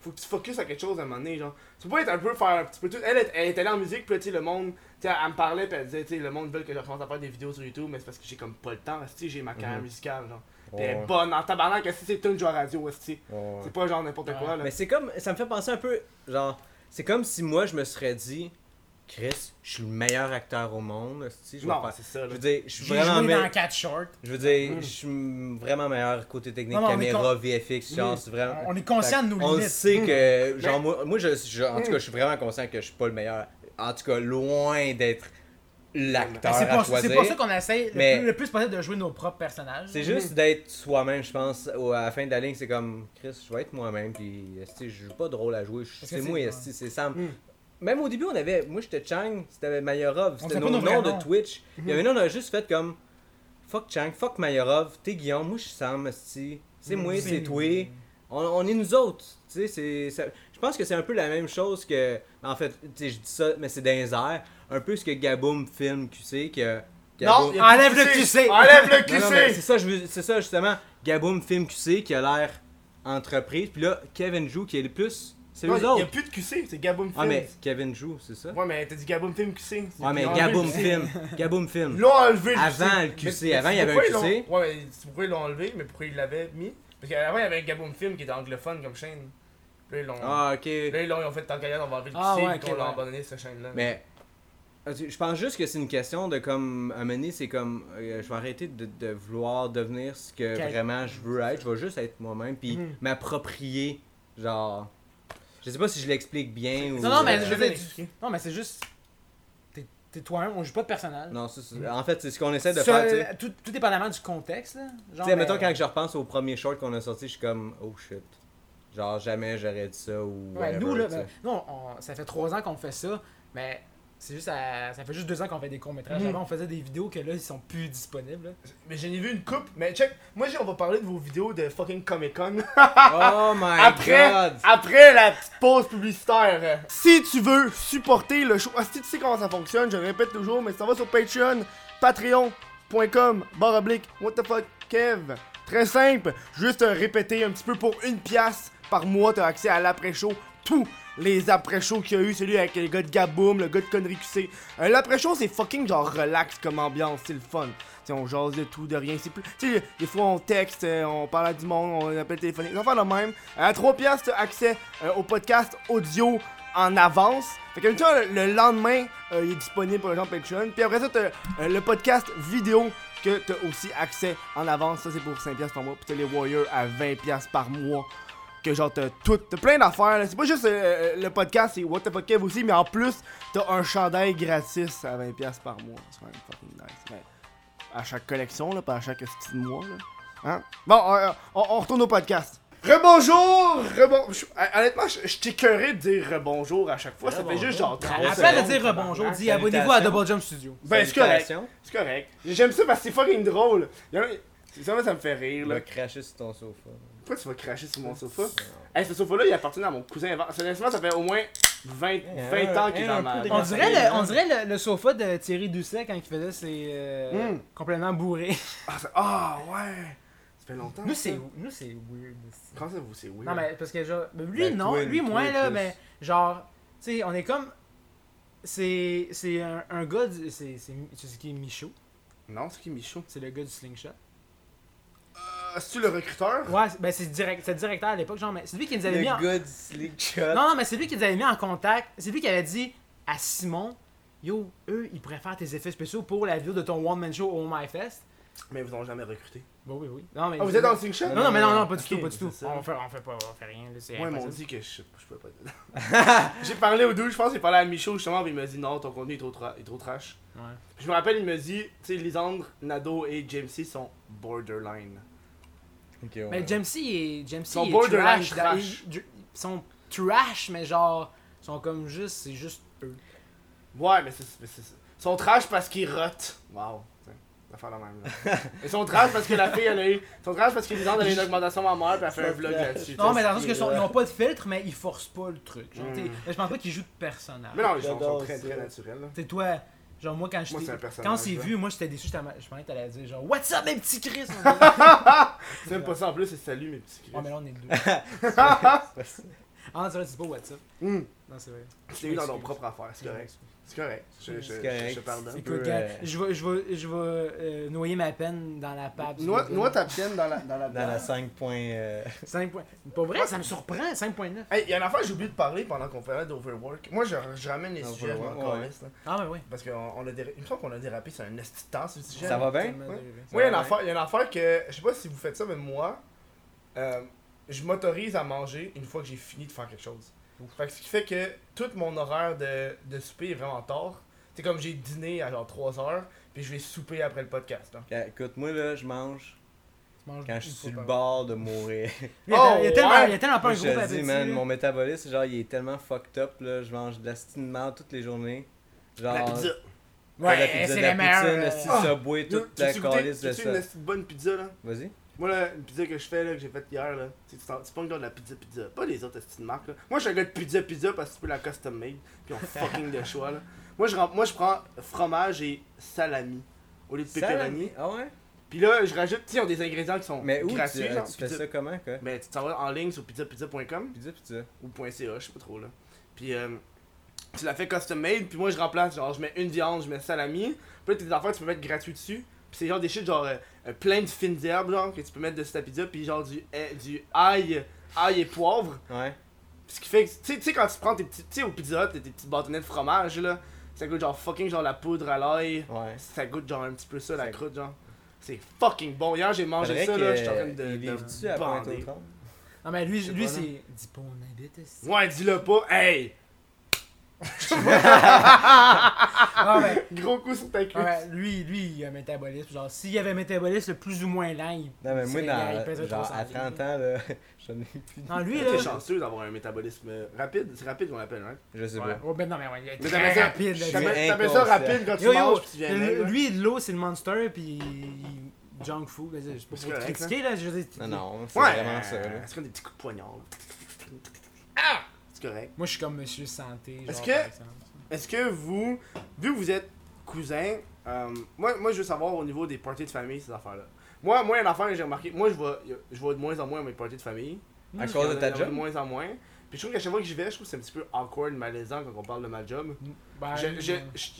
A: Faut que tu focuses à quelque chose à un moment donné, genre. Tu peux pas être un peu faire un petit peu tout. Elle, est- elle est allée en musique, puis là, tu sais, le monde. Tu sais, elle me parlait, puis elle disait, tu sais, le monde veut que je commence à faire des vidéos sur YouTube, mais c'est parce que j'ai comme pas le temps. Tu sais, j'ai ma carrière
B: Mhm.
A: musicale, genre. Puis elle est
B: Ouais.
A: bonne en tabarnak, si c'est une joie radio, esti.
B: Ouais.
A: C'est pas genre n'importe quoi, là.
B: Mais c'est comme, ça me fait penser un peu, genre, c'est comme si moi je me serais dit, Chris, je suis le meilleur acteur au monde, esti, je vais
A: non,
B: faire-
A: c'est ça,
B: Je
A: là.
B: veux dire, je suis
C: J'ai
B: vraiment,
C: joué
B: me-
C: dans 4 shorts
B: je veux dire, je suis vraiment meilleur côté technique,
C: Mm. Non, mais on est Mm.
B: caméra, VFX, genre, c'est vraiment.
C: On est conscient de nos
B: on
C: limites. Mm.
B: sait que, genre, moi, moi je, je- en tout cas, je suis vraiment conscient que je suis pas le meilleur en tout cas loin d'être l'acteur
C: Ben, C'est
B: à
C: pas,
B: choisir.
C: c'est pas ça qu'on essaie le,
B: mais-
C: plus, le plus possible de jouer nos propres personnages.
B: C'est juste d'être soi-même, je pense. Au- À la fin de la ligne, c'est comme Chris, je vais être moi-même, puis esti, je joue pas de rôle à jouer. Je-
C: Parce que
B: C'est
C: c'est-
B: moi,
C: ouais. Hmm.
B: esti, c'est Sam. Même au début, on avait. Moi, j'étais Chang, c'était Mayorov, c'était
C: sait
B: nos
C: pas Hmm. nos vrais
B: noms de
C: noms.
B: Twitch. Il y avait un on a juste fait comme Fuck Chang, fuck Mayorov, t'es Guillaume, moi, je suis Sam, esti. C'est moi,
C: Mhm.
B: c'est toi. On, on est nous autres. Tu sais, c'est. ça- Je pense que c'est un peu la même chose que. En fait, tu sais, je dis ça, mais c'est dans les airs. Un peu ce que Gaboum filme, tu sais, que.
A: Non,
B: Gaboum-
A: y a plus de
C: Enlève le QC.
A: Enlève le
B: non, non, mais c'est
A: QC!
B: ça, je veux- c'est ça justement. Gaboum Film QC qui a l'air entreprise. Puis là, Kevin Jou qui est le plus. C'est
A: Non,
B: eux
A: Il y a
B: autres.
A: plus de QC, c'est Gaboum Film.
B: Ah, mais Kevin Jou, c'est ça?
A: Ouais, mais t'as dit Gaboum Film QC.
B: Ouais, mais
A: Ils ont
B: Gaboum
A: enlevé
B: Film. Gaboum
A: le- Ils
B: Film.
A: l'ont enlevé le
B: Avant le
A: Mais-
B: QC.
A: mais
B: Avant, il y avait
A: pourquoi ils
B: un
A: l'ont-
B: QC.
A: Ouais, mais c'est pourquoi ils l'ont enlevé, mais pourquoi ils l'avaient mis Parce qu'avant, il y avait un Gaboum Film qui était anglophone comme chaîne. Là, ils l'ont.
B: Ah, ok.
A: Là, ils l'ont ils ont fait tant qu'à y aller, on va enlever le QC,
C: Ah, ouais,
A: puis
C: ok,
A: on l'a
C: ouais.
A: abandonné, cette chaîne-là.
B: Mais. Je pense juste que c'est une question de comme. Amener, c'est comme. euh, je vais arrêter de, de vouloir devenir ce que
C: Quel-
B: vraiment je veux être. Je vais juste être moi-même. Puis
A: Mhm.
B: m'approprier. Genre. Je sais pas si je l'explique bien ou. euh,
C: Non, non, mais
A: Ouais.
C: je veux dire, tu- Non, mais c'est juste. T'es t'es toi-même, on joue pas de personnage.
B: Non, c'est- c'est- en fait, c'est ce qu'on essaie de
C: Seul-
B: faire, tu sais.
C: tout, tout dépendamment du contexte, là. Genre, ben,
B: Tu sais,
C: mais-
B: mettons, quand je repense au premier short qu'on a sorti, je suis comme, oh shit. Genre, jamais j'aurais dit ça ou.
C: Ouais,
B: whatever,
C: nous, là,
B: tu sais.
C: ben, nous, on- on- ça fait trois ans qu'on fait ça, mais c'est juste, à- ça fait juste deux ans qu'on fait des courts-métrages.
A: Mhm.
C: Avant, on faisait des vidéos que là, ils sont plus disponibles. là.
A: Mais j'en ai vu une coupe. Mais check, moi, j'ai- on va parler de vos vidéos de fucking Comic Con.
C: Ah,
B: Oh my
A: Après,
B: god!
A: après la petite pause publicitaire. euh, Si tu veux supporter le show, ah, si tu sais comment ça fonctionne, je le répète toujours, mais ça va sur Patreon, patreon.com, barre oblique, what the fuck, Kev. Très simple, juste euh, répéter un petit peu pour une pièce par mois, t'as accès à l'après-show, tous les après-shows qu'il y a eu, celui avec les gars de Gaboum, le gars de Connery QC. Euh, L'après-show, c'est fucking genre relax comme ambiance, c'est le fun. T'sais, on jase de tout, de rien. C'est plus. Tu sais, des fois on texte, euh, on parle à du monde, on appelle téléphonique. On fait le même. À 3 piastres, t'as accès euh, au podcast audio en avance. Fait que ça, le, le lendemain, euh, il est disponible pour les gens Patreon. Puis après ça, t'as euh, le podcast vidéo que t'as aussi accès en avance. Ça, c'est pour 5 piastres par mois. Puis t'as les Warriors à 20 piastres par mois. Que genre, t'as tout. T'as plein d'affaires. là. C'est pas juste euh, euh, le podcast, c'est What the fuck Kev aussi. Mais en plus, t'as un chandail gratis à 20 piastres par mois. C'est quand même fucking nice. Mais- à chaque collection, là, pas à chaque style mois. Là. Hein? Bon, euh, on, on retourne au podcast. Rebonjour! Rebon... je- Honnêtement, je je suis écœuré de dire rebonjour à chaque fois. Ça fait juste genre 30
B: Ouais,
C: Après
B: c'est
C: de
A: secondes.
B: bon,
C: dire euh, bonjour, dis abonnez-vous à
B: Salutations.
C: Double Jump Studio.
A: Ben, c'est correct.
B: Salutations.
A: C'est correct. J'aime ça parce que c'est fucking drôle. Y a un- c'est Ça, ça me fait rire,
B: Il
A: là.
B: va cracher sur ton sofa.
A: Pourquoi tu vas cracher sur mon sofa? Hey, ce sofa-là, il appartenait à mon cousin avant. Sérieusement, ça fait au moins 20,
C: Eh,
A: 20 ans qu'il est dans ma...
C: On dirait, le, on dirait le, le sofa de Thierry Doucet quand il faisait ses euh,
A: Mm.
C: complètement bourré.
A: Ah, ça- ah, ouais! Ça fait longtemps.
C: Nous
A: ça.
C: c'est nous c'est weird. aussi.
A: Quand ça vous, c'est weird.
C: Non mais parce que genre ben, lui
B: Ben,
C: non,
B: toi,
C: lui
B: toi,
C: moins là
B: plus.
C: mais genre tu sais on est comme c'est c'est un, un gars du- c'est c'est tu sais qui est Michaud,
A: Non, c'est qui, Michaud?
C: c'est le gars du slingshot.
A: Euh, C'est-tu le recruteur?
C: Ouais, c'est- ben c'est direct c'est le directeur à l'époque genre mais c'est lui qui nous avait
B: Le
C: mis en...
B: gars du slick shot.
C: Non, non, mais c'est lui qui les avait mis en contact. C'est lui qui avait dit à Simon Yo, eux, ils préfèrent tes effets spéciaux pour la vidéo de ton one-man show au My Fest.
A: Mais ils vous ont jamais recruté.
C: Bah oui, oui. Non, mais.
A: Ah, vous êtes dans le Slingshot?
C: Non, non, mais non, non, pas du
A: Ok,
C: tout, pas du
A: c'est
C: tout.
A: ça.
C: On fait, on fait pas, on fait rien. Là, c'est
A: Ouais, mais on
C: impossible.
A: dit que je, sais pas, je pouvais pas être dedans. j'ai parlé aux deux, je pense, j'ai parlé à Michaud justement, puis il m'a dit non, ton contenu est trop, tra- est trop trash.
C: Ouais.
A: Je me rappelle, il me dit, tu sais, Lisandre, Nado et Jamesy sont borderline.
B: Ok, ouais.
C: Mais James C. est. James C.
A: Son
C: est
A: borderline
C: trash.
A: trash.
C: Ils- ils sont trash, mais genre. Ils sont comme juste. C'est juste eux.
A: Ouais, mais c'est mais c'est ça. Ils sont trash parce qu'ils rotent. Waouh. Faire la même, là. Ils sont trash parce que la fille elle a eu. Ils sont trash parce que Lisandre elle a eu une augmentation mammaire puis elle fait un vlog là-dessus.
C: Non,
A: tu sais.
C: mais dans le sens qu'ils n'ont pas de filtre, mais ils forcent pas le truc. Genre,
A: Mm.
C: t'sais, Je pense pas qu'ils jouent de personnage.
A: Mais non, ils sont, sont
B: J'adore
A: très
B: ça.
A: très naturels. là.
C: C'est toi, genre moi quand je
A: Moi,
C: t'ai-
A: c'est un personnage,
C: quand c'est
A: là.
C: vu, moi j'étais déçu, j'étais ma- je pensais que t'allais dire genre What's up mes petits Chris
A: C'est même pas ça en plus, c'est salut mes petits
C: Oh mais là on est le deux. Ah non, c'est vrai, tu dis pas What's up.
A: Hum,
C: Non, c'est vrai.
A: Tu t'es eu dans ton propre affaire, c'est correct. C'est correct. Je, je,
B: C'est
A: je,
B: correct.
A: je pardonne.
B: Un
C: Écoute,
B: peu,
C: gars,
B: euh,
C: je vais, je vais, je vais euh, noyer ma peine dans la pape.
A: Noie, noie ta pienne dans la. Dans la,
B: Dans la 5 points. euh,
C: 5 points. Pas vrai, ça me surprend, 5.9.
A: Hey, il y a une affaire que j'ai oublié de parler pendant qu'on parlait d'Overwork. Moi, je, je ramène les sujets
B: Overwork,
A: encore
B: ouais.
A: là.
C: Ah mais oui.
A: Parce qu'on on a dérapé. Il me semble qu'on a dérapé sur un esti de temps, ce sujet.
B: Ça va bien?
C: Tellement
A: Ouais.
C: dérivé.
A: Moi, il y a une
B: va
A: affaire- il y a une affaire que. Je sais pas si vous faites ça, mais moi, euh, je m'autorise à manger une fois que j'ai fini de faire quelque chose. Fait que ce qui fait que tout mon horaire de, de souper est vraiment tard. C'est comme j'ai dîné à genre 3 heures, puis je vais souper après le podcast. hein.
B: Quand- écoute, moi là, je mange
C: Tu manges
B: quand
C: une
B: je suis
C: fois
B: sur le
C: par-
B: bord de mourir.
C: Il y a,
A: Oh,
C: il y a tellement,
A: ouais.
C: il y a tellement pas un
B: je
C: gros
B: te
C: appétit.
B: dis, man,
C: là.
B: mon métabolisme, genre, il est tellement fucked up, là. Je mange de la style de merde toutes les journées. Genre,
A: La pizza.
B: pas de la
C: Ouais, eh,
B: pizza,
C: c'est
B: de la
C: la meilleure.
B: poutine,
C: euh,
B: le style
A: Ah.
B: Subway,
A: Yo,
B: toute la
A: t'as-tu goûté-
B: calice de
A: t'as-tu
B: ça.
A: une esti de bonne pizza là?
B: Vas-y.
A: Moi là, une pizza que je fais là, que j'ai faite hier là, c'est tu t'en- tu prends genre de la pizza pizza, pas les autres esti de marques là. Moi je suis un gars de pizza pizza parce que tu peux la custom made, puis on fucking de choix là. Moi je, rem- moi je prends fromage et salami au lieu de pepperoni.
B: Salami? Ah ouais?
A: Puis là je rajoute, tu sais, ils ont des ingrédients qui sont
B: Mais où tu,
A: gratuits
B: euh,
A: genre.
B: tu fais
A: pizza-
B: ça comment, quoi?
A: Ben tu t'en vas en ligne sur pizzapizza.com
B: Pizza, pizza.
A: ou .ca, je sais pas trop là. Puis euh, tu la fais custom made, puis moi je remplace, genre je mets une viande, je mets salami, puis là tes affaires tu peux mettre gratuit dessus. Puis c'est genre des shit genre euh, euh, plein de fines herbes genre que tu peux mettre de ta pizza, puis genre du, eh, du ail, ail et poivre.
B: Ouais.
A: Puis ce qui fait que, tu sais- tu sais quand tu prends tes petits, tu sais au pizza Hut, t'as tes petites bâtonnets de fromage là, ça goûte genre fucking genre la poudre à l'ail,
B: Ouais.
A: ça goûte genre un petit peu ça la
B: Ça-
A: croûte genre. C'est fucking bon. Hier j'ai mangé
B: Faudrait
A: ça
B: que,
A: là, j'étais en train de,
B: euh, il livre-tu à
A: de
B: pointe
A: bander.
C: Non, Ah, mais lui,
A: sais
C: lui
A: pas, là.
C: c'est. Dis pas on habite, est-ce que-
A: Ouais, dis-le pas, hey!
C: Ah, ouais. Ah,
A: Gros coup sur ta cuisse.
C: Ouais, lui, lui, il a un métabolisme. Genre, s'il y avait un métabolisme le plus ou moins lent, il.
B: Non, mais moi,
C: il
B: dans-
C: pèserait
B: genre,
C: 300
B: à 30 ans, là, j'en ai plus.
C: Non, lui, là.
A: T'es chanceux d'avoir un métabolisme euh, rapide. C'est rapide qu'on l'appelle, hein?
B: Je sais
A: Ouais.
B: pas.
C: Oh, ben non, mais ouais, il est
A: Mais
C: très
A: t'appelles ça-
C: rapide, là,
B: Je
C: t'sais.
B: suis
A: T'appelles t'appelles ça
B: inconscient.
A: rapide quand Ah, tu
C: Yo, yo,
A: manges puis tu viens
C: le-
A: de
C: lui, l'eau, c'est le monster, puis il- junk food. là, Je sais pas
A: C'est
C: pour te
A: correct, hein?
C: critiquer, là. Je veux dire,
B: Non, non, c'est
A: Ouais!
B: vraiment ça, là.
A: C'est comme des petits coups de poignard, là.
B: Ah!
A: C'est correct.
C: Moi, je suis comme monsieur santé. genre,
A: Est-ce
C: par
A: que-
C: exemple.
A: Est-ce que vous, vu que vous êtes cousin, euh, moi, moi je veux savoir au niveau des parties de famille, ces affaires-là. Moi, moi, une affaire que j'ai remarqué, moi je vais, je vais de moins en moins à mes parties de famille.
B: À cause de
A: J'en ai
B: ta
A: de
B: job?
A: moins en moins. Puis je trouve qu'à chaque fois que j'y vais, je trouve que c'est un petit peu awkward, malaisant quand on parle de ma job.
C: Ben,
A: Je- je-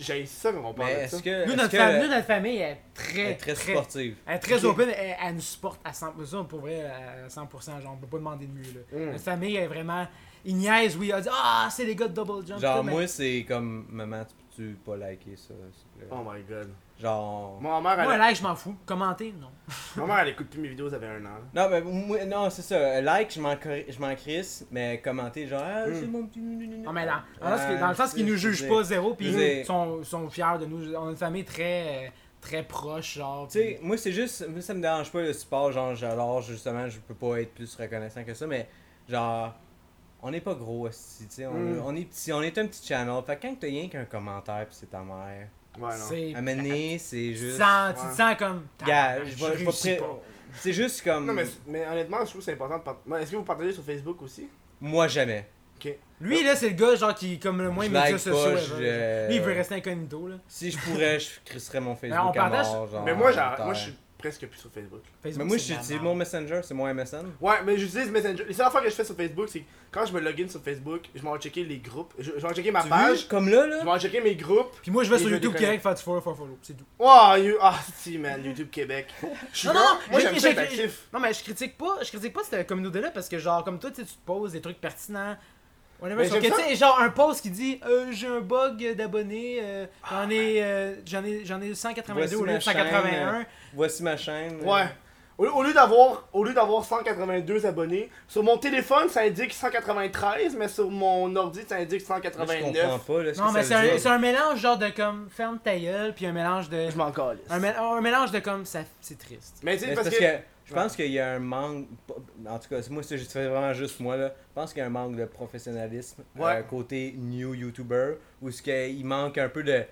A: J'ai ça quand on
B: Mais
A: parle de ça.
B: est-ce que.
C: Nous,
B: est-ce
C: notre,
B: que
C: fam-
B: le-
C: nous, notre famille est
B: elle
C: très.
B: est très sportive?
C: Elle est très
A: Ok.
C: open, elle, elle nous supporte à 100%, pour vrai, à 100%, genre, on peut pas demander de mieux, là.
A: Mm.
C: Notre famille est vraiment, ils niaisent, oui, elle dit « Ah, c'est les gars de Double Jump! »
B: Genre,
C: mais-
B: moi, c'est comme. Maman, tu peux-tu pas liker ça, s'il te plaît?
A: Oh my god.
B: Genre.
A: Ma mère, elle,
C: Moi, là, je m'en fous. Commenter, non.
A: ma mère, elle écoute plus mes vidéos, ça fait un an.
B: Non, mais moi, non, c'est ça. Euh, Like, je m'en cri- je m'en crisse, mais commenter, genre, ah,
A: Mm.
B: c'est mon petit. Non,
C: Non, Ah, mais euh, dans, dans le sens
B: Ah,
C: que- dans le sens qu'ils nous jugent pas zéro, puis
B: Je
C: ils
B: sais.
C: sont, sont fiers de nous. On a une famille très, euh, très proche, genre.
B: Tu sais, moi, c'est juste. Moi, ça me dérange pas le support, genre, alors, justement, je peux pas être plus reconnaissant que ça, mais genre. On n'est pas gros, aussi, tu sais. On,
A: Mm.
B: on est petit, on est un petit channel. Fait que quand t'as rien qu'un commentaire, pis c'est ta mère.
A: là. Ouais, non.
C: c'est...
B: À mener, c'est
C: Tu te
B: Ah,
C: sens,
B: juste.
C: tu te
A: ouais.
C: sens comme...
B: Gars,
C: Tabarnak,
B: je vais- je vais
C: réussis
B: pré-
C: pas.
B: C'est juste comme.
A: Non, mais, mais honnêtement, je trouve que c'est important de partager. Est-ce que vous partagez sur Facebook aussi
B: Moi, jamais.
A: Ok.
C: Lui, là, c'est le gars, genre, qui est comme le moins
B: Je
C: média
B: like
C: social.
B: pas,
C: ever, genre.
B: je-
C: Lui, il veut rester incognito, là.
B: Si je pourrais, je crisserais mon Facebook.
C: on
B: à
C: partage-
B: mort, genre,
A: Mais moi,
B: en
A: j'arrête-
B: terre.
A: moi, je suis presque plus sur Facebook.
C: Facebook,
B: Mais moi,
C: c'est de la
B: j'utilise
C: merde.
B: mon Messenger, c'est mon MSN.
A: Ouais, mais j'utilise Messenger. Les seules affaires que je fais sur Facebook, c'est que quand je me login sur Facebook, je m'en vais checker les groupes. Je, je vais en checker ma
B: Tu
A: page,
B: veux? Comme là,
A: je
B: là.
A: m'en vais checker mes groupes.
C: Puis moi, je vais
A: Et
C: sur
A: je
C: YouTube
A: déconnecte.
C: Québec faire du follow, follow, follow, c'est tout.
A: Wow, you. Ah, si, man, YouTube Québec. Je suis
C: Non, non,
A: bon.
C: non,
A: Moi,
C: j'ai-
A: j'aime ça
C: j'ai-
A: être actif.
C: Non, mais je critique pas, je critique pas cette communauté-là parce que, genre, comme toi, tu sais, tu te poses des trucs pertinents. Whatever,
A: Mais
C: sauf que,
A: j'aime
C: tu sais, genre, un post qui dit euh, J'ai un bug d'abonnés, euh, j'en ai, euh, j'en ai, j'en ai 182 au
B: Ah, Voici
C: lieu de
B: ma chaîne, euh,
C: 181.
B: Voici ma chaîne.
A: Ouais. Au, au lieu d'avoir au lieu d'avoir 182 abonnés, sur mon téléphone, ça indique 193, mais sur mon ordi, ça indique
B: Là, Je comprends
A: 189.
B: pas, là. ce
C: Non,
B: que
C: mais c'est
B: ça veut
C: un,
B: dire.
C: c'est un mélange, genre, de comme ferme ta gueule, puis un mélange de.
A: Je m'en calisse.
C: Un, mé- un mélange de comme ça, c'est triste.
A: Mais tu
B: Mais
A: sais,
B: c'est
A: parce
B: parce
A: que.
B: que je pense qu'il y a un manque. En tout cas, moi, c'est juste- c'est vraiment juste moi, là. Je pense qu'il y a un manque de professionnalisme
A: Ouais.
B: euh, côté new YouTuber où ce qu'il manque un peu de.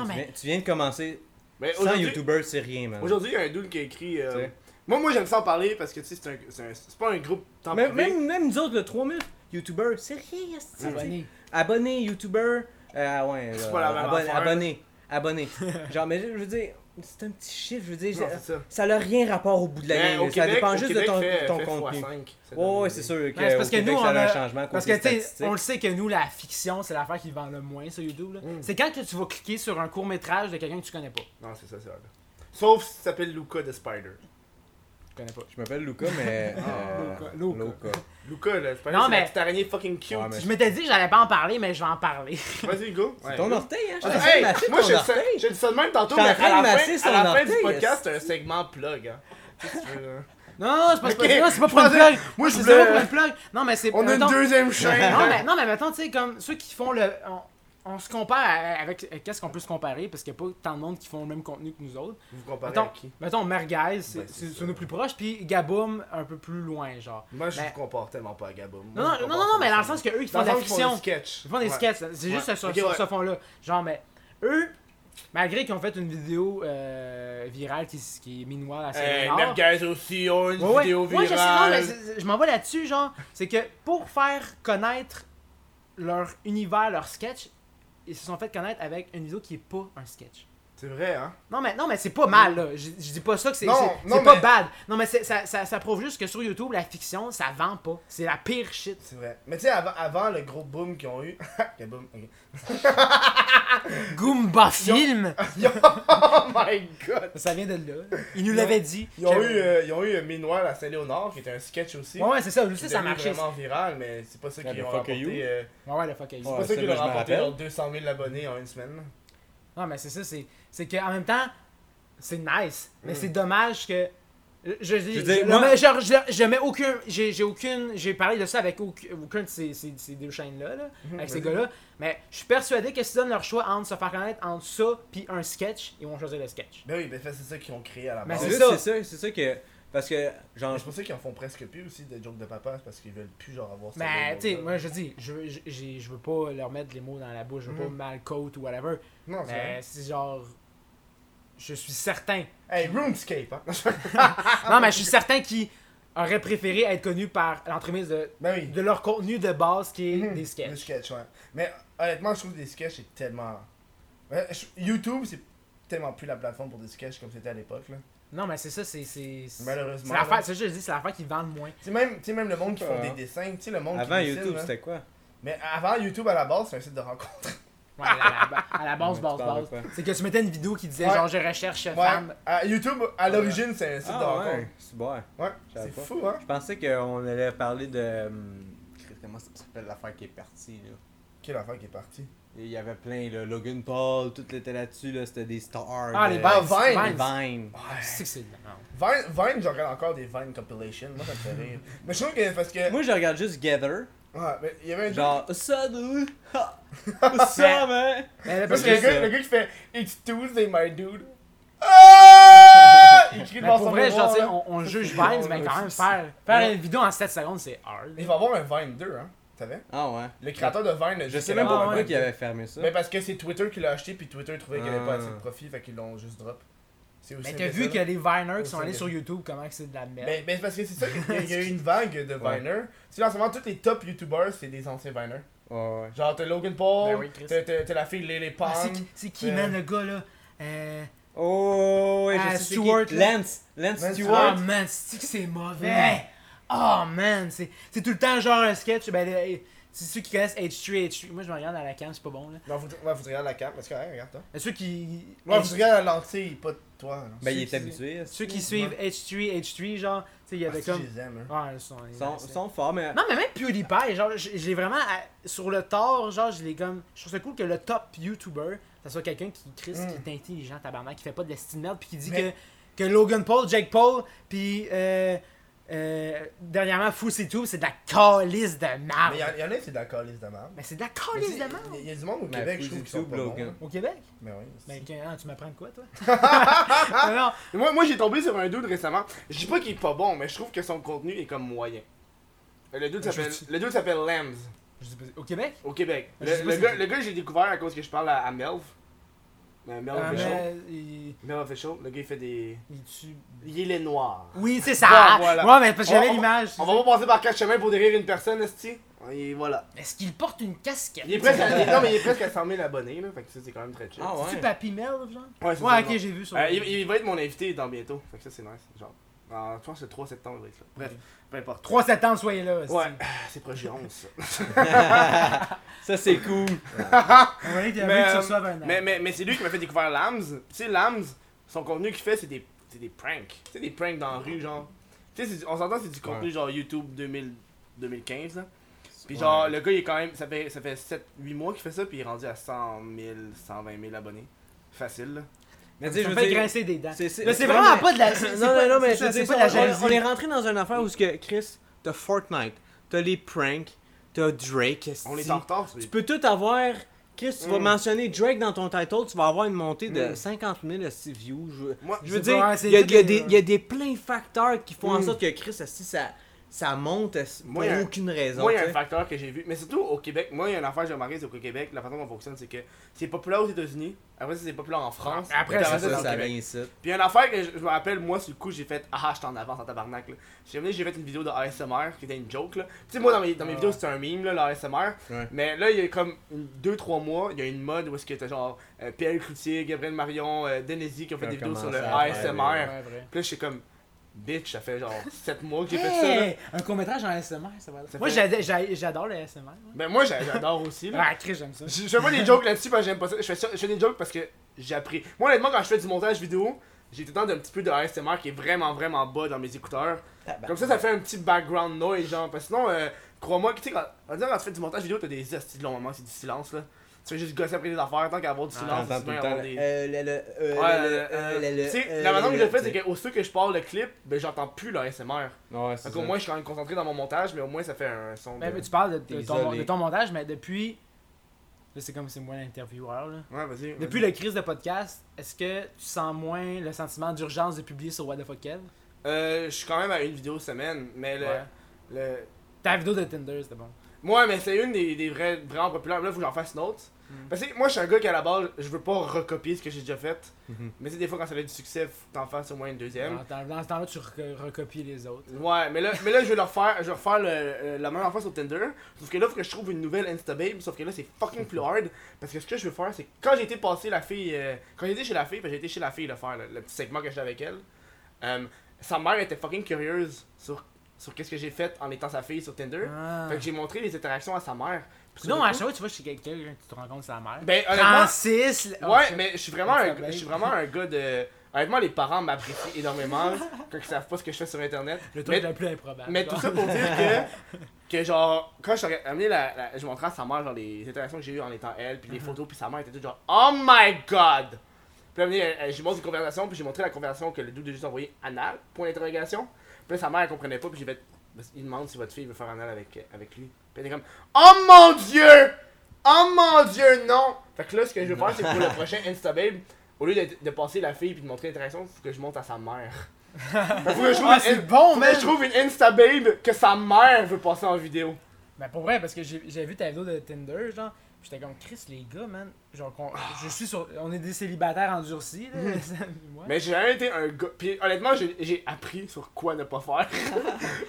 C: Non,
B: tu,
C: mais-
B: viens, tu viens de commencer.
A: Mais
B: Sans
A: aujourd'hui-
B: YouTuber, c'est rien, man.
A: Aujourd'hui, il y a un dude qui a écrit. euh,
B: Tu sais.
A: Moi, moi j'aime ça en parler parce que tu sais, c'est un- c'est un- c'est pas un groupe tant
B: Même,
A: privé.
B: même, même nous autres, le 3000 YouTubers, c'est rien, c'est
C: Abonné.
B: Abonné, YouTuber. Ah ouais,
A: C'est
B: là,
A: pas la même
B: abonné,
A: affaire.
B: abonné, abonné. Genre, mais je je veux dire, c'est un petit chiffre, je veux dire,
A: Non,
B: ça-
A: c'est ça.
B: ça n'a rien rapport au bout de la
A: Mais
B: ligne.
A: au
B: là, Ça
A: Québec-
B: dépend
A: au
B: juste de
A: Québec,
B: ton,
A: fait-
B: ton
A: fait
B: contenu.
A: x5, ça donne
B: Ouais, ouais,
A: une
B: c'est
A: idée.
B: sûr que,
C: Ben, c'est parce
B: au
C: que
B: Québec,
C: nous,
B: ça
C: on
B: a un
C: a-
B: changement côté
C: Parce que, tu sais,
B: statistique.
C: on le sait que nous, la fiction, c'est l'affaire qui vend le moins sur YouTube. là.
B: Hmm.
A: Mm.
C: C'est quand que tu vas cliquer sur un court-métrage de quelqu'un que tu connais pas.
A: Non, c'est ça, c'est vrai. Sauf si tu t'appelles Luca de Spider.
C: Tu connais pas.
B: Je m'appelle Luca, mais... euh,
C: Ah, Luca, Luca.
A: Luca, là, Spider,
C: Non,
A: c'est
C: mais-
A: la petite araignée fucking cute.
B: Ouais, mais-
C: Je m'étais dit que j'allais pas en parler, mais je vais en parler.
A: Vas-y, go.
B: C'est
A: Ouais,
B: ton
A: go.
B: orteil, hein? Je
A: Ah,
B: suis en train de
A: hey,
B: mâcher
A: moi,
B: ton
A: j'ai
B: orteil.
A: ça- j'ai dit ça de même tantôt, mais
B: Je suis en
A: à
B: train de
A: la
B: masser
A: fin,
B: son
A: à la fin du
B: orteil,
A: podcast,
B: est-ce
A: c'est un segment plug. Hein. Qu'est-ce que tu veux, là?
C: Non, non, c'est pas, c'est pas-
A: Ok.
C: non, c'est pas pour une
A: Je pensais-
C: plug.
A: moi, je
C: C'est zéro pour
A: voulais-
C: une plug. Non, mais c'est.
A: On a une
C: mettons-
A: deuxième chaîne.
C: non, mais, non, mais mettons, tu sais, comme ceux qui font le. On, on se compare à- avec. euh, Qu'est-ce qu'on peut se comparer Parce qu'il n'y a pas tant de monde qui font le même contenu que nous autres.
A: Vous vous comparez
C: Mettons,
A: à qui
C: mettons Merguez, c'est
A: Ben, c'est
C: c'est-
A: ça.
C: c'est nos plus proches, puis Gaboum un peu plus loin, genre.
A: Moi, je
C: ben-
A: vous compare tellement pas à Gaboum.
C: Non, non, non, non, non, mais dans le sens que eux, ils font de la fiction.
A: sketch.
C: Ils font des sketchs, c'est juste
A: Ouais.
C: sur,
A: Ok,
C: sur
A: ouais.
C: ce fond-là. Genre, mais eux, malgré qu'ils ont fait une vidéo euh, virale qui, qui est minoise à
A: Hey,
C: Saint-Léonard,
A: Napguys aussi ont une
C: Ouais, ouais.
A: vidéo
C: Ouais, je sais, non, mais
A: virale.
C: c'est- je m'en vais là-dessus, genre. C'est que pour faire connaître leur univers, leur sketch, ils se sont fait connaître avec une vidéo qui est pas un sketch.
A: C'est vrai, hein?
C: Non, mais, non, mais c'est pas mal, là. Je, je dis pas ça que c'est
A: Non,
C: c'est-
A: non,
C: c'est pas
A: mais-
C: bad. Non, mais c'est- ça, ça, ça prouve juste que sur YouTube, la fiction, ça vend pas. C'est la pire shit.
A: C'est vrai. Mais tu sais, avant, avant le gros boom qu'ils ont eu. Gaboum, ok.
C: Goomba Film!
A: Oh my god!
C: Ça vient de là. Ils nous l'avaient dit.
A: Ils ont
C: Que-
A: eu, euh, ils ont eu Minoir à Saint-Léonard, qui était un sketch aussi.
C: Ouais, ouais, c'est ça. Je
A: qui
C: sais,
A: est
C: ça
A: devenu
C: marchait.
A: vraiment viral, mais c'est pas ça
G: Yeah,
A: qu'ils
G: the
A: ont
G: fuck
A: rapporté.
G: are you?
A: euh,
C: Ouais, ouais, le fuck it.
A: C'est
G: Ouais,
A: pas ça qu'ils
G: celle-là, je
A: ont
G: m'en
A: rapporté
G: rappelle.
A: leurs 200 000 abonnés en une semaine.
C: Non, mais c'est ça, c'est, c'est qu'en même temps, c'est nice, mais c'est dommage que. Je, je, je,
G: Mm. veux dire,
C: le-
G: moi-
C: mais genre, je- je mets aucun. J'ai, j'ai aucune. J'ai parlé de ça avec aucun, aucun de ces, ces, ces deux chaînes-là, là,
G: Mm-hmm.
C: avec ces gars-là, mais je suis persuadé que s'ils donnent leur choix entre se faire connaître entre ça puis un sketch, ils vont choisir le sketch.
A: Ben oui, ben fait, c'est ça qu'ils ont créé à la
C: Mais
A: base.
C: c'est
G: C'est
C: ça.
G: ça, c'est ça, c'est ça que. Parce que, genre,
B: Ah.
A: Mais c'est pour ça qu'ils en font presque plus aussi des jokes de papa, c'est parce qu'ils veulent plus genre avoir
C: Mais,
A: label-là.
C: tu sais, moi je dis, je, veux- je, j'ai- je veux pas leur mettre les mots dans la bouche, je veux
A: Mhm.
G: Mm-hmm.
C: pas mal coat ou whatever,
A: Non, c'est
C: mais
A: vrai.
C: c'est genre. Je suis certain
A: Hey, RuneScape, hein!
G: Ah,
C: Non, mais je suis certain qu'ils auraient préféré être connus par l'entremise de,
A: ben oui,
C: de leur contenu de base qui est
A: Mhm.
C: des
A: des
C: sketchs.
A: sketchs, ouais. Mais honnêtement, je trouve que des sketchs, c'est tellement. Ouais, je- YouTube, c'est tellement plus la plateforme pour des sketchs comme c'était à l'époque, là.
C: Non, mais c'est ça, c'est. c'est- c'est- C'est
A: Malheureusement.
C: l'affaire,
A: là.
C: c'est ça que je dis, c'est l'affaire qui vend le moins.
A: Tu sais, même, tu sais, même le monde qui
G: pas,
A: font des
G: hein.
A: dessins, tu sais, le monde
G: avant
A: qui dessine,
G: YouTube,
A: là.
C: hein?
G: c'était quoi
A: Mais avant YouTube, à la base, c'est un site de rencontre.
C: Ouais, à la, à la base,
G: Ouais,
C: base,
G: tu parles de
C: base.
G: quoi?
C: C'est que tu mettais une vidéo qui disait
A: Ouais.
C: genre je recherche
A: Ouais,
C: femme.
A: à YouTube, à l'origine, c'est un site de
G: Ah
A: rencontre.
C: hein.
G: ouais, c'est bon.
A: Ouais,
G: Je savais
A: c'est
G: pas.
A: fou, hein?
G: Je pensais qu'on allait parler de. hum, Christ, Comment ça s'appelle l'affaire qui est partie, là
A: Quelle affaire qui est partie.
G: Il y avait plein, là, Logan Paul, tout était là-dessus, là, c'était des stars.
C: Ah,
G: de-
C: les
A: Ah,
C: vines.
A: Vine,
G: Vine.
C: vines. C'est que c'est. non.
A: Vine, Vine je regarde encore des Vine compilations. Moi, ça me fait rire. mais je trouve que parce que.
G: Moi, je regarde juste Gather.
A: Ouais, mais il y avait un
G: Genre, ça, dude. Ha! Ça, man.
C: Mais là,
A: Parce
C: parce
A: que
C: que.
A: le
G: c'est
A: gars,
G: ça.
A: le gars qui fait It's Tuesday, my dude. Ah! Il crie
C: mais
A: devant
C: pour
A: son
C: vrai,
A: miroir,
C: genre, tu sais,
A: là.
C: on, on juge Vines, mais quand même, faire, faire une vidéo en 7 secondes, c'est hard.
A: Il va avoir un Vine 2, hein? Tu savais?
G: Ah, ouais.
A: Le créateur de Vine.
G: Je sais même pas
C: Ah,
G: pourquoi
C: ouais.
G: qu'il avait fermé ça.
A: hein. Mais parce que c'est Twitter qui l'a acheté, puis Twitter trouvait qu'il avait pas
G: Ah.
A: assez de profit, fait qu'ils l'ont juste drop. C'est aussi
C: Mais t'as
A: simple
C: vu
A: ça,
C: que
A: là.
C: les Viners qui
A: Aussi
C: sont allés
A: bien.
C: sur YouTube, comment que c'est de la merde.
A: Mais, mais c'est parce que c'est ça qu'il y a eu une vague de
G: Ouais.
A: Viner. Tu sais, en ce moment, tous les top YouTubers, c'est des anciens Viners.
G: Ouais, ouais.
A: Genre, t'as Logan
C: Ben
A: Paul,
C: oui, Chris.
A: t'as- t'as t'as la fille Lily Pond.
C: Ah, c'est qui- c'est qui,
A: euh,
C: man, le gars là Euh,
G: Oh, ouais, je
C: Ah,
G: sais c'est qui.
C: Stewart, là.
G: Lance. Lance
A: Lance
G: Stewart.
C: Oh man, c'est que c'est mauvais. Oh man, c'est c'est tout le temps genre un sketch. Ben, le- c'est ceux qui connaissent H3, H3. Moi, je me regarde à la cam, c'est pas bon là.
A: Non, faut, ouais, faut te regarder la cam, parce que ouais, regarde toi.
C: Mais ceux qui.
A: Ouais,
C: H-
A: faut te regarder la lentille, pas toi. là.
G: Ben, il est
C: Ceux qui-
G: habitué. là.
C: Ceux qui suivent H3, H3, genre, tu sais, il y
A: Ah,
C: avait
A: si,
C: comme.
A: je les aime, hein.
C: Ouais, ils sont. ils
G: Ils
C: sont-
G: sont, sont forts, mais.
C: Non, mais même PewDiePie, genre, j- j'ai vraiment. à- Sur le tort, genre, je l'ai comme. Je trouve ça cool que le top YouTuber, ça soit quelqu'un qui crisse,
A: Mm.
C: qui est intelligent, tabarnak, qui fait pas de la style merde, puis qui dit
A: Mais-
C: que, que Logan Paul, Jake Paul, puis. Euh, euh, dernièrement, Fousey Tube, c'est de la calice de
A: Mais y'en
C: merde.
A: y'en a, c'est de la calice de merde.
C: Mais c'est de la
A: Mais
C: calice
A: tu
C: de
A: sais,
C: merde.
A: Il y a du monde au
G: Mais
A: Québec, je
G: Fousey
A: trouve, qui sont
G: Tube,
A: pas bons. hein.
G: Logan.
C: Au Québec?
A: Mais oui. c'est-
C: Ben, que- hein, tu m'apprends de quoi, toi? Mais non,
A: Moi, moi j'ai tombé sur un dude récemment. Je dis pas qu'il est pas bon, mais je trouve que son contenu est comme moyen. Euh, Le dude
C: Je
A: s'appelle
C: vous
A: le dude s'appelle Lambs
C: je sais pas, au Québec?
A: au Québec.
C: Je
A: Le,
C: sais pas
A: le
C: c'est
A: gars,
C: qui.
A: le gars j'ai découvert à cause que je parle à, à Melv. Euh, Melv
C: Ah,
A: Official.
C: mais, il-
A: Melv Official, le gars il fait des
C: il tue-
A: il est noir.
C: Oui, c'est ça!
A: Bon, voilà.
C: Ouais, mais parce que
A: On-
C: j'avais l'image.
A: On va pas passer par quatre chemins pour décrire une personne, esti. Et voilà.
C: Est-ce qu'il porte une casquette?
A: Il est presque à, non, mais il est presque à 100 000 abonnés là, fait que ça c'est quand même très chill.
G: Ah ouais.
C: C'est-tu Papy Mel, genre?
A: Ouais, c'est
C: Ouais,
A: ça,
C: ok,
A: non.
C: j'ai vu sur.
A: Euh, il, il va être mon invité dans bientôt, fait que ça c'est nice, genre. en- je pense que c'est le 3 septembre, il va être là. Bref,
B: Mm-hmm.
A: peu importe.
C: 3 septembre, soyez là.
A: Ouais, c'est proche du 11. ça.
G: Ça, c'est cool.
C: On va dire que
A: Mais,
C: tu
A: euh,
C: reçoives un
A: Mais,
C: an.
A: mais, mais c'est lui qui m'a fait découvrir Lams. Tu sais, Lams, son contenu qu'il fait, c'est des, c'est des pranks. C'est des pranks dans la rue, genre. Tu sais, c'est du- on s'entend, c'est du contenu genre YouTube 2000, 2015, là. Puis genre, le gars, il est quand même. Ça fait, ça fait 7, 8 mois qu'il fait ça, puis il est rendu à 100 000, 120 000 abonnés. Facile, là.
C: Mais
B: tu sais,
C: ça
B: je
C: fait
B: veux dire-
C: grincer des dents.
B: C'est- c'est-
C: Là, c'est
B: non,
C: vraiment
B: mais-
C: pas de la.
B: Non,
C: c'est- c'est
B: non,
C: pas-
B: non, mais
C: c'est
B: je
C: ça,
B: veux
C: c'est
B: dire,
C: pas de la
B: on- on, on
C: jalousie.
B: est rentré dans une affaire où, ce que, Chris, t'as Fortnite, t'as les pranks, t'as Drake. esti.
A: On est en retard. c'est-
B: Tu peux tout avoir. Chris, tu vas
A: Mm.
B: mentionner Drake dans ton title, tu vas avoir une montée de
A: Mm.
B: 50 000 esti, views. Je,
A: Moi,
B: je veux
C: c'est
B: dire,
C: pas- c'est
B: il y a,
C: tout
B: il y a
C: des-
B: des- il y a des pleins de facteurs qui font en
A: euh, Mm.
B: sorte que Chris, esti, ça, ça monte esti, pour
A: Moi, il y a-
B: aucune raison.
A: Moi, il y
B: tu
A: a un
B: sais.
A: facteur que j'ai vu, mais surtout au Québec. Moi, il y a une affaire que j'ai remarqué, c'est qu'au Québec, la façon dont on fonctionne, c'est que c'est populaire aux États-Unis, après, ça, c'est populaire en France.
C: Après,
A: puis
B: Ah, ça,
A: après
B: ça,
A: dans le
B: ça
A: Québec.
B: vient ici.
A: Puis une affaire que je, je me rappelle, moi, sur le coup, j'ai fait Ah, j'étais en avance en tabarnak. là. J'ai venu, j'ai fait une vidéo de ASMR qui était une joke. là. Tu sais, moi, dans mes, dans mes
C: Ah.
A: vidéos, c'était un meme, là, l'ASMR.
B: Ouais.
A: Mais là, il y a comme 2-3 mois, il y a une mode où est-ce que t'as genre euh, PL Cloutier, Gabriel Marion, euh, Denezi qui ont fait
B: Qui ont
A: des vidéos sur
B: commencé
A: le
B: à faire,
A: ASMR.
B: ouais,
A: Puis là, j'étais comme Bitch, ça fait genre 7 mois que j'ai fait ça. là.
C: Hey, un court métrage en ASMR, ça va.
A: Ça
C: Moi,
A: fait-
C: j'ad- j'a- j'adore le ASMR. moi.
A: Ben, moi, j'a- j'adore aussi. là.
C: Ah, Chris, j'aime ça.
A: Je je fais pas des jokes là-dessus parce que j'aime pas ça. Je fais, ça- je fais des jokes parce que j'ai appris. Moi, honnêtement, quand je fais du montage vidéo, j'ai tout le temps d'un petit peu de ASMR qui est vraiment, vraiment bas dans mes écouteurs. Comme ça, ça fait un petit background noise, genre. Parce que sinon, euh, crois-moi, que, tu sais, quand, on dirait quand tu fais du montage vidéo, t'as des hosties de longs moments, c'est du silence, là. Tu fais juste gosser après les affaires, tant qu'à avoir du silence,
B: Ah, T'entends
A: c'est
B: tout le
A: bien
B: temps
A: avoir
B: le-
A: des.
B: euh, le- le-
A: Ouais,
B: euh, le- le-
A: euh,
B: euh, le- le-
A: euh, tu sais,
B: euh,
A: la façon
B: le-
A: que je le
B: le-
A: fais,
B: tu
A: c'est
B: sais.
A: qu'aussitôt que je parle le clip, ben j'entends plus le ASMR.
B: Ouais, c'est
A: Fait qu'au
B: ça.
A: moins, je suis quand même concentré dans mon montage, mais au moins, ça fait un son.
C: Mais,
A: de-
C: Ben, mais tu parles de, de
B: T'es
C: ton,
B: isolé.
C: de ton montage, mais depuis. Là, c'est comme c'est moi l'intervieweur, là.
A: Ouais, vas-y.
C: Depuis
A: vas-y.
C: la crise de podcast, est-ce que tu sens moins le sentiment d'urgence de publier sur What the Fuck Kev?
A: Euh, je suis quand même à une vidéo semaine, mais le.
C: Ouais.
A: le...
C: Ta vidéo de Tinder, c'était bon.
A: Moi, mais c'est une des, des vraies, vraiment populaires. Là, faut que j'en fasse une autre.
C: Mm.
A: Parce que moi, je suis un gars qui, à la base, je veux pas recopier ce que j'ai déjà fait.
B: Mhm.
A: Mais c'est des fois, quand ça a du succès, faut que t'en fasses au moins une deuxième.
C: Dans, dans- dans ce temps-là, tu reco- recopies les autres.
A: Ouais, mais là, mais là je vais leur faire, je vais refaire le, euh, la même affaire sur Tinder. Sauf que là, faut que je trouve une nouvelle Instababe. Sauf que là, c'est fucking plus hard. Parce que ce que je veux faire, c'est que quand j'ai été passer la fille. euh, quand j'ai été chez la fille, parce que j'ai été chez la fille le faire, le, le petit segment que j'étais avec elle. euh, sa mère était fucking curieuse sur, sur qu'est-ce que j'ai fait en étant sa fille sur Tinder.
C: Ah.
A: Fait que j'ai montré les interactions à sa mère. Puis sur
C: Non,
A: le
C: à
A: coup-
C: chaque fois, tu vas chez quelqu'un, tu te rencontres sa mère.
A: Ben, honnêtement,
C: Francis! le- oh,
A: ouais,
C: shit.
A: mais je suis vraiment,
C: Ça
A: un,
C: va
A: je suis
C: être.
A: vraiment un gars de. Honnêtement, les parents m'apprécient énormément quand ils savent pas ce que je fais sur internet.
C: Le truc
A: Mais,
C: le plus improbable.
A: mais tout ça pour dire que, que genre, quand je t'aurais amené la, la- Je montrais à sa mère, genre, les interactions que j'ai eues en étant elle, puis les
C: Mm-hmm.
A: photos, puis sa mère était toute genre, Oh my god! Puis là, elle- elle- j'ai montré une conversation, puis j'ai montré la conversation que le dude a juste envoyé anal, point d'interrogation. Puis là, sa mère, elle comprenait pas, puis j'ai fait. Il demande si votre fille veut faire anal avec, avec lui. Puis elle est comme, Oh mon dieu! Oh mon dieu, non! Fait que là, ce que je veux faire, c'est que pour le prochain Instababe, au lieu de, de passer la fille puis de montrer l'interaction, faut que je monte à sa mère. Fait que faut que je trouve,
C: Ah,
A: une-
C: c'est bon,
A: faut que
C: man!
A: je trouve une Instababe que sa mère veut passer en vidéo.
C: Ben pour vrai, parce que j'ai j'ai vu ta vidéo de Tinder, genre, pis j'étais comme Chris, les gars, man. Genre, qu'on- je suis sur. On est des célibataires endurcis, là. moi.
A: Mais j'ai jamais été un gars. Puis honnêtement, j'ai j'ai appris sur quoi ne pas faire.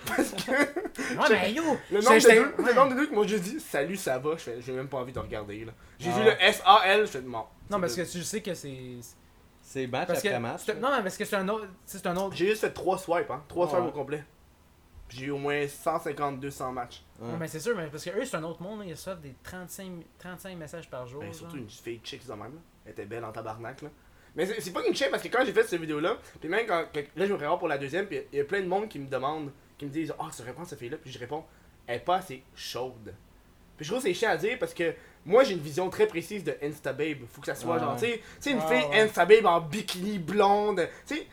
A: Parce que
C: Ouais, mais yo!
A: le nombre,
C: j'étais-
A: de
C: j'étais-
A: deux, le
C: ouais.
A: nombre de deux qui m'ont juste dit salut, ça va, je fais- j'ai même pas envie de regarder. là. J'ai
C: Ah.
A: vu le S-A-L, je fais mort.
C: Non, parce que tu sais que c'est.
B: C'est match
C: Parce que.
B: après match.
C: c'est- Non, mais parce que c'est un autre. C'est un autre.
A: J'ai juste fait 3 swipes, hein. 3
C: Ah.
A: swipes au complet. Puis J'ai eu au moins 150-200 matchs.
C: Ouais, mais c'est sûr, mais parce que eux, c'est un autre monde, là, ils reçoivent des 35, 35 messages par jour.
A: Ben,
C: genre.
A: surtout une fille chick de même. là. Elle était belle en tabarnak. Là. Mais c'est c'est pas une chick parce que quand j'ai fait cette vidéo-là, puis même quand. que- Là, je me prépare pour la deuxième, puis il y a plein de monde qui me demandent, qui me disent Ah, tu réponds à cette fille-là, puis je réponds Elle est pas assez chaude. Puis je trouve que c'est chiant à dire parce que moi, j'ai une vision très précise de Instababe. Faut que ça soit
B: Ouais.
A: genre, tu sais, tu sais, une
C: Ouais,
A: fille
C: ouais.
A: Instababe en bikini blonde, tu sais,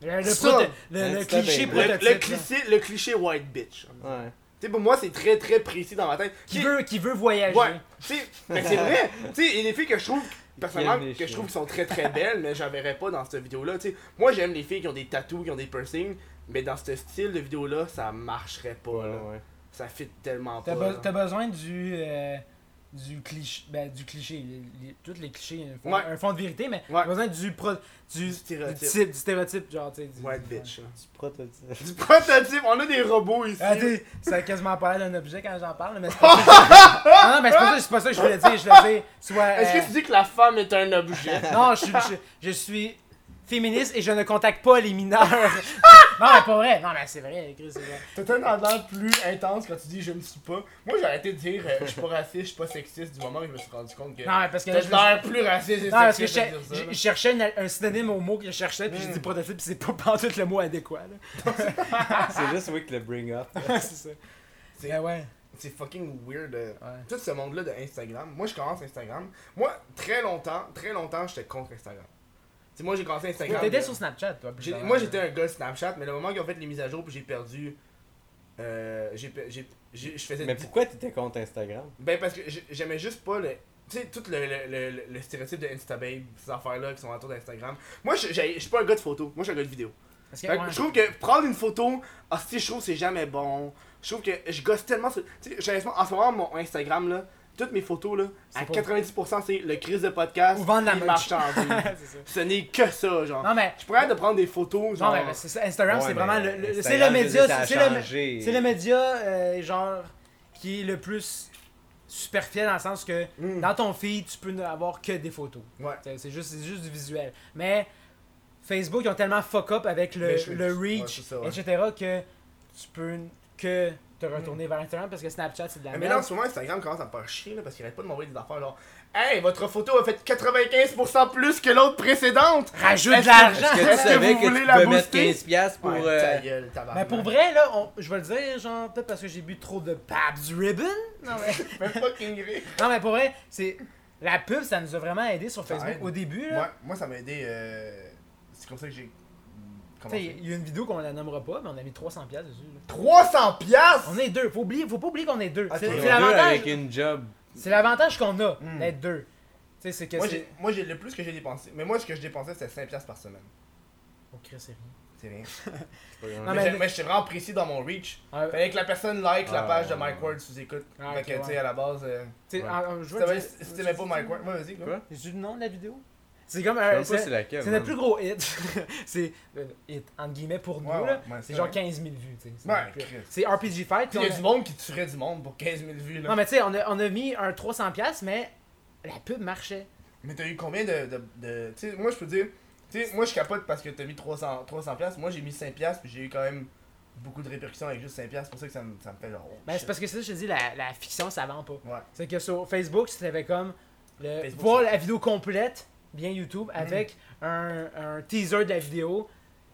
C: Le, le,
A: Ça,
C: proto- le- le
B: c'est
C: cliché
B: bien.
A: le, le
C: prototype. là.
A: cliché, le cliché white bitch.
B: Ouais.
A: Tu sais, pour moi, c'est très très précis dans ma tête.
C: Qui
A: Tu sais,
C: veut, qui veut voyager.
A: Ouais, tu sais, mais c'est vrai. Tu sais, il y a des filles que je trouve, personnellement,
B: Quel méchant.
A: que je trouve qui sont très très belles, mais j'en verrais pas dans cette vidéo-là. Tu sais, moi j'aime les filles qui ont des tatous, qui ont des piercings, mais dans ce style de vidéo-là, ça marcherait pas.
B: Ouais,
A: là.
B: ouais.
A: Ça fit tellement
C: T'as
A: pas.
C: be-
A: là.
C: t'as besoin du, euh, du cliché. Ben, du cliché. Les- les- tous les clichés, un fond,
A: Ouais.
C: un fond de vérité, mais
A: Ouais.
C: t'as besoin du, pro, du,
A: Du stéréotype.
C: du type- du stéréotype, genre, tu sais. du-
A: White
C: du-
A: bitch. là.
B: Du prototype.
A: Du prototype, on a des robots ici.
C: Ah, t'sais, ça a quasiment pas l'air d'un objet quand j'en parle, mais c'est pas ça. non, non, mais c'est pas ça, c'est pas ça que je voulais dire. Je voulais dire, soit.
A: Est-ce
C: euh,
A: que tu dis que la femme est un objet
C: Non, je suis, je, je suis féministe et je ne contacte pas les mineurs. non, mais pas vrai. Non, mais c'est vrai, Chris, c'est vrai.
A: T'as un ardent plus intense quand tu dis je ne suis pas. Moi j'ai arrêté de dire euh, je suis pas raciste, je suis pas sexiste du moment où je me suis rendu compte que.
C: Non, mais parce que.
A: T'as
C: je
A: de
C: me-
A: l'air plus raciste et
C: Non, parce que
A: sexiste. à dire
C: je,
A: ça,
C: je-
A: là.
C: je cherchais une- un synonyme au mot que je cherchais, puis j'ai
A: Mm.
C: dit prototype, puis c'est pas pantoute le mot adéquat. là.
B: C'est juste oui que le bring up.
C: c'est ça.
A: C'est-
C: Ben ouais.
A: C'est fucking weird. euh,
C: ouais.
A: tout ce monde-là de Instagram. Moi, je commence Instagram. Moi, très longtemps, très longtemps, j'étais contre Instagram. sais, moi j'ai cassé Instagram.
C: T'étais
A: là.
C: sur Snapchat, toi. euh, plus
A: J'ai-
C: tard.
A: Moi j'étais un gars Snapchat, mais le moment qu'ils ont fait les mises à jour, puis j'ai perdu. Euh, j'ai pe- j'ai- j'ai- je faisais
B: Mais pourquoi t'étais contre Instagram
A: Ben parce que j'ai- j'aimais juste pas le. Tu sais, tout le, le, le, le- le stéréotype de Instababe, ces affaires-là qui sont autour d'Instagram. Moi, je j'ai- je suis pas un gars de photo, moi je suis un gars de vidéo.
C: Parce que,
A: Fait que
C: ouais.
A: Je trouve que prendre une photo, ah, si, je trouve que c'est jamais bon. Je trouve que je gosse tellement. sur- Tu sais, sérieusement, en ce moment, mon Instagram, là, toutes mes photos, là,
C: C'est
A: à
C: pas-
A: 90%, c'est le crise de podcast.
C: Ou vendre la
A: et
C: merch.
A: marchandise.
C: C'est ça.
A: Ce n'est que ça, genre.
C: Non, mais.
A: Je pourrais de prendre des photos, genre.
C: Non, mais c'est ça. Instagram,
B: Ouais,
C: c'est
B: mais
C: vraiment le. le- c'est le
B: Instagram, je veux dire,
C: média.
B: ça a
C: C'est le,
B: changé.
C: c'est le média, euh, genre, qui est le plus superficiel dans le sens que
A: Mm.
C: dans ton feed, tu peux n'avoir que des photos.
A: Ouais.
C: T'sais, C'est juste, c'est juste du visuel. Mais Facebook, ils ont tellement fuck up avec le,
A: Mais je-
C: le
A: ouais,
C: reach,
A: c'est ça, ouais.
C: etc., que tu peux n- que te retourner vers Instagram parce que Snapchat, c'est de la
A: Mais,
C: merde.
A: là, en ce moment, Instagram commence à me faire chier, là, parce qu'il arrête pas de m'envoyer des affaires, genre. Hey, votre photo a fait 95% plus que l'autre précédente!
C: Rajoute
A: Est-ce
C: de
A: que- est-ce
C: l'argent!
B: Que
A: Est-ce que
B: tu savais
A: vous
B: que tu
A: voulez la
B: peux mettre
A: booster?
B: 15$ piastres pour.
A: Ouais,
B: euh,
A: ta gueule, tabarnak.
C: Mais pour vrai, là, on- je vais le dire, genre, peut-être parce que j'ai bu trop de Pab's Ribbon. Non, mais.
A: Même fucking rire.
C: Non, mais pour vrai, c'est. La pub, ça nous a vraiment aidé sur
A: Ça
C: Facebook
A: aide.
C: au début. Là.
A: Moi, moi, ça m'a aidé. euh, C'est comme ça que j'ai.
C: Tu sais,
A: commencé.
C: Il y a une vidéo qu'on la nommera pas, mais on a mis 300$ dessus. là.
A: 300 piastres!
C: On est deux. Faut, oublier, faut pas oublier qu'on est deux.
A: Ah,
C: C'est
A: t'es
B: ils ont
C: c'est
B: deux
C: l'avantage
B: Avec une job.
C: c'est l'avantage qu'on a
A: Hmm.
C: d'être deux. Tu sais, c'est que
A: Moi,
C: c'est.
A: j'ai- Moi, j'ai le plus que j'ai dépensé. Mais moi, ce que je dépensais, c'était 5 piastres par semaine.
C: Oh, Chris, c'est rien.
A: C'est rien.
C: Non,
A: mais
C: Ah, mais- euh,
A: j'ai- mais j'étais vraiment précis dans mon reach.
C: Ah,
A: Fallait que la personne like la
B: Ah,
A: page de
B: ouais.
A: Mike Ward sous écoute.
C: Ah,
A: fait
C: ok,
A: que, tu sais,
C: ouais.
A: à la base. euh,
C: tu sais,
B: Ouais.
C: en- en- je
A: si
C: veux
A: t'avais-
C: dire-
A: Si t'aimais pas Mike Ward, ouais, vas-y,
B: Quoi?
A: quoi.
C: J'ai le nom de la vidéo. C'est comme
B: Je sais
C: un.
B: même pas c'est
C: C'est
B: laquelle.
C: c'est
B: man.
C: notre plus gros hit. c'est. euh, hit, entre guillemets, pour nous,
A: Ouais,
C: là.
A: ouais, ouais,
C: c'est
A: c'est
C: genre
A: vrai.
C: 15 000 vues, tu sais. C'est
A: Ouais,
C: ridicule.
A: Chris.
C: C'est RPG Fight. puis
A: Il y a
C: on a-
A: du monde qui tuerait du monde pour 15 000 vues, là.
C: Non, mais tu sais, on a, on a mis un 300$, mais la pub marchait.
A: Mais t'as eu combien de. de, de- tu sais, moi, je peux dire. Tu sais, moi, je capote parce que t'as mis 300 300 piastres. Moi, j'ai mis 5 piastres, puis j'ai eu quand même beaucoup de répercussions avec juste 5 piastres. C'est pour ça que ça me, ça me fait genre. oh,
C: Ben, c'est
A: shit.
C: parce que ça, je te dis, la, la fiction, ça vend pas.
A: Ouais.
C: C'est que sur Facebook, c'était comme le,
A: Facebook, Mm.
C: voir
A: ça-
C: la vidéo complète, bien YouTube, avec un, un teaser de la vidéo.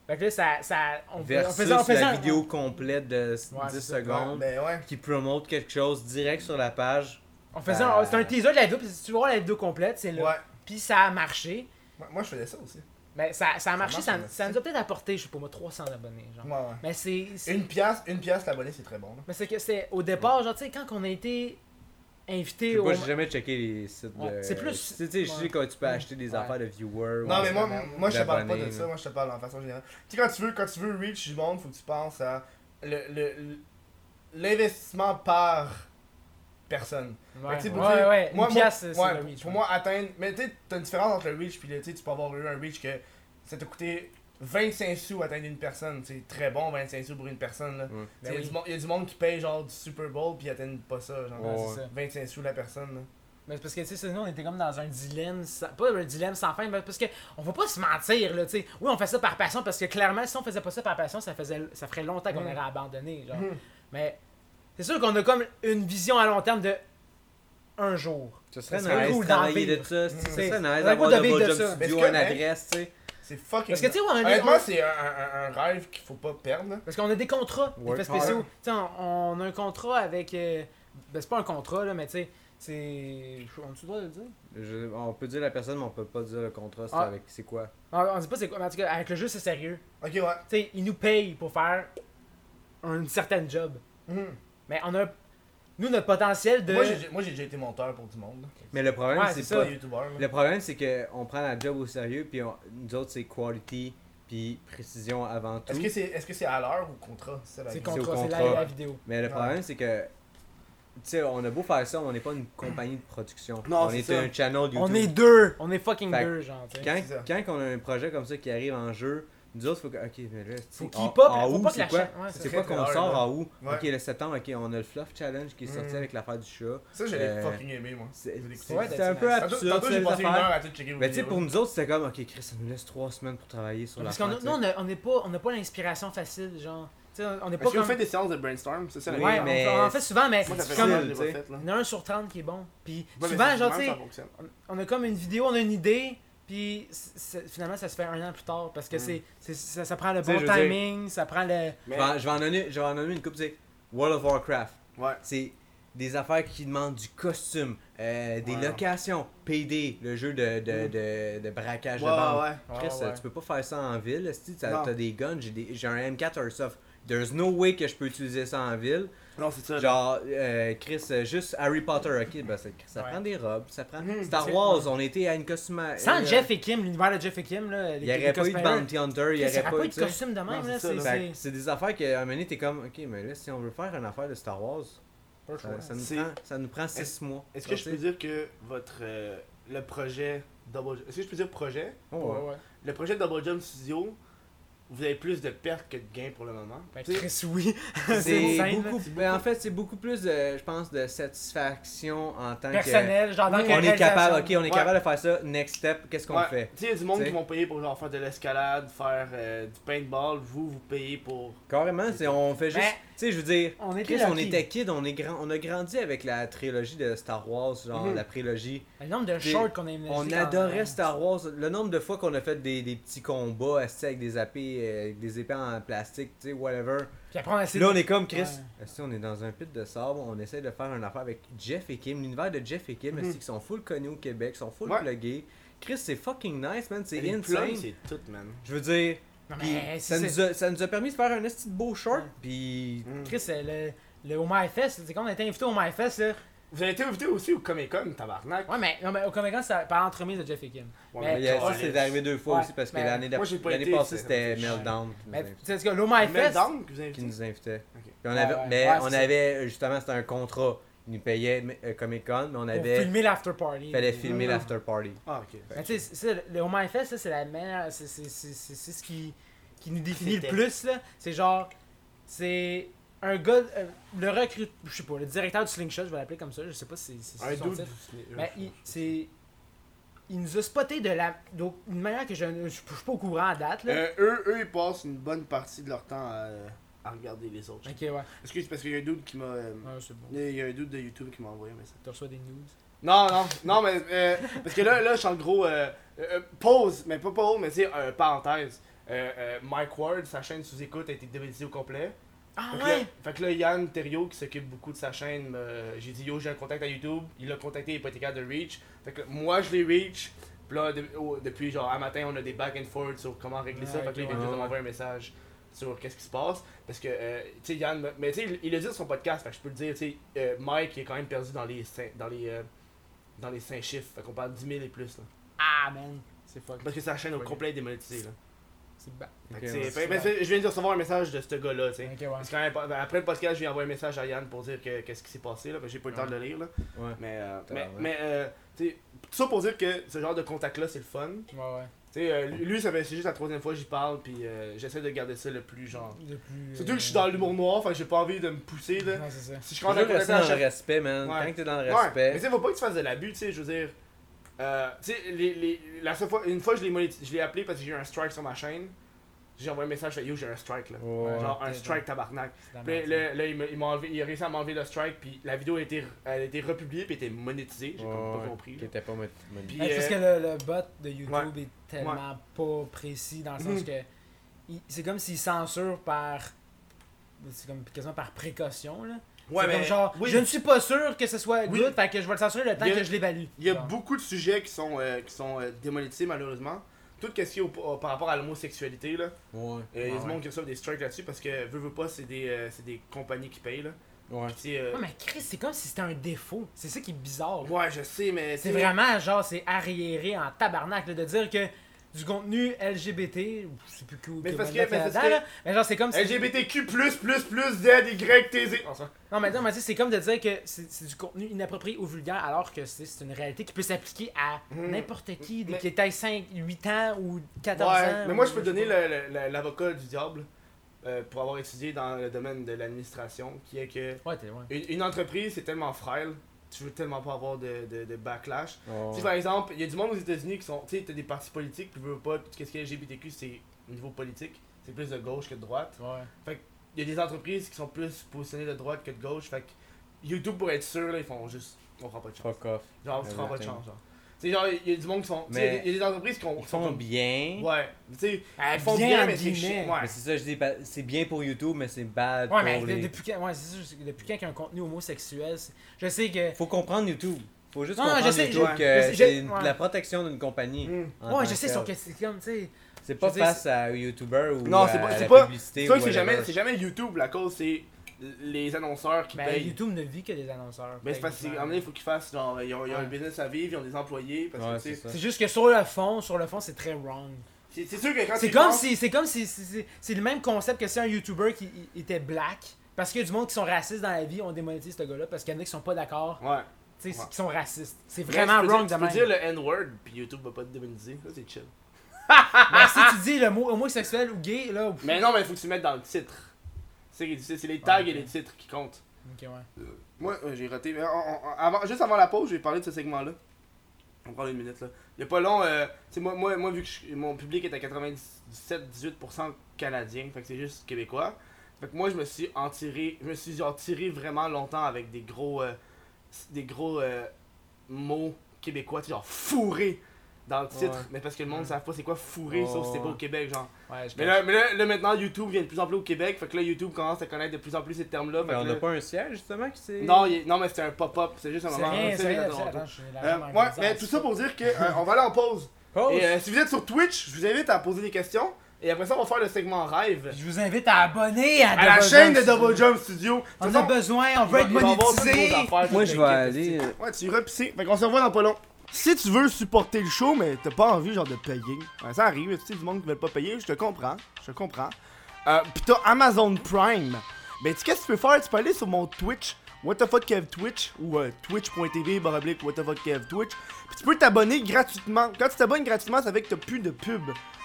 C: Fait que là, ça, ça, on, fait- on
B: Versus
C: faisait, on faisait
B: la
C: un-
B: vidéo complète de s-
C: Ouais,
B: 10
C: c'est ça.
B: secondes
A: Ouais, ben ouais.
B: qui promote quelque chose direct sur la page.
C: on faisait un-
B: Ah.
C: c'était un teaser de la vidéo, puis si tu veux voir la vidéo complète, c'est là.
A: Ben, Ouais.
C: Puis ça a marché.
A: Moi, moi, je faisais ça aussi.
C: Mais ça, ça a marché,
A: marche,
C: ça,
A: mais
C: ça nous a peut-être apporté, je sais pas moi, 300 abonnés. Genre.
A: Ouais, ouais.
C: Mais c'est. c'est-
A: Une piastre, une piastre, l'abonné, c'est très bon. là.
C: Mais c'est que c'est au départ, genre, tu sais, quand on a été invité
B: Je sais
C: au.
B: pas, j'ai jamais checké les sites
C: Ouais,
B: de.
C: c'est plus-
B: Tu sais, tu sais, je
C: ouais.
B: sais quand tu peux acheter des
C: Ouais.
B: affaires de viewers.
A: Non,
B: ouais,
A: mais moi,
C: c'est
A: moi je te parle pas
B: d'abonnés,
A: de ça,
B: là.
A: moi je te parle en façon générale. Tu sais, quand tu veux, quand tu veux reach du monde, faut que tu penses à le- le- le- l'investissement par personne.
C: Ouais,
A: Fait que, tu sais,
C: ouais,
A: pour
C: ouais,
A: dire,
C: Une pièce, c'est
A: ouais,
C: le
A: pour-
C: reach,
A: Pour
C: ouais.
A: moi, atteindre. Mais tu sais, t'as une différence entre le reach puis le. Tu sais, tu peux avoir eu un reach que ça t'a coûté 25 sous atteindre une personne. C'est très bon, 25 sous pour une personne. là.
B: Ouais.
A: Tu sais,
C: Ben
A: y a
C: oui.
A: du monde- y a du monde qui paye genre du Super Bowl puis ils atteignent pas ça. Genre,
C: Ouais, c'est ça.
A: 25 sous la personne. là.
C: Mais c'est parce que, tu sais, nous, on était comme dans un dilemme, sans- pas un dilemme sans fin, mais parce que on va pas se mentir, là, tu sais. Oui, on fait ça par passion, parce que clairement, si on faisait pas ça par passion, ça, faisait, ça ferait longtemps qu'on
A: Mm.
C: aurait abandonné, genre.
A: Mhm.
C: Mais c'est sûr qu'on a comme une vision à long terme de un jour.
B: Ce
C: Ça
B: serait
C: serait
B: nice
C: cool
B: de
C: d'en
B: travailler
C: vivre.
B: de ça. c'est-
A: Mm.
B: Ça
C: C'est-
B: serait
C: ça
B: nice
C: serait cool
B: d'avoir
C: de
B: de
C: vivre de
B: Double
C: ça.
B: Jump
A: Mais
B: Studio,
A: c'est
B: une
A: correct.
B: adresse, tu sais.
A: C'est fucking.
C: Parce que, tu sais, ouais, on a-
A: Honnêtement,
C: on-
A: c'est un, un- un- un rêve qu'il faut pas perdre. là.
C: Parce qu'on a des contrats,
B: Ouais.
C: des faits spéciaux.
A: Ouais.
C: Tu sais, on, on a un contrat avec. euh, ben, c'est pas un contrat, là, mais tu sais, c'est. On-tu le droit de le dire?
B: Je- On peut dire la personne, mais on peut pas dire le contrat, c'est
C: Ah.
B: avec. C'est quoi
C: On, on dit pas c'est quoi, mais en tout cas, avec le jeu, c'est sérieux.
A: Ok, ouais.
C: Tu sais, ils nous payent pour faire une certaine job.
A: Mhm.
C: Mais on a. Nous, notre potentiel de.
A: Moi, j'ai- moi, j'ai déjà été monteur pour du monde.
B: Mais le problème,
C: Ouais,
B: c'est
C: c'est
B: pas.
A: Pas youtubeur. là.
B: Le problème, c'est qu'on prend la job au sérieux, puis on- nous autres, c'est quality, puis précision avant tout.
A: Est-ce que c'est est-ce que c'est à l'heure ou au contrat C'est ça, la
C: c'est
A: question.
B: Ben, au
C: contrat, c'est la,
B: contrat.
C: la vidéo.
B: Mais le
A: Ouais.
B: problème, c'est que. Tu sais, on a beau faire ça, on n'est pas une compagnie de production.
A: Non,
B: on
A: c'est
B: est,
A: ça.
B: un channel YouTube.
C: On est deux! On est fucking
B: Fait que-
C: deux, genre, tu sais.
B: Quand,
A: C'est ça.
B: quand on a un projet comme ça qui arrive en jeu, nous autres, faut que. Ok, mais là,
C: Faut
B: en-
C: qu'il pop,
B: en
C: faut
B: août,
C: pas que
B: c'est
C: la
B: quoi?
C: chaîne. ouais,
B: C'est
C: c'est
B: quoi
A: très
B: qu'on
A: très
B: sort
A: hard,
B: en août?
A: Ouais.
B: Ok, le septembre, ok, on a le Fluff Challenge qui est sorti
A: Mm.
B: avec l'affaire du chat.
A: Ça, je l'ai
B: Euh,
A: fucking aimé, moi.
B: C'est
A: Je l'ai écouté.
B: c'est
C: Ouais,
B: un
C: that's
B: peu
C: nice.
A: Tantôt,
B: absurde,
A: tantôt, j'ai
B: c'est
A: passé une heure à tout checker vos
B: Mais tu sais,
A: vidéos.
B: pour nous autres, c'était comme, ok, Chris, ça nous laisse trois semaines pour travailler sur la
C: Parce qu'on a- nous, on a- on n'est pas, on n'a pas l'inspiration facile, genre. Tu sais, on n'est pas
A: Est-ce que vous
C: comme.
A: faites des séances de brainstorm C'est ça la
B: Oui,
C: ouais,
A: question.
B: mais-
C: on, on en fait souvent, mais
A: Moi, j'avais
C: comme.
A: ça,
B: facile,
A: je l'ai
B: tu sais.
A: pas fait, là.
C: Il y en a un sur 30 qui est bon. Puis
A: Ouais, mais
C: souvent,
A: c'est
C: genre,
A: même,
C: tu sais,
A: ça fonctionne.
C: on a comme une vidéo, on a une idée, puis c- c'est- finalement, ça se fait un an plus tard parce que c'est, c'est- ça, ça prend le
B: Hmm. Tu sais,
C: bon
B: je veux dire-
C: timing, ça prend le.
A: Bah,
B: Je vais en- je vais en nommer- je vais en nommer une coupe, c'est World of Warcraft.
A: Ouais.
B: C'est des affaires qui demandent du costume, euh, des
A: Ouais.
B: locations, PD, le jeu de, de, de, de braquage
A: Mm. Ouais,
B: de banque.
A: ouais.
B: Chris,
A: Ouais, ouais.
B: tu peux pas faire ça en ville. Si t'as
A: Non.
B: t'as des guns, j'ai des- j'ai un M4 Airsoft. There's no way que je peux utiliser ça en ville.
A: Non, c'est ça.
B: Genre, euh, Chris, euh, juste Harry Potter, ok, ben, ça, ça
C: Ouais.
B: prend des robes, ça prend.
A: Mhm,
B: Star
C: c'est-
B: Wars, on était à une costume.
C: Sans Jeff et Kim, l'univers de Jeff et Kim, là,
B: euh, Il n'y aurait pas eu de Bounty Hunter, il
C: Il
B: n'y
C: n'y
B: aurait
C: pas eu
B: pas eu
C: de
B: ça.
C: costume de
A: Non,
C: même,
A: c'est
C: là.
A: ça,
C: C'est.
A: là.
B: Fait que
C: c'est-
B: C'est des affaires qu'à un moment donné, t'es comme, ok, mais là, si on veut faire une affaire de Star Wars, ça, ça nous,
A: C'est-
B: prend, ça nous prend 6 mois.
A: Est-ce que je
B: Tu
A: peux
B: sais.
A: dire que votre. euh, le projet Double Jump. Est-ce que je peux dire projet
B: Oh, ouais.
A: Le projet Double Jump Studio, vous avez plus de pertes que de gains pour le moment.
C: Ben,
A: Tu sais,
C: Chris, oui.
B: C'est
C: insane, là.
B: beaucoup, ben, en fait, c'est beaucoup plus, de, je pense, de satisfaction en tant
C: Personnel, genre dans
B: que.
C: que
B: On est capable, ok,
C: réalisation.
B: on est capable de faire ça. Next step, qu'est-ce qu'on
A: ouais,
B: fait
A: Tu sais, il y a du monde
B: T'sais.
A: qui vont payer pour genre faire de l'escalade, faire euh, du paintball. Vous, vous payez pour.
B: Carrément, c'est- on fait juste.
C: Ben,
B: tu sais, je veux dire,
C: On était
B: Chris, on
C: lucky.
B: était kid, on, est grand, on a grandi avec la trilogie de Star Wars, genre
A: Mhm.
B: la prélogie.
C: Le nombre de
B: Des-
C: shorts qu'on a aimé.
B: On adorait Star Wars. Le nombre de fois qu'on a fait des, des petits combats esti, avec des épées, euh, avec des épées en plastique, tu sais, whatever.
C: Puis après, on a essayé.
B: Là, on est comme Chris.
C: Ouais.
B: esti, on est dans un pit de sable, on essaie de faire une affaire avec Jeff et Kim, l'univers de Jeff et Kim, esti, qui sont full connus au Québec, sont full
A: Mm-hmm. Ouais.
B: pluggés. Chris, c'est fucking nice, man, c'est
A: Les plugs,
B: insane.
A: C'est Ah, tout, man.
B: Je veux dire,
C: Non,
B: puis
C: mais
B: ça,
C: c'est-
B: nous a, ça nous a permis de faire un esti de beau short,
C: Ouais.
B: puis
A: Mm.
C: Chris, euh, le, le au MyFest, c'est quand on était invité au MyFest, là.
A: Vous avez été invité aussi au Comic Con, tabarnak.
C: Ouais, mais, non, mais au Comic Con, c'est par l'entremise de Jeff et Kim.
A: Ouais,
C: mais
B: Mais il y a- ça,
A: calisse.
B: c'est arrivé deux fois
C: Ouais,
B: aussi parce que
C: mais-
B: l'année d'ap-
A: Moi, j'ai pas
B: l'année
A: été,
B: passée,
A: c'est-
B: c'était
A: c'est-
B: Meltdown qui nous
C: Mais
B: invitait-
C: tu sais, ce que le MyFest.
A: Meltdown que Ah, vous avez
B: qui
A: invité.
B: nous invitait.
A: Ok.
B: Puis on
C: Ouais,
B: avait,
C: ouais.
B: mais
C: Ouais,
B: on
C: c'est ça.
B: avait euh, justement c'était un contrat. Ils nous payaient Comic Con, mais on
C: Pour
B: avait
C: filmer l'after party.
B: fallait filmer
A: Ouais.
B: l'after party.
A: Ah, ok.
C: Mais tu sais, c'est- c'est- le Home Fest, là, c'est la meilleure. C'est c'est- c'est- c'est- c'est ce qui, qui nous définit le
A: C'était.
C: plus, là. C'est genre. C'est un gars. euh, le recrute. Je sais pas, le directeur du Slingshot, je vais l'appeler comme ça. Je sais pas si c'est
A: Un
C: son
A: dude.
C: titre. Mais
A: du-
C: il, c'est. Il nous a spoté de la. donc, D'une manière que je ne je suis pas au courant à date, là.
A: Euh, eux, eux, ils passent une bonne partie de leur temps à, à regarder les autres.
C: Ok, ouais. Ouais,
A: Excuse, parce qu'il y a un dude qui m'a. euh,
C: c'est bon.
A: il y a un dude de YouTube qui m'a envoyé un message.
C: Tu reçois des news.
A: Non, non, non, mais. euh, parce que là, là, je suis en gros. euh, euh, pause, mais pas pause, mais c'est euh, parenthèse. Euh, euh, Mike Ward, sa chaîne sous-écoute a été démonétisée au complet.
C: Ah
A: Fait que, là,
C: ouais!
A: fait que là, Yann Thériault, qui s'occupe beaucoup de sa chaîne, me- j'ai dit yo, j'ai un contact à YouTube. Il l'a contacté, il n'est pas été capable de reach. Fait que moi, je l'ai reach. Puis là, de- au- depuis genre un matin, on a des back and forth sur comment régler ça.
C: Ouais,
A: Fait que là, il
C: ok,
A: vient juste de
B: ouais.
A: m'envoyer un message sur qu'est-ce qui se passe. Parce que, euh, tu sais, Yann, me- mais tu sais, il- il le dit sur son podcast. Fait que je peux le dire, tu sais, euh, Mike, il est quand même perdu dans les cinq, dans les, euh, dans les cinq chiffres. Fait qu'on parle de 10 000 et plus. Là.
C: Ah man! C'est fuck.
A: Parce que sa chaîne au
C: Ok.
A: complet est démonétisée. Là.
C: C'est bad.
A: Fait
B: Ok,
A: que c'est-
B: ouais.
A: fait- mais c'est- je viens de recevoir un message de ce gars-là, tu sais.
C: Ok, ouais.
A: Parce que quand même, pas- ben, après le podcast, je lui ai envoyé un message à Yann pour dire que qu'est-ce qui s'est passé là, parce que j'ai pas eu le temps de le lire là.
B: Ouais.
A: Mais euh,
B: T'as
A: mais,
B: l'air, ouais.
A: mais euh, tu sais, tout ça pour dire que ce genre de contact là, c'est le fun. Tu
C: Ouais, ouais.
A: sais, euh, lui ça fait c'est juste la troisième fois que j'y parle puis euh, j'essaie de garder ça le plus genre.
C: De plus,
A: Surtout
C: euh,
A: que je suis dans l'humour noir, fait que j'ai pas envie de me pousser là.
C: Ouais, c'est ça.
A: Si je
B: Faut
A: commence à
B: toujours rester
A: contacter
B: dans
A: à
B: le
A: chaque
B: respect, man.
A: Ouais.
B: Tant que t'es dans le
A: Ouais, mais tu
B: respect.
A: sais, faut pas que tu fasses de l'abus, tu sais, je veux dire. Euh, tu sais, les, les, la seule fois, une fois, je l'ai, monéti- je l'ai appelé parce que j'ai eu un strike sur ma chaîne. J'ai envoyé un message, je fais, yo, j'ai un strike là.
B: Ouais.
A: Genre un
C: Ouais.
A: strike tabarnak.
C: Ah, C'est de la
A: Puis
C: merde,
A: là, là, il, m'a- il m'a enlevé- il a réussi à m'enlever le strike, puis la vidéo a été, elle a été republiée, puis était monétisée. J'ai comme pas
B: Ouais,
A: compris.
B: Qui
A: là.
B: était pas mon- mon-
A: Puis,
C: Ouais, c'est parce que
A: euh,
C: le, le bot de YouTube est tellement pas précis dans le sens
A: Mhm.
C: que il- c'est comme s'il censure par c'est comme quasiment par précaution là.
A: ouais,
C: c'est
A: mais
C: comme genre
A: oui,
C: je ne suis pas sûr que ce soit
A: Oui.
C: good, fait que je vais le censurer le temps
A: Il y a-
C: que je l'évalue.
A: il y a
C: Genre.
A: beaucoup de sujets qui sont, euh, qui sont euh, démonétisés, malheureusement. Tout ce qui est au- au- par rapport à l'homosexualité, là. euh,
B: Ouais.
A: Il y a du
C: Ouais,
A: monde qui reçoit des strikes là-dessus parce que, veut, veut pas, c'est des, euh, c'est des compagnies qui payent, là.
B: Ouais.
A: Puis, tu sais, euh,
C: Ouais, mais Chris, c'est comme si c'était un défaut. C'est ça qui est bizarre.
A: Ouais, je sais, mais.
C: C'est
A: tu sais,
C: vraiment genre c'est arriéré en tabarnak là, de dire que du contenu LGBT, ou je sais plus cool
A: Mais
C: que
A: parce
C: Wanda
A: que- mais
C: fait
A: parce
C: là-dedans,
A: que-
C: là, mais genre c'est comme si
A: LGBTQ, plus, plus, plus, Z, Y, T, Z. Oh, ça.
C: Non, mais non, mais tu sais, c'est comme de dire que c'est c'est du contenu inapproprié ou vulgaire, alors que c'est c'est une réalité qui peut s'appliquer à
A: Mhm.
C: n'importe qui, dès
A: Mais-
C: qu'il est 5, 8 ans ou 14 ans.
A: Ouais, mais moi
C: ou-
A: je peux donner
C: sais pas.
A: le- le- le- l'avocat du diable euh, pour avoir étudié dans le domaine de l'administration, qui est que
C: Ouais, t'es ouais.
A: une, une entreprise c'est tellement frêle, tu veux tellement pas avoir de, de- de backlash. Tu
B: Ouais.
A: sais, par exemple, il y a du monde aux États-Unis qui sont, tu sais, t'as des partis politiques, puis veux pas, qu'est-ce qui est LGBTQ, c'est au niveau politique, c'est plus de gauche que de droite.
C: Ouais.
A: Il y a des entreprises qui sont plus positionnées de droite que de gauche, fait que YouTube pour être sûr, là, ils font juste, on prend pas de chance.
B: Fuck off.
A: Genre, tu prends pas de
B: Exactement.
A: chance, genre. Tu Tu sais, genre, il y a du monde qui sont. tu sais,
B: Mais-
A: Il y a des entreprises qui ont.
B: Ils font bien.
A: Ouais. Tu sais,
C: Ah,
A: ils font
C: bien,
A: bien,
C: en
A: mais c'est
C: guillemets.
A: chiant. Ouais.
B: Mais c'est ça, je dis, pa- c'est bien pour YouTube, mais c'est bad
C: Ouais, mais
B: pour
C: de-
B: les.
C: depuis quand, ouais, c'est ça, c'est- depuis quand qu'il y a un contenu homosexuel, c'est- je sais que.
B: Faut comprendre YouTube. Faut juste
C: Non, non,
B: comprendre
C: je sais,
B: YouTube
C: je-
B: que
C: je sais, je-
B: c'est une-
C: ouais.
B: la protection d'une compagnie.
A: Mm.
B: en tant
C: Ouais, je sais,
B: que
C: sauf
B: telle.
C: que c'est comme, tu sais.
B: C'est pas
C: je veux dire,
B: face à un YouTuber ou
H: Non,
B: à
H: c'est pas-
B: la
H: c'est pas-
B: publicité
A: C'est
B: ou
A: sûr que c'est
B: whatever.
A: jamais, c'est jamais YouTube la cause, c'est les annonceurs qui
C: Ben,
A: payent.
C: YouTube ne vit que des annonceurs. ben,
A: Mais c'est parce qu'à un moment donné, il faut qu'ils fassent, genre, ils ont, ils ont un business à vivre, ils ont des employés, parce
B: Ouais,
A: que, tu
B: c'est
A: sais,
B: ça.
C: C'est juste que sur le fond, sur le fond, c'est très wrong.
A: c'est c'est sûr que quand
C: C'est
A: tu
C: comme
A: penses-
C: si, c'est comme si, si- si- c'est le même concept que si un YouTuber qui i- était black, parce qu'il y a du monde qui sont racistes dans la vie, on démonétise ce gars-là parce qu'il y en a qui sont pas d'accord,
A: Ouais.
C: tu sais,
A: Ouais.
C: qui sont racistes. C'est vraiment
A: Tu peux
C: wrong
A: dire-
C: de même.
A: Tu peux dire le N-word, puis YouTube va pas te démoniser, ça c'est chill.
C: Mais Ben, si tu dis le mot homosexuel ou gay, là, pff,
A: Mais non, mais il faut que tu le mettes dans le titre. C'est c'est- c'est les tags
C: Ah, ok.
A: et les titres qui comptent.
C: ok, ouais.
A: Moi, euh, j'ai raté. mais on- on- on- avant, juste avant la pause, je vais parler de ce segment-là. On prend une minute là. Il y a pas long, euh, tu sais, moi, moi, moi, vu que je- mon public est à 97-18% canadien, fait que c'est juste québécois. Fait que moi, je me suis en tiré, je me suis genre tiré vraiment longtemps avec des gros, euh, des gros euh, mots québécois, tu sais, genre fourré dans le titre.
B: Ouais.
A: Mais parce que le monde ne savent pas c'est quoi fourré, sauf si c'est pas au
B: Ouais.
A: Québec, genre.
C: Ouais, je
A: Mais là, mais là, là, maintenant, YouTube vient de plus en plus au Québec, fait que là, YouTube commence à connaître de plus en plus ces termes-là. fait
B: Mais
A: que
B: on
A: là-
B: n'a pas un siège justement qui s'est.
A: non, il- non, mais c'était un pop-up, c'est juste un
C: C'est
A: moment.
C: rien,
A: c'est
C: c'est rien.
A: à Toronto.
C: Attends, je suis
A: Euh,
C: largement
A: ouais,
C: organisé
A: mais
C: en
A: tout
C: dessous.
A: ça pour dire que euh, on va aller en pause.
B: Pause.
A: Et euh, si vous êtes sur Twitch, je vous invite à poser des questions. Et après ça, on va faire le segment rêve
C: Je vous invite à abonner à,
A: à la
C: Double
A: chaîne de
C: Jump
A: Double
C: Studio.
A: Jump Studio. De
C: On
A: toute
C: a
A: façon,
C: besoin, on
A: il
C: veut
A: va-
C: être
A: il va y avoir toutes
C: monétisé.
A: nos affaires,
G: Moi,
A: toutes
G: je
A: les
G: vais
A: quêtes,
G: aller.
B: euh,
A: etc. Ouais, tu iras pisser. Fait qu'on se revoit dans pas long. Si tu veux supporter le show, mais t'as pas envie, genre, de payer, ouais, ça arrive, tu sais, du monde qui veut pas payer, je te comprends, je te comprends. Euh, pis t'as Amazon Prime. Ben, tu sais, qu'est-ce que tu peux faire? Tu peux aller sur mon Twitch, What the fuck Kev Twitch, ou euh, twitch.tv, baroblique, What the fuck Kev Twitch. Pis tu peux t'abonner gratuitement. Quand tu t'abonnes gratuitement, ça fait que t'as plus de pub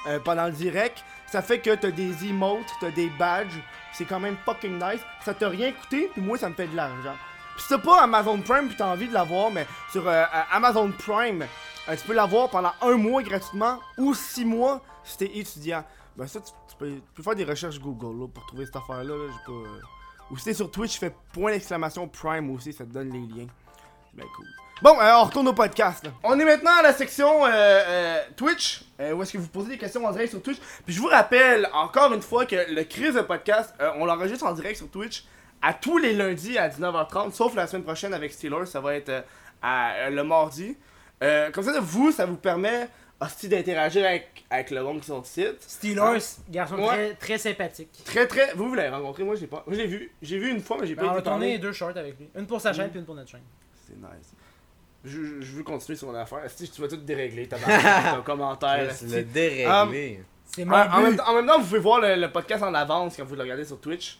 A: euh, pendant le direct. Ça fait que t'as des emotes, t'as des badges. C'est quand même fucking nice. Ça t'a rien coûté, puis moi, ça me fait de l'argent. Pis si t'as pas Amazon Prime pis t'as envie de l'avoir, mais sur euh, euh, Amazon Prime, euh, tu peux l'avoir pendant un mois gratuitement ou six mois si t'es étudiant. Ben ça, tu, tu peux, tu peux faire des recherches Google là, pour trouver cette affaire-là. là, j'ai pas, euh. Ou si t'es sur Twitch, fais point d'exclamation Prime aussi, ça te donne les liens. Ben cool. Bon, euh, on retourne au podcast. là. On est maintenant à la section euh, euh, Twitch, euh, où est-ce que vous posez des questions en direct sur Twitch. Puis je vous rappelle encore une fois que le crise de podcast, euh, on l'enregistre en direct sur Twitch à tous les lundis à 19h30, sauf la semaine prochaine avec Steelers, ça va être euh, à, euh, le mardi. Euh, comme ça, vous, ça vous permet aussi d'interagir avec, avec le monde qui sont ici.
C: Steelers, garçon
A: Ouais.
C: très, très sympathique.
A: Très très. Vous, vous l'avez rencontré, moi j'ai pas. Moi j'ai vu. J'ai vu une fois, mais j'ai
C: Ben,
A: pas
C: on a
A: été
C: tourné
A: parler.
C: deux shorts avec lui. Une pour sa chaîne,
A: Mhm.
C: puis une pour notre chaîne.
A: C'est nice. Je, je- je veux continuer sur mon affaire. Si tu vas tout dérégler, t'as ton commentaire.
B: Laisse
A: esti.
B: le dérégler.
C: C'est
A: En,
C: mon
A: en même,
C: but.
A: temps- en même temps, vous pouvez voir le, le podcast en avance quand vous le regardez sur Twitch.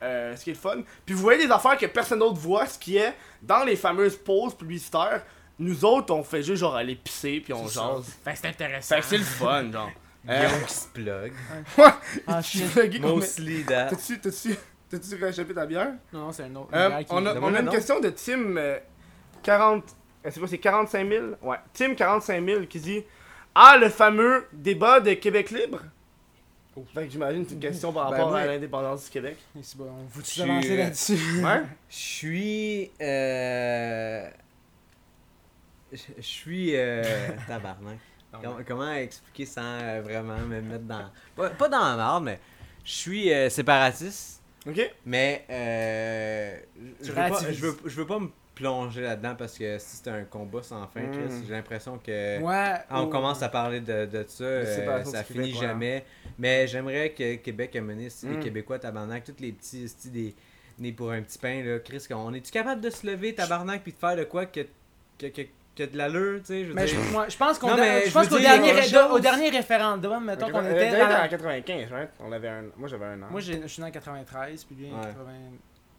A: Euh, ce qui est le fun. Puis vous voyez des affaires que personne d'autre voit, ce qui est dans les fameuses pauses publicitaires. Nous autres, on fait juste genre aller pisser puis on jase.
C: Fait que c'est intéressant.
A: Fait que c'est le fun, genre.
B: Guillaume qui se plug.
C: Ah,
A: Tu
C: shit.
A: fais-
B: Mostly that.
A: T'as-tu, t'as-tu, t'as-tu réchappé ta bière?
C: Non, non, c'est un autre.
A: Euh,
C: une bière qui-
A: on a,
B: Le
A: on a
B: moment,
A: une
B: non?
A: question de Tim euh, 40. euh, C'est quoi, c'est 45 000 Ouais, Tim 45 000 qui dit Ah, le fameux débat de Québec libre Fait que j'imagine que c'est une question par
B: Ben
A: rapport
B: moi-
A: à l'indépendance du Québec.
C: Et c'est bon, on vous
B: Je
C: tu
B: suis- euh,
C: lancer là-dessus.
A: Ouais
B: Je suis. Euh... Je je suis. Euh... Tabarnak.
C: Non,
B: Com- comment expliquer sans euh, vraiment me mettre dans. Pas, pas dans la marde, mais. Je suis euh, séparatiste,
A: Ok
B: mais. Euh... je- Je, veux pas,
C: relativises.
B: je, veux, je veux pas me plonger là-dedans parce que si c'est un combat sans fin,
A: Mm.
B: Chris, j'ai l'impression que.
C: Moi,
B: Ah, on
C: au-
B: commence à parler de, de ça, euh,
A: séparation
B: ça
A: du
B: finit
A: Québec, ouais.
B: jamais. Mais j'aimerais que Québec amène si les
A: Mm.
B: Québécois, tabarnak, tous les petits, esti des, des pour un petit pain, là. Chris, on est-tu capable de se lever, tabarnak, puis de faire de quoi que, que, que, que de l'allure, tu sais? Je veux
C: Mais je,
B: dire,
C: moi, je pense qu'on
B: Non, mais
C: je
B: je
C: pense
B: veux
C: qu'au
B: dire,
C: dernier,
B: euh,
C: ré- au
B: chose.
C: dernier référendum, mettons qu'on
A: Euh,
C: était
A: Dave
C: dans la-
A: en 95, right? On avait un... Moi j'avais un an.
C: Moi, j'ai- je suis né en 93, puis bien en 80...
B: Ouais.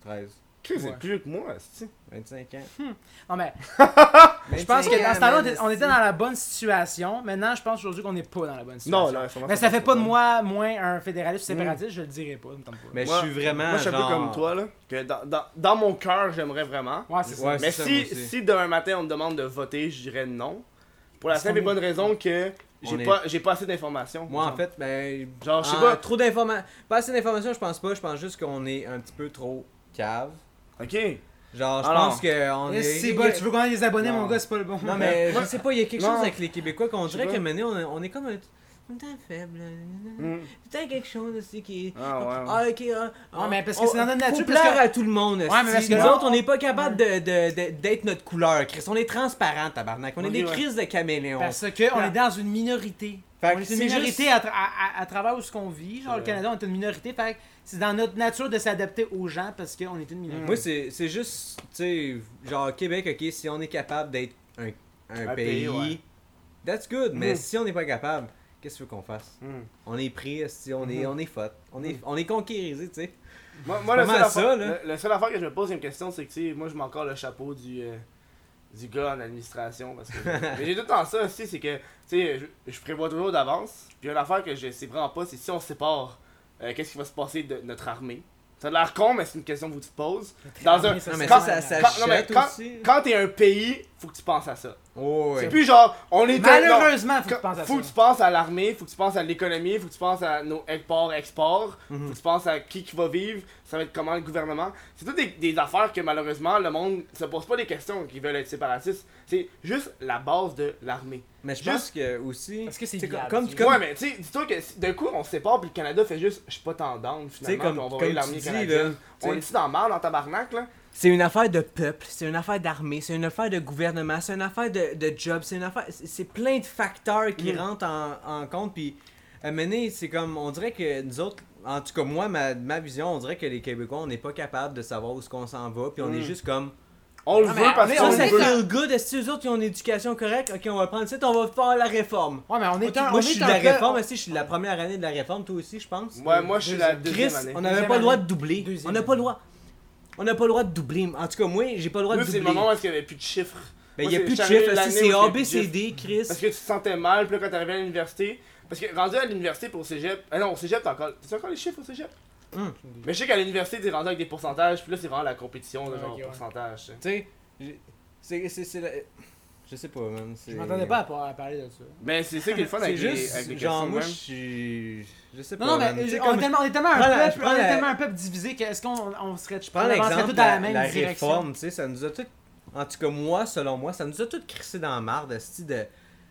B: 13,
A: Chris, c'est
C: ouais.
A: plus vieux que moi, c'est
B: 25 ans.
C: Non, mais
B: Ben,
C: je pense que dans ce temps-là, on
B: euh,
C: était- on était dans la bonne situation. Maintenant, je pense aujourd'hui qu'on n'est pas dans la bonne situation.
A: Non, là, sûrement,
C: Mais
A: ça
C: ça
A: va
C: fait
A: pas
C: pas de
A: bien.
C: moi, moins un fédéraliste ou séparatiste, je le dirais pas, ça me tente pas.
B: Hmm. Mais
A: Moi-
B: je suis vraiment.
A: Moi je suis un peu
B: genre-
A: comme toi là. Que dans, dans, dans mon cœur, j'aimerais vraiment.
C: Ouais, c'est ça.
B: Ouais,
A: Mais
B: c'est ça,
A: si,
B: moi aussi.
A: si demain matin on me demande de voter, je dirais non. Pour la
C: Parce
A: simple et
C: qu'on est-
A: bonne raison que j'ai
B: On est-
A: pas, j'ai pas assez d'informations.
B: Moi, en
A: Genre.
B: fait, ben.
A: Genre, je sais
B: en-
A: pas.
B: Trop d'informations. Pas assez d'informations, je pense pas. Je pense juste qu'on est un petit peu trop cave.
A: Ok.
B: Genre, je
I: Ah non.
B: pense qu'on
C: Eh,
B: est.
C: C'est bon, tu veux hein? gagner des abonnés,
A: Non.
C: mon gars, c'est pas le bon.
B: Non, mais je sais pas, il y a quelque
A: Non.
B: chose avec les Québécois qu'on
A: Je sais
B: dirait
A: pas.
B: que maintenant, on, est- on est comme un. Tout le temps faible.
A: Mm.
B: Tout le temps quelque chose aussi qui est.
I: Ah, ouais.
B: Ah, ok, ah,
C: Ah, mais parce que
B: on-
C: c'est dans notre nature,
B: Faut
C: parce
B: plaire
C: que-
B: à tout le monde.
C: Ouais, mais parce
B: si.
C: que
B: Nous
C: là-
B: autres, on n'est pas capable de- de- de- d'être notre couleur, Chris. On est transparent, tabarnak. On est
A: Ok,
B: des
A: ouais.
B: crises de caméléons.
C: Parce que on est dans une minorité.
B: Fait
C: on
B: que
C: est
B: c'est
C: une minorité
B: juste-
C: à, tra- à- à- à travers où ce qu'on vit. Genre, le Canada, on est une minorité. Fait que c'est dans notre nature de s'adapter aux gens parce qu'on est une minorité.
B: Moi, c'est c'est juste, tu sais, genre Québec, ok, si on est capable d'être un, un
A: Un
B: pays,
A: pays, ouais.
B: that's good, mais
A: Mm.
B: si on n'est pas capable, qu'est-ce que tu veux qu'on fasse?
A: Mm.
B: On est pris, si on est, on est fuck, on est, on est conquérisé, tu sais.
A: Moi, moi, la,
B: Comment
A: seule
B: ça,
A: affaire,
B: là?
A: le- la seule affaire que je me pose une question, c'est que tu sais, moi je mets encore le chapeau du, euh, du gars en administration. Parce que, mais j'ai tout le temps ça aussi, c'est que tu sais, je, je prévois toujours d'avance. Puis une affaire que je sais vraiment pas, c'est si on se sépare, euh, qu'est-ce qui va se passer de notre armée Ça a l'air con, mais c'est une question que vous te poses. Dans un,
B: Non, mais
A: quand,
B: ça, ça
A: quand- non, mais
B: jette
A: quand-
B: aussi.
A: quand t'es un pays, faut que tu penses à ça.
B: Oh, ouais.
A: C'est plus genre, on est un- non.
C: Malheureusement, faut que tu penses à
A: Faut que tu
C: ça.
A: penses à l'armée, faut que tu penses à l'économie, faut que tu penses à nos exports, exports,
B: Mhm.
A: faut que tu penses à qui qui va vivre, ça va être comment le gouvernement. C'est toutes des, des affaires que malheureusement le monde se pose pas des questions qui veulent être séparatistes. C'est juste la base de l'armée.
B: Mais je pense que aussi.
C: Parce que c'est
B: tu sais,
C: viable,
B: comme,
C: tu
B: comme,
A: Ouais, mais tu sais, dis-toi que si- d'un coup on se sépare puis le Canada fait juste, je suis pas tant down
B: tu sais,
A: finalement,
B: comme,
A: puis on va envoyer
B: comme tu
A: l'armée
B: dis,
A: canadienne.
B: là, tu
A: on
B: sais,
A: est-tu dans le mal, dans tabarnak là?
B: C'est une affaire de peuple, c'est une affaire d'armée, c'est une affaire de gouvernement, c'est une affaire de, de job, c'est une affaire. c'est- C'est plein de facteurs qui
A: Mm.
B: rentrent en, en compte. Puis, à mener, c'est comme. On dirait que nous autres, en tout cas, moi, ma, ma vision, on dirait que les Québécois, on n'est pas capable de savoir où est-ce qu'on s'en va. Puis, on est
A: Mm.
B: juste comme.
A: On le
C: Ah, mais-
A: veut parce
C: mais
B: Ça,
A: qu'on
C: on
B: ça
A: le
C: sait-
A: veut.
B: feel good. Est-ce que les autres, ils ont une éducation correcte? Ok, on va prendre ça, on va faire la réforme.
C: Ouais, mais on est
B: Ok,
C: un.
B: moi,
C: on
B: je
C: est
B: suis de
C: un
B: la
C: peuple-
B: réforme, aussi, je suis de la première année de la réforme, toi aussi, je pense.
A: Ouais, moi je suis la deuxième
B: Chris,
A: année.
B: on n'avait
C: Deuxième
B: pas le droit
C: année.
B: de doubler.
C: Deuxième
B: on n'a pas
C: année.
B: le droit. On n'a pas le droit de doubler. En tout cas, moi, j'ai pas le droit
A: Nous,
B: de
A: c'est le
B: doubler.
A: moment où il y avait plus de chiffres.
B: Ben, il
A: Moi,
B: n'y a
A: c'est-
B: plus de
A: je suis arrivé
B: chiffres, là,
A: l'année
B: c'est
A: où il y a plus de chiffres.
B: ABCD, Chris.
A: Parce que tu te sentais mal, puis là, quand t'arrivais à l'université. Parce que rendu à l'université pour cégep. Ah non, au cégep, t'as encore. T'as encore les chiffres au cégep
B: Hum.
A: Mais je sais qu'à l'université, t'es rendu avec des pourcentages, puis là, c'est vraiment la compétition de
C: Ah,
A: genre
C: ok, ouais.
A: pourcentage. tu sais.
B: Tu sais, j'ai- c'est- c'est- c'est la- Je sais pas, man. c'est-
C: Je m'entendais pas à par- à parler de ça.
A: Mais c'est ça qui est le fun
B: C'est
A: avec les-
B: juste,
A: avec les
B: genre,
A: questions de
B: moi,
A: même.
B: je suis. Je sais pas.
C: Non, non,
B: man.
C: mais
B: Tu sais,
C: je- on,
B: comme-
C: est tellement, on est tellement un
B: Prends la- je
C: peuple,
B: prends
C: on est
B: la-
C: tellement un peuple divisé qu'est-ce qu'on on, on serait,
B: Je prends
C: on avancerait
B: l'exemple
C: tous
B: de
C: dans la,
B: la,
C: même
B: la
C: direction.
B: réforme, tu sais, ça nous a tout... En tout cas, moi, selon moi, ça nous a tout crissé dans la marde, esti, de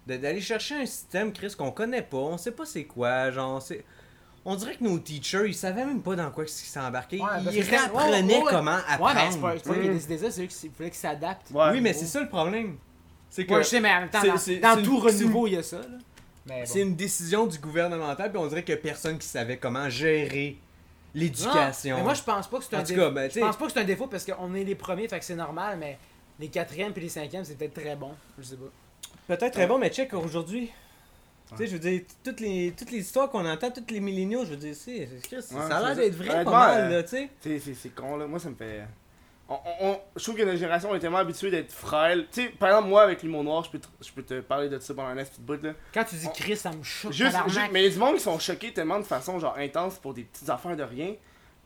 B: de- d'aller chercher un système, Chris, qu'on connaît pas, on sait pas c'est quoi, genre, on sait- On dirait que nos teachers, ils savaient même pas dans quoi qu'ils s'embarquaient.
C: Ouais, parce
B: ils
C: que c'est-
B: réapprenaient
C: ouais, ouais.
B: comment
C: Ouais, mais
B: apprendre.
C: c'est pas, c'est pas eux qui
A: Mm.
C: ont décidé ça, c'est eux qui s- voulaient qu'ils s'adaptent.
A: Ouais.
B: oui, mais c'est ça le problème. C'est que
C: Ouais, je sais, mais en même temps,
B: C'est-
C: dans,
B: c'est-
C: dans
B: c'est
C: tout
B: une- c'est une-
C: renouveau, il y a ça. Là. Mais
B: C'est une décision du gouvernemental, puis on dirait qu'il y a personne qui savait comment gérer l'éducation.
C: Mais moi, je pense pas que c'est
B: En
C: un
B: tout
C: défaut.
B: cas, ben,
C: je
B: tu sais-
C: pense pas que c'est un défaut parce qu'on est les premiers, fait que c'est normal, mais les quatrièmes puis les cinquièmes, c'est peut-être très bon. Je sais pas.
B: Peut-être
A: Ah.
B: très bon, mais check aujourd'hui. Tu sais, je veux dire, toutes les, toutes les histoires qu'on entend, toutes les milléniaux, je veux dire, c'est, c'est- Chris, ça a
A: c'est
B: l'air
A: ça.
B: d'être vrai pas
A: Honnêtement,
B: mal,
A: euh,
B: là, tu sais.
A: C'est- C'est c'est con, là. Moi, ça me fait. On, on- on- Je trouve que notre génération on est tellement habituée d'être frêle. Tu sais, par exemple, moi, avec l'humour noir, je peux, te... je peux te parler de ça pendant un petit bout, là.
C: Quand tu dis
A: On-
C: Chris, ça me choque.
A: Juste,
C: tabarnak.
A: juste- mais il y a du monde qui sont choqués tellement de façon, genre, intense pour des petites affaires de rien.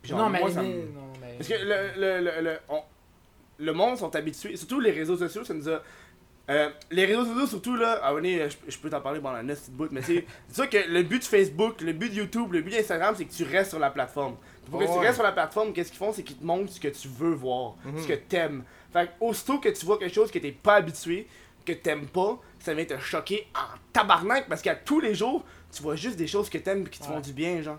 A: Puis genre,
C: non, mais,
A: moi, ça
C: mais-
A: me-
C: non, mais-
A: Parce que le, le, le, le, on- le monde sont habitués, surtout les réseaux sociaux, ça nous a. euh, les réseaux sociaux, surtout là, ah, venez, je, je peux t'en parler pendant la neuf petite bout, mais c'est c'est sûr que le but de Facebook, le but de YouTube, le but d'Instagram, c'est que tu restes sur la plateforme. Puis Pour que tu
B: Ouais.
A: restes sur la plateforme, qu'est-ce qu'ils font C'est qu'ils te montrent ce que tu veux voir, ce que t'aimes. Fait que, aussitôt que tu vois quelque chose que t'es pas habitué, que t'aimes pas, ça vient te choquer en tabarnak parce qu'à tous les jours, tu vois juste des choses que t'aimes et qui te font du bien, genre.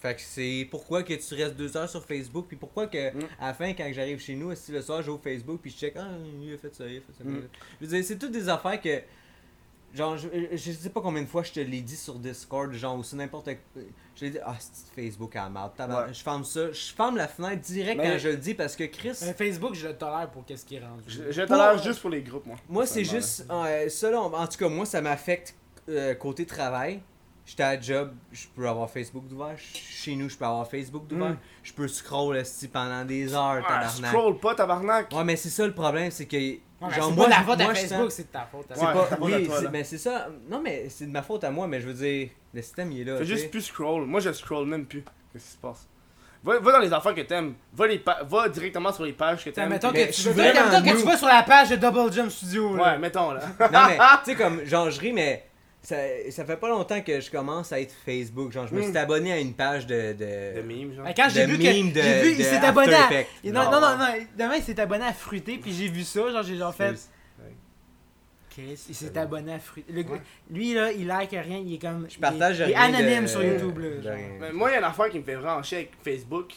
B: Fait que c'est pourquoi que tu restes deux heures sur Facebook, puis pourquoi que,
A: Mm.
B: à la fin, quand j'arrive chez nous, si le soir, j'ouvre Facebook, puis je check, ah, il a fait ça, il a
A: Mm.
B: fait ça. il a fait ça. Je veux dire, c'est toutes des affaires que, genre, je, je sais pas combien de fois je te l'ai dit sur Discord, genre, ou sur n'importe. Je l'ai dit, ah, c'est Facebook à la marde, tabarnak.
A: Ouais.
B: Je ferme ça, je ferme la fenêtre direct
A: Mais-
B: quand je le dis, parce que Chris.
C: Mais Euh, Facebook, je le tolère pour qu'est-ce qui est rendu.
A: Je, je tolère juste pour les groupes, moi.
B: Moi, c'est
A: Seulement,
B: juste. euh, selon, en tout cas, moi, ça m'affecte euh, côté travail. J'étais à job, je peux avoir Facebook d'ouvert. Ch- Chez nous, je peux avoir Facebook d'ouvert. Je peux scroll esti, pendant des heures,
A: Ah,
B: tabarnak.
A: scroll pas, tabarnak!
B: Ouais, mais c'est ça le problème, c'est que.
C: Ouais, mais
B: genre,
C: c'est pas
B: moi, je-
C: la faute
B: moi,
C: à
B: je sens-
C: Facebook, c'est de ta faute. hein. à
B: C'est
A: Ouais,
B: pas-
A: c'est ta faute à
B: oui,
A: toi,
B: c'est-
A: là.
B: mais c'est ça. Non, mais c'est de ma faute à moi, mais je veux dire, le système, il est là.
A: Fais
B: tu
A: juste
B: sais.
A: plus scroll. Moi, je scroll même plus. Qu'est-ce qui se passe? Va, va dans les affaires que t'aimes. Va, les pa- va directement sur les pages que
C: Tiens,
A: t'aimes.
C: mettons
B: mais
C: que,
B: je
C: tu,
B: suis
C: mettons
B: vraiment
C: que- mettons que
B: mou.
C: tu vas sur la page de Double Jump Studio. là.
A: Ouais, mettons là.
B: Non, mais, tu sais, comme, genre, je ris, mais
G: ça, ça fait pas longtemps que je commence à être Facebook. Genre, je me
A: Mm.
G: suis abonné à une page de. de-
A: De mime, genre.
C: Ben, quand j'ai
G: de
C: vu que
G: meme de-
C: j'ai vu, il
G: de
C: s'est
G: After
C: abonné à...
G: Effects.
C: il- Non,
G: Non.
C: non, non, non, demain il s'est abonné à Fruité, puis j'ai vu ça, genre j'ai genre fait... Chris, il s'est abonné à Fruité. Le gars-
A: Ouais.
C: Lui là, il like rien, il est comme...
G: Je partage
C: il est, il est
G: rien de-
C: anonyme sur YouTube là.
G: de
C: genre.
G: rien.
A: Mais moi, il y a une affaire qui me fait vraiment chier avec Facebook.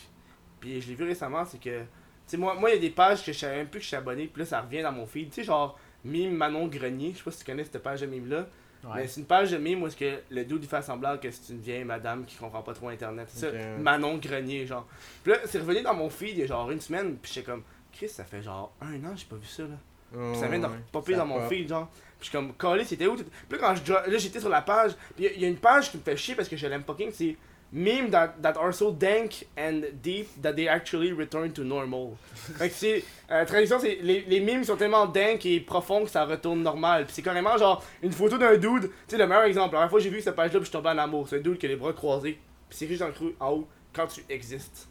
A: Puis je l'ai vu récemment, c'est que. Tu sais, moi, moi, il y a des pages que je savais même plus que je suis abonné. Puis là, ça revient dans mon feed. Tu sais, genre, Mime Manon Grenier. Je sais pas si tu connais cette page de mime-là. Mais c'est une page de mime où est-ce que le dude il fait semblant que c'est une vieille madame qui comprend pas trop internet. C'est
G: Ok.
A: ça, Manon Grenier, genre. Puis là, c'est revenu dans mon feed il y a genre une semaine. Puis j'étais comme, Chris, ça fait genre un an, j'ai pas vu ça là. Puis ça vient de popper
G: Ça
A: dans mon
G: pop.
A: feed, genre. Puis je suis comme, collé, c'était où? Puis là, quand je, dro- là, j'étais sur la page, puis il y, a une page qui me fait chier parce que je l'aime fucking, c'est Meme that, that are so dank and deep that they actually return to normal. fait que c'est, euh, traduction, c'est les, les mimes sont tellement dank et profonds que ça retourne normal. Puis c'est carrément genre une photo d'un dude, tu sais, le meilleur exemple, la dernière fois que j'ai vu cette page-là, puis je suis tombé en amour. C'est un dude qui a les bras croisés, puis c'est juste en cru en haut, quand tu existes.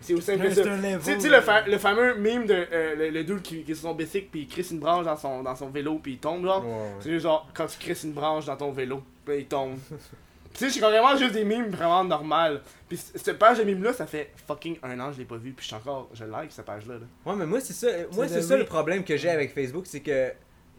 A: C'est aussi simple que ça.
C: C'est un level,
A: Tu sais- tu sais,
C: là.
A: le, fa- le fameux mime de euh, le, le dude qui, qui est sur son bicycle puis il crisse une branche dans son, dans son vélo puis il tombe, genre. C'est juste genre quand tu crisses une branche dans ton vélo, puis il tombe. tu sais, c'est vraiment juste des mimes vraiment normales. Puis c- cette page de mimes là, ça fait fucking un an, je l'ai pas vu, puis je suis encore, je like cette page là.
G: Ouais, mais moi, c'est ça, moi,
C: C'est
G: c'est
C: de
G: ça
C: lui.
G: le problème que j'ai avec Facebook, c'est que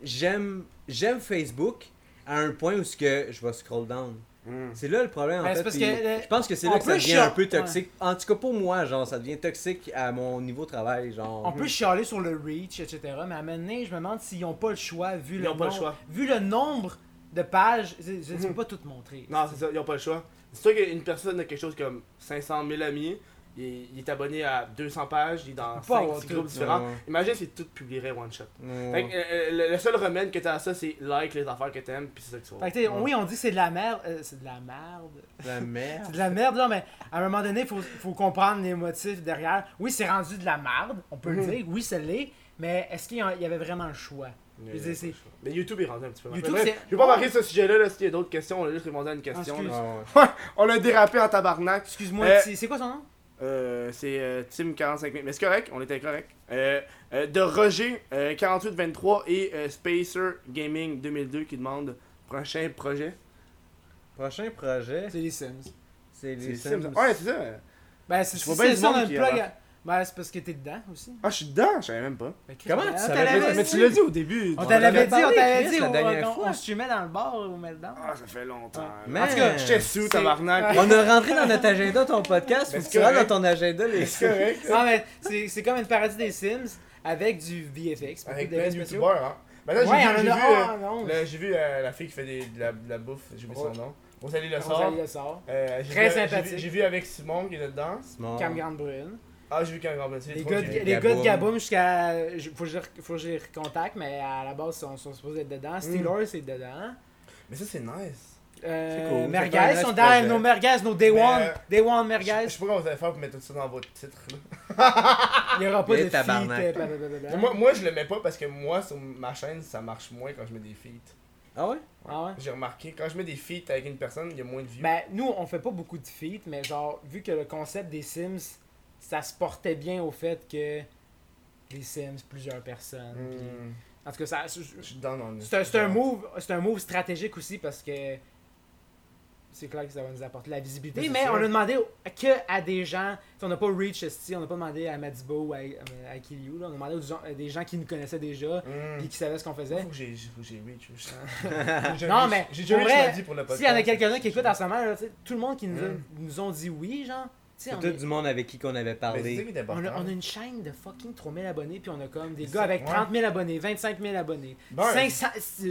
G: j'aime j'aime Facebook à un point où ce que je vais scroll down.
A: Hmm.
G: C'est là le problème,
C: Ben,
G: en
C: c'est
G: fait.
C: parce
G: puis
C: que, euh,
G: je pense que c'est
C: on
G: là que ça
C: peut
G: devient
C: chier-
G: un peu toxique. En tout cas, pour moi, genre, ça devient toxique à mon niveau de travail, genre.
C: On peut chialer sur le reach, etc. Mais à un moment donné, je me demande s'ils n'ont pas le choix, vu,
A: Ils
C: le
A: ont pas le
C: nombre-
A: choix. Mhm.
C: vu le nombre de pages. Je je ne peux pas tout montrer.
A: Non, c'est ça, ils ont pas le choix. C'est sûr qu'une personne a quelque chose comme 500 000 amis, il, est- il est abonné à 200 pages, il est dans
C: Faut pas
A: 5
C: avoir
A: petits
C: tout,
A: groupes différents.
G: ouais.
A: Imagine si tout publierait one shot.
G: Ouais.
A: Fait que, euh, euh, le, le seul remède que t'as à ça, c'est like les affaires que t'aimes, puis c'est ça que tu vas
C: Fait que, tu sais, Oui, on dit que c'est de la merde. euh, c'est de la merde.
G: La merde.
C: C'est de la merde, là, mais à un moment donné, il faut, faut comprendre les motifs derrière. Oui, c'est rendu de la merde, on peut le dire. Oui, ça l'est. Mais est-ce qu'il y a- il y avait vraiment le choix? Je veux dire, c'est-
A: Mais YouTube est rendu un petit peu. mal.
C: YouTube,
A: Mais bref,
C: c'est- Ah,
A: Je vais pas marquer ce sujet-là, là, s'il y a d'autres questions, on a juste répondu à une question.
C: Excuse.
A: là.
G: Ouais, ouais.
A: On a dérapé en tabarnak.
C: Excuse-moi,
A: Euh,
C: c'est c'est quoi son nom?
A: Euh, c'est euh, Tim 45 000. Mais c'est correct, on était correct. Euh, euh, de Roger 4823 et euh, Spacer Gaming 2002 qui demande prochain projet.
G: Prochain projet,
C: C'est les Sims.
G: c'est
A: C'est
G: les
A: Sims.
G: Sims.
A: Ouais, c'est ça.
C: Ben, c'est
A: vois
C: c'est-
A: pas du
C: c'est ça
A: monde
C: notre
A: qui
C: plug.
A: a-
C: à- Ben, c'est parce que t'es dedans aussi.
A: Ah, je suis dedans, je savais même pas.
C: Ben, Chris,
G: Comment
C: on-
G: tu
C: on
G: savais
C: t'avait
G: pas ça?
A: Mais
C: dit.
A: tu l'as dit au début.
C: On
G: On
C: t'avait
G: avait
C: dit, on
G: parlé,
C: t'avait
G: Chris,
C: dit,
G: la
C: on-
G: dernière
C: on-
G: fois.
C: on se tumait dans le bar au Meltdown.
A: Ah, ça fait longtemps.
G: Mais-
A: En tout cas, j'étais sous
C: C'est-
A: tabarnak.
G: On a rentré dans notre agenda ton podcast, faut
A: Mais
G: que
A: Ben, c'est
G: tu rentres
A: correct.
G: dans ton agenda les
A: C'est correct.
C: Non, mais c'est c'est comme une parodie des Sims avec du VFX. beaucoup
A: Avec plein
C: d'effets
A: de
C: spéciaux.
A: youtubeurs, hein. Ben là,
C: Ouais,
A: j'ai
C: il y en
A: vu,
C: a
A: j'ai vu,
C: un,
A: euh,
C: non.
A: là, j'ai vu euh, la fille qui fait des- de, la, de la bouffe, j'ai oublié son
C: Ouais.
A: nom. Rosalie Le Sort.
C: Rosalie Le Sort.
A: Euh, j'ai
C: Très
A: vu- j'ai
C: sympathique.
A: vu- J'ai vu avec Simon qui était dedans.
C: Cam Grande Brune.
A: Ah, j'ai vu quand grand
C: Les gars, de-
G: j'ai-
C: les gars de
G: Gaboum.
C: Gaboum jusqu'à. je- Faut que je les- faut que je les recontacte, mais à la base, ils sont, sont supposés être dedans. Steelers est dedans.
A: Mais ça, c'est nice.
C: Euh,
G: C'est cool. C'est
C: Merguez,
G: un
C: ils sont
G: nice
C: derrière
G: projet.
C: nos Merguez, nos Day
A: Mais,
C: One.
A: euh,
C: Day One
A: Je je
C: Merguez.
A: sais pas comment vous allez faire pour mettre tout ça dans votre titre. là.
C: Il n'y aura pas
G: Les
C: de
G: tabarnak.
C: feat, euh, blablabla.
A: Mais Moi, moi, je le mets pas parce que moi, sur ma chaîne, ça marche moins quand je mets des feats.
G: Ah ouais?
C: Ah ouais?
A: J'ai remarqué, quand je mets des feats avec une personne, il y a moins de vues.
C: Ben, nous, on fait pas beaucoup de feats, mais genre, vu que le concept des Sims, ça se portait bien au fait que les Sims, plusieurs personnes. puis-
A: Hmm,
C: En tout cas, ça, je-
A: Je
C: je-
A: suis dedans dans le.
C: c'est un, c'est un move, c'est un move stratégique aussi parce que c'est clair que ça va nous apporter la visibilité.
A: Oui, c'est
C: mais
A: sûr.
C: on a demandé que à des gens, tu sais, on n'a pas reach esti, on n'a pas demandé à Madibo ou à, à, à Kiryu, là. on a demandé aux gens- à des gens qui nous connaissaient déjà
A: Hmm.
C: et qui savaient ce qu'on
A: Faut
C: faisait.
A: que j'ai faut que j'ai reach. je sens.
C: Non, mais
A: J'ai déjà
C: pour
A: reach
C: vrai,
A: m'a dit pour le podcast.
C: S'il y en a quelqu'un qui écoute en ce moment, là, tu sais, tout le monde qui nous, a-
A: Mm.
C: nous ont dit oui, genre, tu sais,
G: C'est
C: on,
G: tout
C: est-
G: du monde avec qui qu'on avait
A: Mais Ben, c'est ça
G: parlé.
A: qui est important.
C: Ah, on a, on a une chaîne de fucking 3000 abonnés, puis on a comme des
A: C'est
C: gars
A: ça,
C: avec
A: ouais.
C: 30 000 abonnés, 25 000 abonnés,
A: Ben.
C: 500,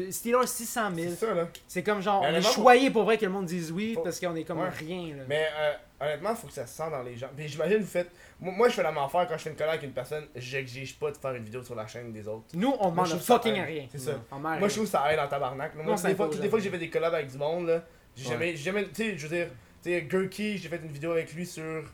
C: Steelers 600 000.
A: C'est ça, là.
C: C'est comme genre,
A: Mais
C: on est
A: honnêtement,
C: choyé pour vrai que le monde dise oui
A: Faut-
C: parce qu'on est comme
A: Ouais.
C: rien là.
A: Mais euh, honnêtement, faut que ça se sent dans les gens. Puis j'imagine, vous faites. Moi, moi, je fais la même affaire quand je fais une colère avec une personne. J'exige pas de faire une vidéo sur la chaîne des autres.
C: Nous, on demande
A: je trouve ça
C: fucking
A: aide.
C: à rien.
A: C'est ça.
C: On demande à
A: Moi,
C: rien.
A: je trouve que ça aide en tabarnak. là.
C: Non,
A: Moi, toutes
C: ça
A: les
C: aide
A: fois,
C: pas
A: toutes
C: aux
A: les fois
C: gens.
A: que j'ai fait des collabs avec du monde, là, j'ai
G: Ouais.
A: jamais, j'ai jamais. Tu sais, je veux dire, tu sais, Gurky, j'ai fait une vidéo avec lui sur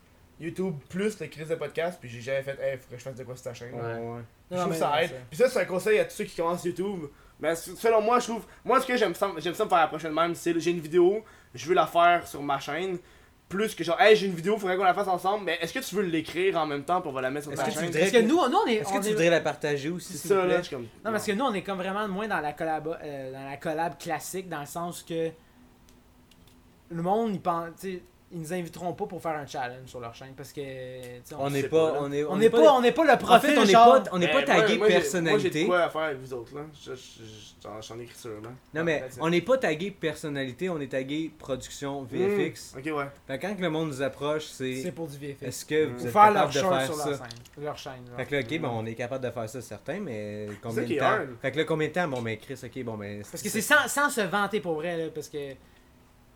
A: YouTube, plus le crise de podcast, puis j'ai jamais fait, hey, faut que je fasse de quoi sur ta chaîne. là.
G: Ouais.
A: Je
C: Non,
A: trouve
C: mais
A: que ça
C: non,
A: aide. Puis ça, c'est un conseil à tous ceux qui commencent YouTube. Mais s- selon moi, je trouve. Moi, ce que j'aime ça, j'aime ça me faire la prochaine même, c'est j'ai une vidéo, je veux la faire sur ma chaîne. plus que genre, hey, j'ai une vidéo, faudrait qu'on la fasse ensemble, mais est-ce que tu veux l'écrire en même temps pour la mettre sur
J: Est-ce
A: ta
J: que tu
A: chaîne?
J: voudrais
C: Parce que nous, nous, on est.
B: Est-ce que
C: on
B: tu
C: est-
B: voudrais la partager aussi?
A: C'est
B: s'il vous
A: ça, là,
B: plaît?
A: je suis comme.
C: Non, parce que nous, on est comme vraiment moins dans la collab, euh, dans la collab classique, dans le sens que le monde, ils, pensent, tu sais, ils nous inviteront pas pour faire un challenge sur leur chaîne parce que. tu sais,
B: On
A: Je
B: n'est
A: sais
B: pas,
A: pas, là.
B: on est,
C: on n'est pas, on n'est pas le
B: en
C: profil
B: fait, on n'est
C: genre.
B: pas, on n'est pas
A: Eh,
B: tagué
A: moi, moi, j'ai- Moi, j'ai
B: personnalité.
A: de quoi à faire avec vous autres, là. Je- je- je- J'en j'en écris sur, là.
B: non mais,
A: That's it.
B: on n'est pas tagué personnalité, on est tagué production VFX.
A: Ben, Mm. Ok, ouais.
B: Fait que quand le monde nous approche,
C: C'est
B: c'est
C: pour du VFX.
B: est-ce que
A: Mm.
B: vous
C: Pour
B: êtes
C: faire leur
B: capable de
C: show
B: faire
C: sur
B: ça?
C: leur chaîne. Leur chaîne genre.
B: Fait que là, ok, bon, on est capable de faire ça, certain, mais combien
A: qui
B: de
A: est
B: temps?
A: hard.
B: Fait que là, combien de temps? Bon, mais Chris, ok, bon, ben, mais.
C: Parce que c'est sans, sans se vanter pour vrai, là, parce que.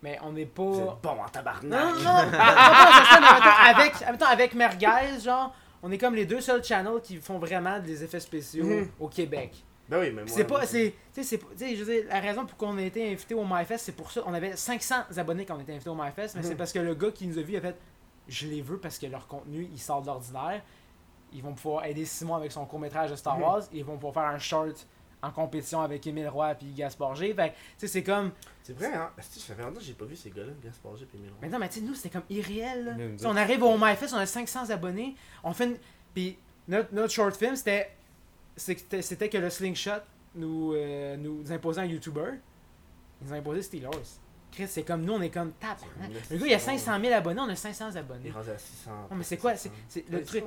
C: Mais on n'est pas.
A: Vous
C: Non,
A: êtes bon en tabarnak.
C: non, non, non, pas ça, ça, mais mettons, avec, mettons, avec Merguez, genre, on est comme les deux seuls channels qui font vraiment des effets spéciaux
A: Mhm.
C: au Québec.
A: Ben oui, mais moi.
C: Puis C'est pas, c'est, tu sais, c'est, pas- tu sais, je veux dire, la raison pour qu'on a été invité au MyFest, c'est pour ça. On avait 500 abonnés quand on était invité au MyFest, mais c'est parce que le gars qui nous a vu, il a fait, je les veux parce que leur contenu, il sort de l'ordinaire. Ils vont pouvoir aider Simon avec son court métrage de Star Wars. Ils vont pouvoir faire un short en compétition avec Émile Roy puis Gaspard G. Fait, que, tu sais, c'est comme,
A: C'est vrai, hein. Esti, ça fait longtemps que j'ai pas vu ces gars-là, Gaspard G et Milan.
C: mais non, mais tu sais, nous, c'était comme irréel. là.
B: Mais
C: Tu sais, on arrive au MyFest, on a 500 abonnés, on fait une... Puis notre, notre short film, c'était... C'était c'était que le slingshot nous, euh, nous imposait un YouTuber. Ils nous imposaient Steelers. Chris, c'est comme nous, on est comme tap. hein. Le gars, il y a 500 000 abonnés, on a 500
A: Il est
C: abonnés.
A: rendu à 600.
C: Non, mais c'est quoi? C'est c'est le truc...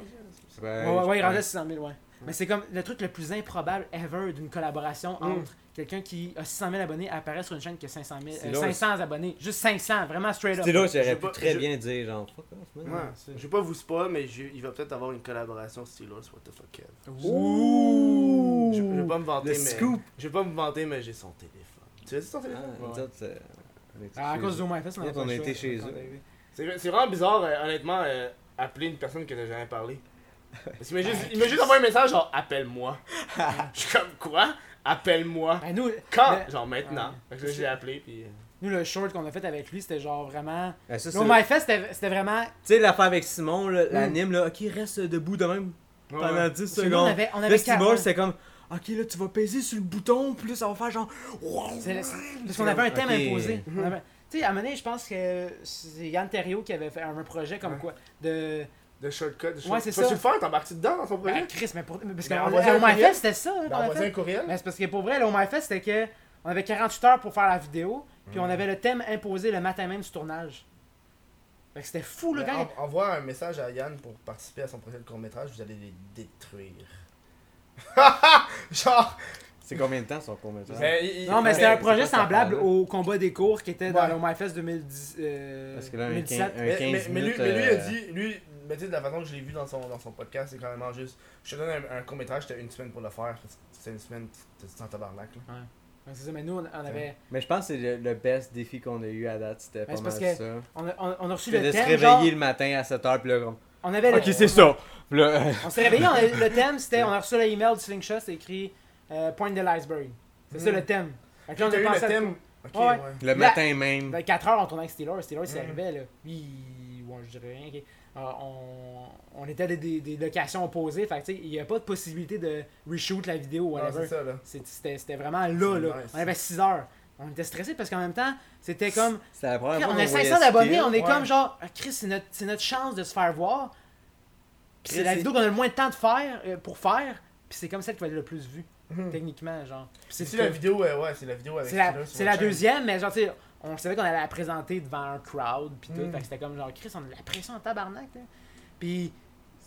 B: Ben,
C: Ouais, ouais, ouais, il
B: je-
C: rendait 600 000, ouais. Mais c'est comme le truc le plus improbable ever d'une collaboration entre quelqu'un qui a 600 000 abonnés apparaît sur une chaîne qui a 500, 000, euh,
B: Steelers.
C: 500 abonnés. Juste 500, vraiment straight up.
B: C'est là,
A: Je sais
B: j'aurais pu
A: pas,
B: très
A: je-
B: bien dire, genre, fuck off, man.
A: Ouais, je vais pas vous spoil, mais je- il va peut-être avoir une collaboration Steelers, what the fuck, Kev.
B: Ouh!
A: Je, je vais pas me vanter,
B: Le
A: mais.
B: scoop!
A: Je vais pas me vanter, mais j'ai son téléphone. Tu as son
B: Ah,
A: téléphone?
B: nous autres, euh, on était
C: Ah, à
B: chez
C: cause
B: eux.
C: du MyFest,
B: Nous autres, on a été chez eux.
A: C'est c'est vraiment bizarre, euh, honnêtement, euh, appeler une personne que t'as jamais parlé. Parce qu'il m'a juste, il m'a juste envoyé un message genre appelle-moi. je suis comme quoi? Appelle-moi.
C: Ben, nous,
A: Quand?
C: le-
A: Genre maintenant.
C: Ouais.
A: Fait que là, j'ai appelé puis. euh,
C: nous, le short qu'on a fait avec lui, c'était genre vraiment.
B: Ah, ça,
C: Au
B: c'est- Tu
C: MyFest, c'était c'était vraiment.
B: sais, l'affaire avec Simon,
C: Mm.
B: là, l'anime, là, ok, reste debout de même pendant 10
C: Parce que nous, on
B: secondes.
C: avait, on
B: Là,
C: avait
B: Simon,
C: quarante-
B: c'est comme, ok, là, tu vas peser sur le bouton, puis là, ça va faire genre.
C: C'est le- Parce qu'on avait un thème
B: Ok. Mhm.
C: imposé. On avait- Tu sais, à un moment donné, je pense que c'est Yann Terriot qui avait fait un projet comme quoi. De.
A: De shortcut, de shortcut.
C: Ouais, c'est
A: Tu vas
C: ça.
A: le faire, t'embarques-tu dedans dans son projet?
C: Ah, Chris, mais pour. mais Parce
A: Ben,
C: qu'on
A: envoyez un
C: au MyFest,
A: courriel.
C: c'était ça. hein, qu'on
A: Ben,
C: avait
A: envoyez
C: fait.
A: un courriel.
C: Mais c'est parce que pour vrai, le MyFest, c'était que. On avait 48 heures pour faire la vidéo, puis on avait le thème imposé le matin même du tournage. Fait que c'était fou, le
A: Ben,
C: gars.
A: en- envoie un message à Yann pour participer à son projet de court-métrage, vous allez les détruire. Genre.
B: C'est combien de temps son court
C: Non, mais c'était un projet
B: c'est quoi ça
C: semblable
B: parle, là?
C: au combat des cours qui était
A: Ouais.
C: dans le MyFest 2010, euh,
B: Parce que là, un
C: 2017.
B: 15,
A: Mais, mais- mais lui,
B: minutes.
A: mais lui, il a
B: euh,
A: dit, lui, mais tu sais, de la façon que je l'ai vu dans son, dans son podcast, c'est carrément juste. Je te donne un, un court-métrage, t'as une semaine pour le faire. C'était une semaine, t'es en tabarnak. Là.
C: Ouais, C'est ça, mais nous, on, on avait.
B: Mais je pense que c'est le, le best défi qu'on a eu à date, c'était pas
C: c'est
B: mal
C: parce que
B: ça.
C: On a, on- on a reçu
B: C'était
C: le
B: de se
C: thème.
B: réveiller
C: genre,
B: le matin à 7h, puis là, comme,
C: on avait
B: ok,
C: le-
B: c'est ça. Puis là, euh,
C: On s'est réveillé, on a- le thème, c'était. On a reçu l'email du Slingshot, c'était écrit euh, Point de l'iceberg. C'est
B: Hmm.
C: ça le thème. Fait que là, on
A: T'as
C: a
A: eu
C: pensé
A: le
C: à-
A: thème. Ok,
C: Ouais.
A: ouais.
B: le matin même.
C: Dans 4 heures, on tournait avec Steelers. Steelers, il
B: Hmm.
A: Mm.
C: arrivait, là. Lui, il- ouais, je dirais rien. ok. Euh, on, on était des, des, des locations opposées, fait que tu sais, il n'y a pas de possibilité de reshoot la vidéo ou
A: Non,
C: whatever.
A: Ah, c'est ça, là.
C: C'est- C'était c'était vraiment là, là.
A: nice.
C: On avait 6 heures. On était stressé parce qu'en même temps, c'était comme.
B: C'était la première fois
C: on
B: qu'on
C: a
B: voyait
C: 500 abonnés,
B: Steel.
C: on est
A: ouais.
C: comme genre, ah, Chris, c'est notre, c'est notre chance de se faire voir. Puis C'est
B: Chris,
C: la
B: c'est-
C: vidéo qu'on a le moins de temps de faire, euh, pour faire. Puis c'est comme celle qui va être le plus vue, techniquement, genre. Puis
A: Hmm. C'est
C: comme-
A: la vidéo, euh, ouais, c'est la vidéo avec
C: c'est la,
A: Steelers sur
C: c'est
A: votre
C: la
A: chaîne.
C: deuxième, mais genre, tu sais, on savait qu'on allait la présenter devant un crowd, puis tout.
A: Mm.
C: Fait que c'était comme genre, Chris, on a de la pression en tabarnak, là. Puis,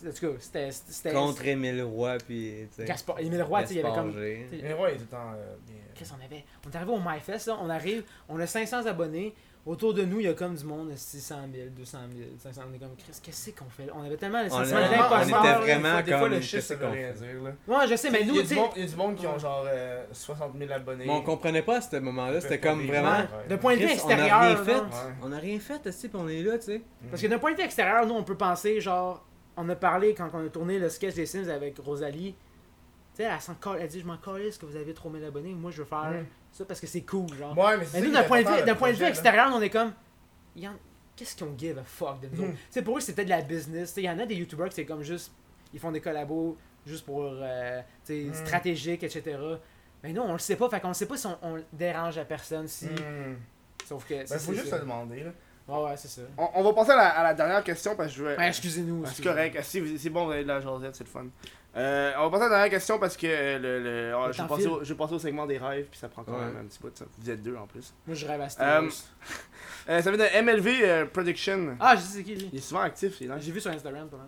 C: en tout cas, c'était. c'était
B: Contre Émile Roy, puis. tu sais,
C: Gaspard- Émile Roy, tu sais, il y avait comme.
B: Gaspard G.
C: tu sais,
A: Mais ouais, il est tout le temps. euh, bien, euh,
C: Qu'est-ce qu'on avait On est arrivé au MyFest, là, on arrive, on a 500 abonnés. Autour de nous, il y a comme du monde, 600 000, 200 000, 500 000. On est comme, Chris, qu'est-ce qu'on fait là? On avait tellement le
B: On
C: sentiment
B: a-
A: Honnêtement,
B: on
C: d'imposteur.
B: était
A: honnêtement,
B: vraiment
A: là, des fois- des fois,
B: comme-
A: le chiffre,
B: qu'est-ce
A: ça veut
B: qu'on
A: rien
B: fait?
A: dire, là.
C: Ouais, je sais, mais
A: Il
C: nous,
A: y a
C: tu
A: du
C: sais.
A: monde- il y a du monde qui ont genre euh, 60 000 abonnés.
B: Mais on comprenait pas à ce moment-là, c'était comme
A: Ouais.
B: vraiment.
C: ouais, De point de vue
B: Chris, on
C: extérieur.
B: a rien fait.
C: genre.
A: Ouais.
B: On a rien fait, aussi, puis on est là, tu sais.
A: Mm.
C: Parce que d'un point de vue extérieur, nous, on peut penser, genre, on a parlé quand on a tourné le sketch des Sims avec Rosalie. Tu sais, elle, s'en colle- elle dit, je m'en calisse que vous avez trop 1000 abonnés, moi, je veux faire
A: Mm.
C: ça parce que c'est cool, genre.
A: Ouais, mais c'est
C: Mais
A: ça
C: nous,
A: qui
C: d'un
A: est
C: point, de
A: important,
C: vue-
A: le
C: d'un point de vue
A: projet, là.
C: extérieur, on est comme. y en- Qu'est-ce qu'on give a fuck de nous
A: Mhm.
C: autres? Tu sais, pour eux, c'était de la business. Il y en a des YouTubers qui c'est comme juste. Ils font des collabos juste pour. euh, tu sais,
A: Mm.
C: stratégique, etc. Mais nous, on le sait pas. Fait qu'on le sait pas si on, on dérange à personne. Si...
A: Hmm.
C: Sauf que.
A: Ben,
C: ça,
A: faut
C: c'est
A: juste
C: ça.
A: se demander, là.
C: Ouais, ouais, c'est ça.
A: On, on va passer à la, à la dernière question parce que je veux.
C: Ouais,
A: Euh,
C: excusez-nous.
A: Ah, c'est
C: excusez-nous.
A: correct. Ah, si vous- c'est bon, vous avez de la jasette, c'est le fun. Euh, on va passer à la dernière question parce que euh, le, le- ah,
C: Le
A: je, vais
C: temps
A: passer
C: file.
A: au, je vais passer au segment des rêves, puis ça prend quand
K: Ouais.
A: même un petit bout. ça. Vous êtes deux en plus.
C: Moi, je rêve à Star
A: Euh,
C: Wars.
A: Euh, ça vient de MLV euh, Prediction.
C: Ah, je sais c'est qui lui.
A: Il est souvent actif, il est nice.
C: J'ai vu sur Instagram pas mal.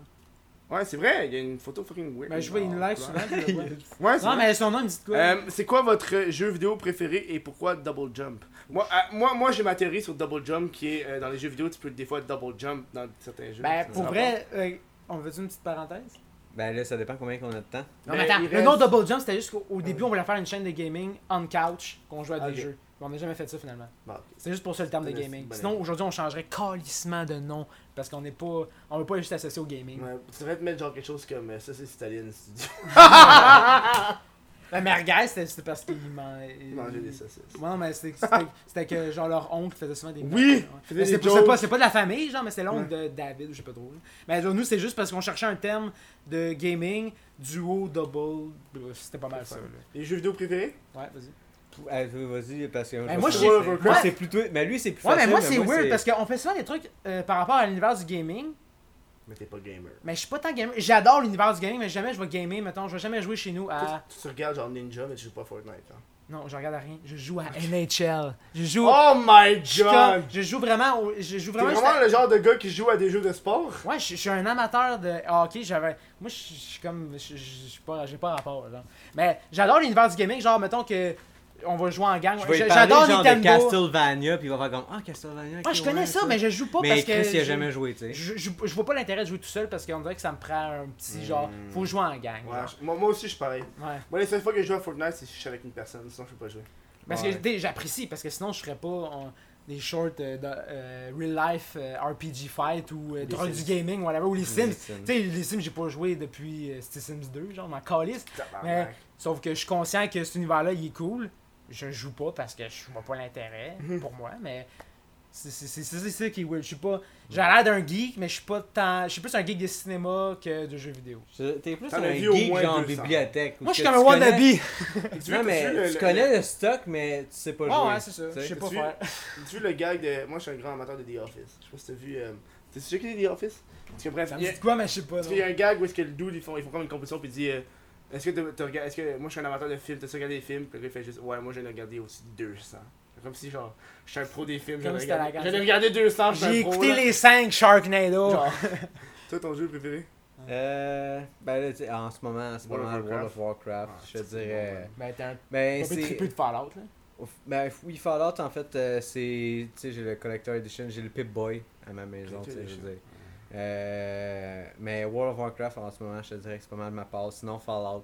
A: Ouais, c'est vrai, il y a une photo fucking weird.
C: Ben, je vois une
A: Ah,
C: live
A: ouais.
C: souvent. puis je le vois.
A: Ouais, c'est
C: Non,
A: vrai.
C: mais son nom me dit de quoi
A: Euh, c'est quoi votre jeu vidéo préféré et pourquoi Double Jump Moi, euh, moi, moi j'ai ma théorie sur Double Jump qui est euh, dans les jeux vidéo, tu peux des fois Double Jump dans certains jeux.
C: Ben,
A: Ça
C: pour
A: va.
C: vrai, euh, on veut-tu une petite parenthèse
B: Ben là, ça dépend combien qu'on a de temps.
C: Non,
A: Mais
C: mais attends,
A: il
C: le
A: reste- Euh,
C: nom Double Jump, c'était juste qu'au au début, on voulait faire une chaîne de gaming on couch, qu'on jouait à
A: Ok.
C: des jeux. Mais on n'a jamais fait ça finalement.
A: Bon, ok.
C: C'est juste pour ça le terme de
A: C'est une
C: gaming.
A: bonne
C: Sinon,
A: idée.
C: aujourd'hui, on changerait calissement de nom parce qu'on n'est pas. On veut pas juste associer au gaming.
A: Ouais, tu devrais te mettre genre quelque chose comme euh, ça, c'est Staline Studio.
C: La Ben, merguez, c'était c'était parce qu'il man- il-
A: Manger des saucisses.
C: Ouais, non, mais c'était- c'était c'était que genre leur oncle faisait souvent des.
A: Oui,
C: Ouais.
A: faisait
C: Mais
A: des
C: C'est
A: jokes.
C: c'est pas, c'est pas de la famille, genre, mais c'est l'oncle de David, je sais pas trop. là. Mais genre, nous, c'est juste parce qu'on cherchait un terme de gaming, duo, double. euh, C'était pas mal ça.
A: Les jeux vidéo préférés
C: Ouais, vas-y.
B: Ah, vas-y, parce que.
C: Ben, moi,
B: je-
C: j'ai-
A: World of
B: Moi,
C: Ouais.
B: c'est plutôt. Mais lui, c'est plus
C: Ouais, mais
B: facile,
C: moi, c'est weird parce qu'on fait souvent des trucs euh, par rapport à l'univers du gaming,
A: Mais t'es pas gamer.
C: mais je suis pas tant gamer. J'adore l'univers du gaming, mais jamais je vais gamer, mettons. Je vais jamais jouer chez nous à.
A: Tu, tu regardes genre Ninja, mais tu joues pas à Fortnite. hein.
C: Non, je regarde à rien. Je joue à NHL. Je joue.
A: Oh my
C: je suis comme-
A: god
C: Je joue vraiment. au- Je joue
A: T'es
C: vraiment.
A: vraiment,
C: juste à-
A: le genre de gars qui joue à des jeux de sport
C: Ouais, je, je suis un amateur de hockey, j'avais moi je je suis comme je je- je suis pas j'ai pas rapport genre. Mais j'adore l'univers du gaming, genre mettons que on va jouer en gang.
B: Je vais
C: Je-
B: lui parler,
C: J'adore
B: genre, de
C: Nintendo.
B: Castlevania, puis il va faire comme. Ah, Castlevania.
C: Moi je connais ça, mais je joue pas
B: Mais
C: parce
B: Chris,
C: que
B: il a
C: je-
B: jamais joué, tu sais.
C: je, je, je vois pas l'intérêt de jouer tout seul parce qu'on dirait que ça me prend un petit genre faut jouer en gang.
A: Ouais,
C: genre.
A: je- moi, moi aussi je suis pareil.
C: Ouais.
A: Moi, les seules fois que je joue à Fortnite, c'est si je suis avec une personne, sinon je peux pas jouer.
C: Parce
B: Ouais.
C: que dé- j'apprécie parce que sinon je ferais pas en- des shorts euh, de euh, real life euh, RPG fight ou euh,
A: Des
C: drogue du
A: Sims.
C: gaming whatever ou les Sims.
B: Sims.
C: Tu sais les Sims j'ai pas joué depuis euh, c'était Sims 2 genre ma calisse.
A: Tabarnak.
C: Mais, sauf que je suis conscient que cet univers-là, il est cool. Je joue pas parce que je vois pas l'intérêt pour moi, mais c'est c'est- c'est- c'est ça qui est weird. Je suis pas. J'ai l'air d'un geek, mais je suis pas tant. Je suis plus un geek de cinéma que de jeux vidéo.
B: Je- T'es plus
A: T'en
B: un
A: as vu au
B: geek,
A: moins
B: genre,
A: 200.
B: bibliothèque. ou
C: Moi, je suis
B: que
C: comme un
B: tu connais-
C: wannabe.
A: As-tu vu-
B: Non, mais
A: as-tu vu le-
B: tu
A: le-
B: connais le stock, mais tu sais pas
C: Ouais,
B: jouer.
C: ouais, c'est ça.
B: tu sais.
C: Je sais pas
A: tu-
C: faire.
A: As-tu vu le gag de. Moi, je suis un grand amateur de The Office. Je sais pas si t'as vu. euh, T'as déjà écouté The Office Parce que bref,
C: Ça me
A: il y a-
C: dit de quoi, mais je sais pas.
A: parce qu'il y a un gag où est-ce que le dude, ils font, ils font comme une compétition, puis il dit. euh, est-ce que t'as- t'as regardé- est-ce que moi je suis un amateur de films, t'as déjà regardé des films, puis le gars il fait juste ouais moi j'en ai regardé aussi 200. Comme si genre je suis un pro des films, j'en
C: Comme
A: ai
C: si t'allais
A: regardé, j'en
C: regarder.
A: ai regardé 200, je suis
C: J'ai
A: un pro,
C: écouté
A: là.
C: les 5 Sharknado.
A: Genre. Toi ton jeu préféré
B: Euh, ben là, tu sais, en ce moment, en ce
A: World
B: moment,
A: of
B: World of Warcraft,
A: Ah,
B: je te
A: c'est bon,
B: dirais.
A: ouais.
C: Ben, t'es un
B: Ben,
C: peu
B: c'est.
C: trippé de Fallout, là.
B: Ben, oui, Fallout, en fait, euh, c'est. Tu sais, j'ai le Collector Edition, j'ai le Pip-Boy à ma maison, tu sais, je veux dire. Euh, mais World of Warcraft, en ce moment, je te dirais que c'est pas mal ma passe. Sinon, Fallout.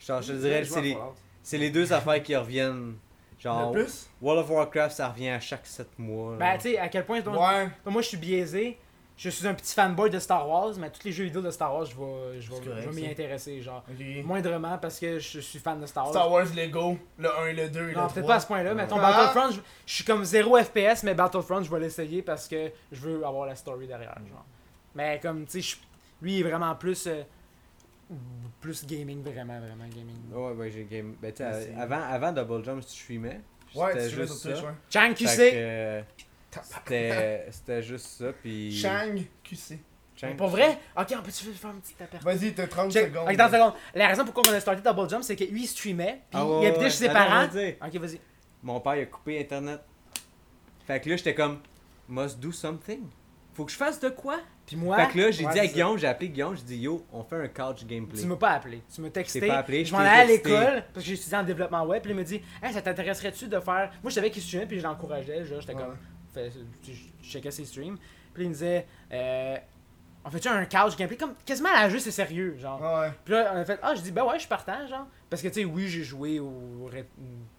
B: Je, te- je te dirais que
A: Jouer
B: c'est
A: à
B: les,
A: Fallout.
B: c'est les deux affaires qui reviennent. Genre,
A: Le plus
B: World of Warcraft, ça revient à chaque 7 mois.
C: Ben,
B: là.
C: tu sais, à quel point. donc, Moi, je suis biaisé. Je suis un petit fanboy de Star Wars, mais tous les jeux vidéo de Star Wars, je vais, je vais-
A: C'est
C: je vais
A: correct,
C: m'y
A: ça.
C: intéresser, genre.
A: Ok.
C: Moindrement parce que je suis fan de Star Wars.
A: Star Wars Lego, le 1 et le 2 et
C: Non,
A: le
C: peut-être
A: 3.
C: pas à ce point-là. Mettons
A: Ah.
C: Battlefront, je, je suis comme 0 FPS, mais Battlefront, je vais l'essayer parce que je veux avoir la story derrière. Genre. Mais comme, tu sais, je- lui il est vraiment plus. euh, plus gaming, vraiment, vraiment gaming.
B: Ouais, ben, j'ai game. Ben, tu
A: Mais
B: sais,
A: c'est-
B: avant, avant Double Jump, je streamais.
A: Ouais,
B: C'était
A: tu jouais
B: juste
A: sur Twitch,
B: ça.
A: ouais.
C: Chang
B: Fait que,
C: QC!
B: euh, C'était c'était juste ça, puis.
A: Shang QC.
B: Chang-
C: Pour vrai? Ok, on peut-tu faire un petit aperçu?
A: Vas-y, t'as 30
C: Check.
A: secondes.
C: Ok, dans une seconde. La raison pourquoi on a starté Double Jump, c'est que lui, il streamait, puis
B: Ah ouais,
C: il habitait
B: ouais.
C: chez ses
B: Ah non,
C: parents.
B: je veux dire,
C: Ok, vas-y.
B: Mon père, il a coupé Internet. Fait que là, j'étais comme, must do something. Faut que je fasse de quoi?
C: Puis moi,
B: Fait que là, j'ai
A: Ouais,
B: dit à
A: c'est ça.
B: Guillaume, j'ai appelé Guillaume, j'ai dit, yo, on fait un couch gameplay.
C: tu m'as pas appelé. Tu m'as
B: Je
C: texté.
B: t'ai pas appelé,
C: je
B: je
C: m'en
B: t'ai
C: allais à
B: texté.
C: l'école, parce que j'étudiais en développement web, puis il me dit Hey, ça t'intéresserait-tu de faire. Moi, je savais qu'il streamait, puis je l'encourageais, genre, j'étais
A: Ouais.
C: comme. Fait, je je checkais ses streams. Puis il me disait euh, On fait-tu un couch gameplay Comme quasiment à la jeu, c'est sérieux, genre.
A: Ouais.
C: Puis là, on a fait Ah, je dis Ben ouais, je suis partant, genre. Parce que, tu sais, oui, j'ai joué au. ré-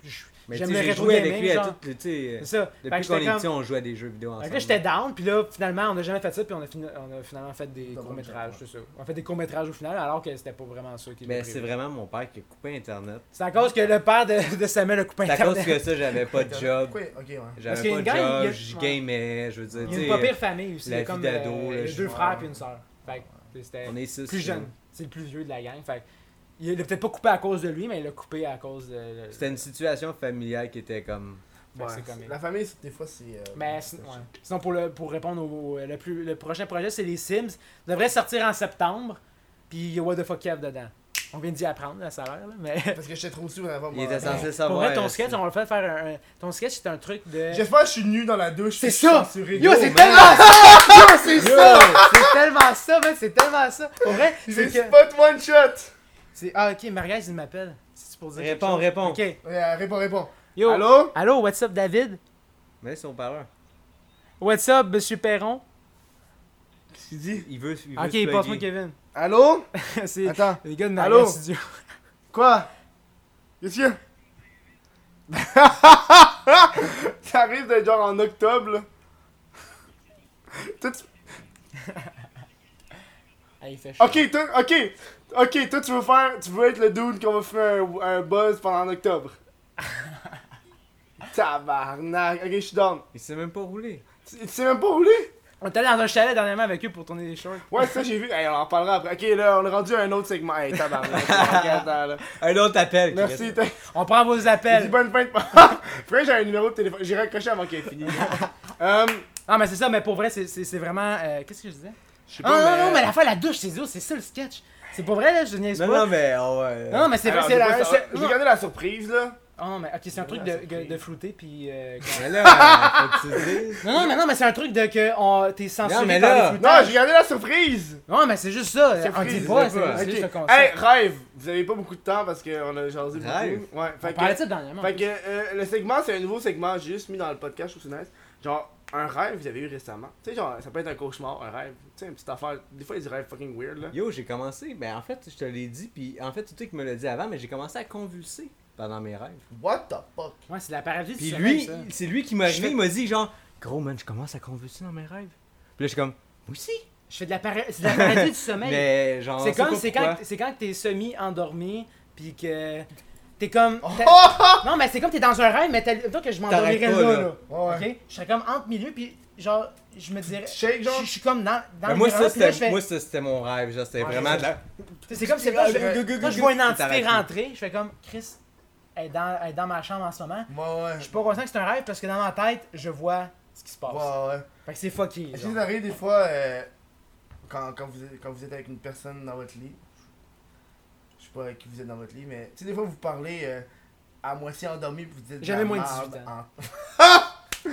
C: je-
B: Mais tu
C: J'aime
B: sais,
C: le
B: j'ai
C: rétro
B: joué avec
C: gaming,
B: lui à
C: genre.
B: tout, tu sais. euh,
C: C'est ça. Fait que
B: Depuis qu'on
C: j'étais
B: est
C: comme-
B: petit, on jouait à des jeux vidéo
C: Fait que
B: ensemble.
C: là, j'étais down, puis là, finalement, on n'a jamais fait ça, puis on a, fini- on a finalement fait des
A: Double
C: courts-métrages,
A: jump,
C: c'est ça. On a fait des courts-métrages au final, alors que c'était pas vraiment ça qui était
B: Mais
C: prévu.
B: c'est vraiment mon père qui a coupé Internet.
C: C'est à cause que le père de, de Samuel a coupé
B: C'est à cause
C: Internet.
B: que ça, j'avais pas de job.
A: Quoi? Ok, ouais.
C: Parce
B: J'avais
C: qu'il y a
B: pas
C: une
B: de
C: gang, il y a-
B: job, je
C: ouais.
B: gamais, je veux dire.
C: Il y a une
B: tu
C: pas
B: sais,
C: pire famille aussi.
B: la
C: il y a
B: vie
C: comme
B: d'ado,
C: euh,
B: là,
C: les
B: je-
C: deux frères puis une sœur. Fait que c'était
B: euh, On est six.
C: plus jeune. C'est le plus vieux de la gang. Fait que il l'a peut-être pas coupé à cause de lui, mais il l'a coupé à cause de.
B: C'était une situation familiale qui était comme.
C: Fait que
A: Ouais.
C: c'est comme-
A: La famille, c'est- des fois, c'est. euh,
C: Mais sin- ouais. sinon, pour, le, pour répondre au, au- le, plus, le prochain projet, c'est les Sims. Il devrait sortir en septembre. Puis il y a What the fuck Kev dedans. On vient d'y apprendre, là, ça a l'air, là, mais.
A: Parce que j'étais trop sous avant.
G: Il
A: moi.
G: était censé
C: Pour
G: savoir.
C: vrai, ton
G: euh,
C: sketch,
G: si-
C: on va le fait faire un. un- Ton sketch, c'est un truc de.
A: J'espère que je suis nu dans la douche.
C: C'est
A: puis je suis
C: ça!
A: censuré.
C: Yo, c'est
A: man.
C: tellement ça!
A: Yo, c'est
C: Yo,
A: ça!
C: C'est tellement ça, man! C'est tellement ça! Pour vrai, c'est
A: C'est
C: que.
A: spot one shot!
C: c'est- Ah, ok, Mariage, il m'appelle. C'est pour dire. quelque
G: Réponds,
C: chose?
G: réponds.
C: Ok.
A: Ouais, euh, réponds, réponds.
C: Yo.
A: Allô?
C: Allô, what's up, David?
G: Mais son parleur.
C: What's up, monsieur Perron?
A: Qu'est-ce qu'il dit?
G: Il veut. Il veut
C: Ok,
G: se
C: passe-moi
G: plugger.
C: Kevin.
A: Allô?
C: c'est
A: Attends.
C: les gars de
A: Allô?
C: Mariage Studio.
A: Quoi? Qu'est-ce qu'il y a? Ça arrive de genre en octobre, là. Toi, tu-
C: Ah, il fait chaud.
A: Ok, toi, ok, ok, toi tu veux faire, tu veux être le dude qu'on va faire un, un buzz pendant octobre. Tabarnak, ok, je suis down.
G: Il s'est même pas roulé.
A: Tu tu sais même pas rouler?
C: On est allé dans un chalet dernièrement avec eux pour tourner des shorts.
A: Ouais, ça j'ai vu, Hey, on en parlera après. Ok, là, on est rendu à un autre segment. Hey, tabarnak, Ok, attends, là.
G: Un autre appel. Chris.
A: Merci, t'as-
C: On prend vos
A: dis
C: appels.
A: bonne fin de. Après, j'ai un numéro de téléphone, j'ai raccroché avant qu'il ait fini. Hum,
C: Non, mais c'est ça, mais pour vrai, c'est- c'est c'est vraiment. euh, Qu'est-ce que je disais?
A: je sais
C: Ah,
A: pas,
C: non, non, non, mais la fois, la douche, c'est ça, c'est ça le sketch. C'est pour vrai, là, je niaise
G: Non,
C: pas.
G: non, mais. oh, on va-
C: Non, non, mais c'est vrai,
A: Alors,
C: c'est
A: j'ai
C: la.
A: pas-
C: c'est-
A: hein. J'ai
C: non.
A: gardé la surprise, là.
C: Ah non, mais ok, c'est un truc de, de, de flouter, puis. euh,
G: Mais là, euh, faut que tu le dises.
C: non, non, mais non, mais c'est un truc de que on- t'es censuré
G: Non, mais
C: par
G: là-
C: les
A: Non,
C: floutages.
A: j'ai gardé la surprise!
C: Non, mais c'est juste ça.
A: C'est
C: On
A: frise,
C: dit pas,
G: c'est pas.
C: c'est c'est
A: Ok.
C: juste un concept.
A: Hey, rêve! Vous avez pas beaucoup de temps parce qu'on a jasé
G: Rêve?
A: beaucoup. Ouais, fait
C: On
A: que-
C: parlait de ça dernièrement.
A: Fait que euh, le segment, c'est un nouveau segment, j'ai juste mis dans le podcast, je trouve que c'est nice. Genre, un rêve que vous avez eu récemment. Tu sais, genre, ça peut être un cauchemar, un rêve. Tu sais, une petite affaire. Des fois, il y a des rêves fucking weird, là.
G: Yo, j'ai commencé. Ben, en fait, je te l'ai dit. Puis, en fait, tu sais qu'il me l'a dit avant, mais j'ai commencé à convulser pendant mes rêves.
A: What the fuck?
C: Ouais, c'est de la paralysie.
G: Puis
C: du
G: lui,
C: sommeil, ça.
G: c'est lui qui m'a
C: Je
G: arrivé,
C: fais-
G: il m'a dit genre Gros man, je commence à convulser dans mes rêves. Puis là, je suis comme Moi aussi.
C: Je fais de la, para- c'est de la paralysie du sommeil.
G: Mais genre,
C: C'est comme, c'est quand,
G: quand.
C: c'est quand que t'es semi-endormi, puis que t'es comme... t'as- non, mais c'est comme t'es dans un rêve, mais t'as l'impression que je
G: Oh! T'arrêtes
C: m'endormirais là,
G: pas,
C: là.
G: là.
A: Ouais.
C: Ok? Je serais comme entre milieu, puis genre, je me dirais...
A: Shake,
C: Je
A: genre.
C: je suis comme dans, dans
G: Ben, moi,
C: miroir,
G: ça,
C: puis là, je
G: c'était,
C: fais-
G: moi, ça, c'était mon rêve. Genre, c'était
C: Ouais,
G: vraiment
C: c'est
G: de la.
C: C'est c'est comme c'est quand, je,
G: Gu- gu- gu-
C: quand je
G: gu-
C: vois une
G: t'es
C: entité
G: arrêté.
C: rentrer, je fais comme, Chris, elle est dans, elle est dans ma chambre en ce moment.
A: Ouais, ouais.
C: Je suis pas conscient que c'est un rêve, parce que dans ma tête, je vois ce qui se passe.
A: ouais.
C: Fait que c'est fucké.
A: Est-ce
C: genre.
A: qu'il vous arrive des fois, euh, quand, quand, vous, êtes- quand vous êtes avec une personne dans votre lit, je sais pas avec qui vous êtes dans votre lit, mais tu sais, des fois vous parlez euh, à moitié endormi puis vous dites. de
C: J'avais
A: la
C: moins de
A: merde
C: 18
A: en-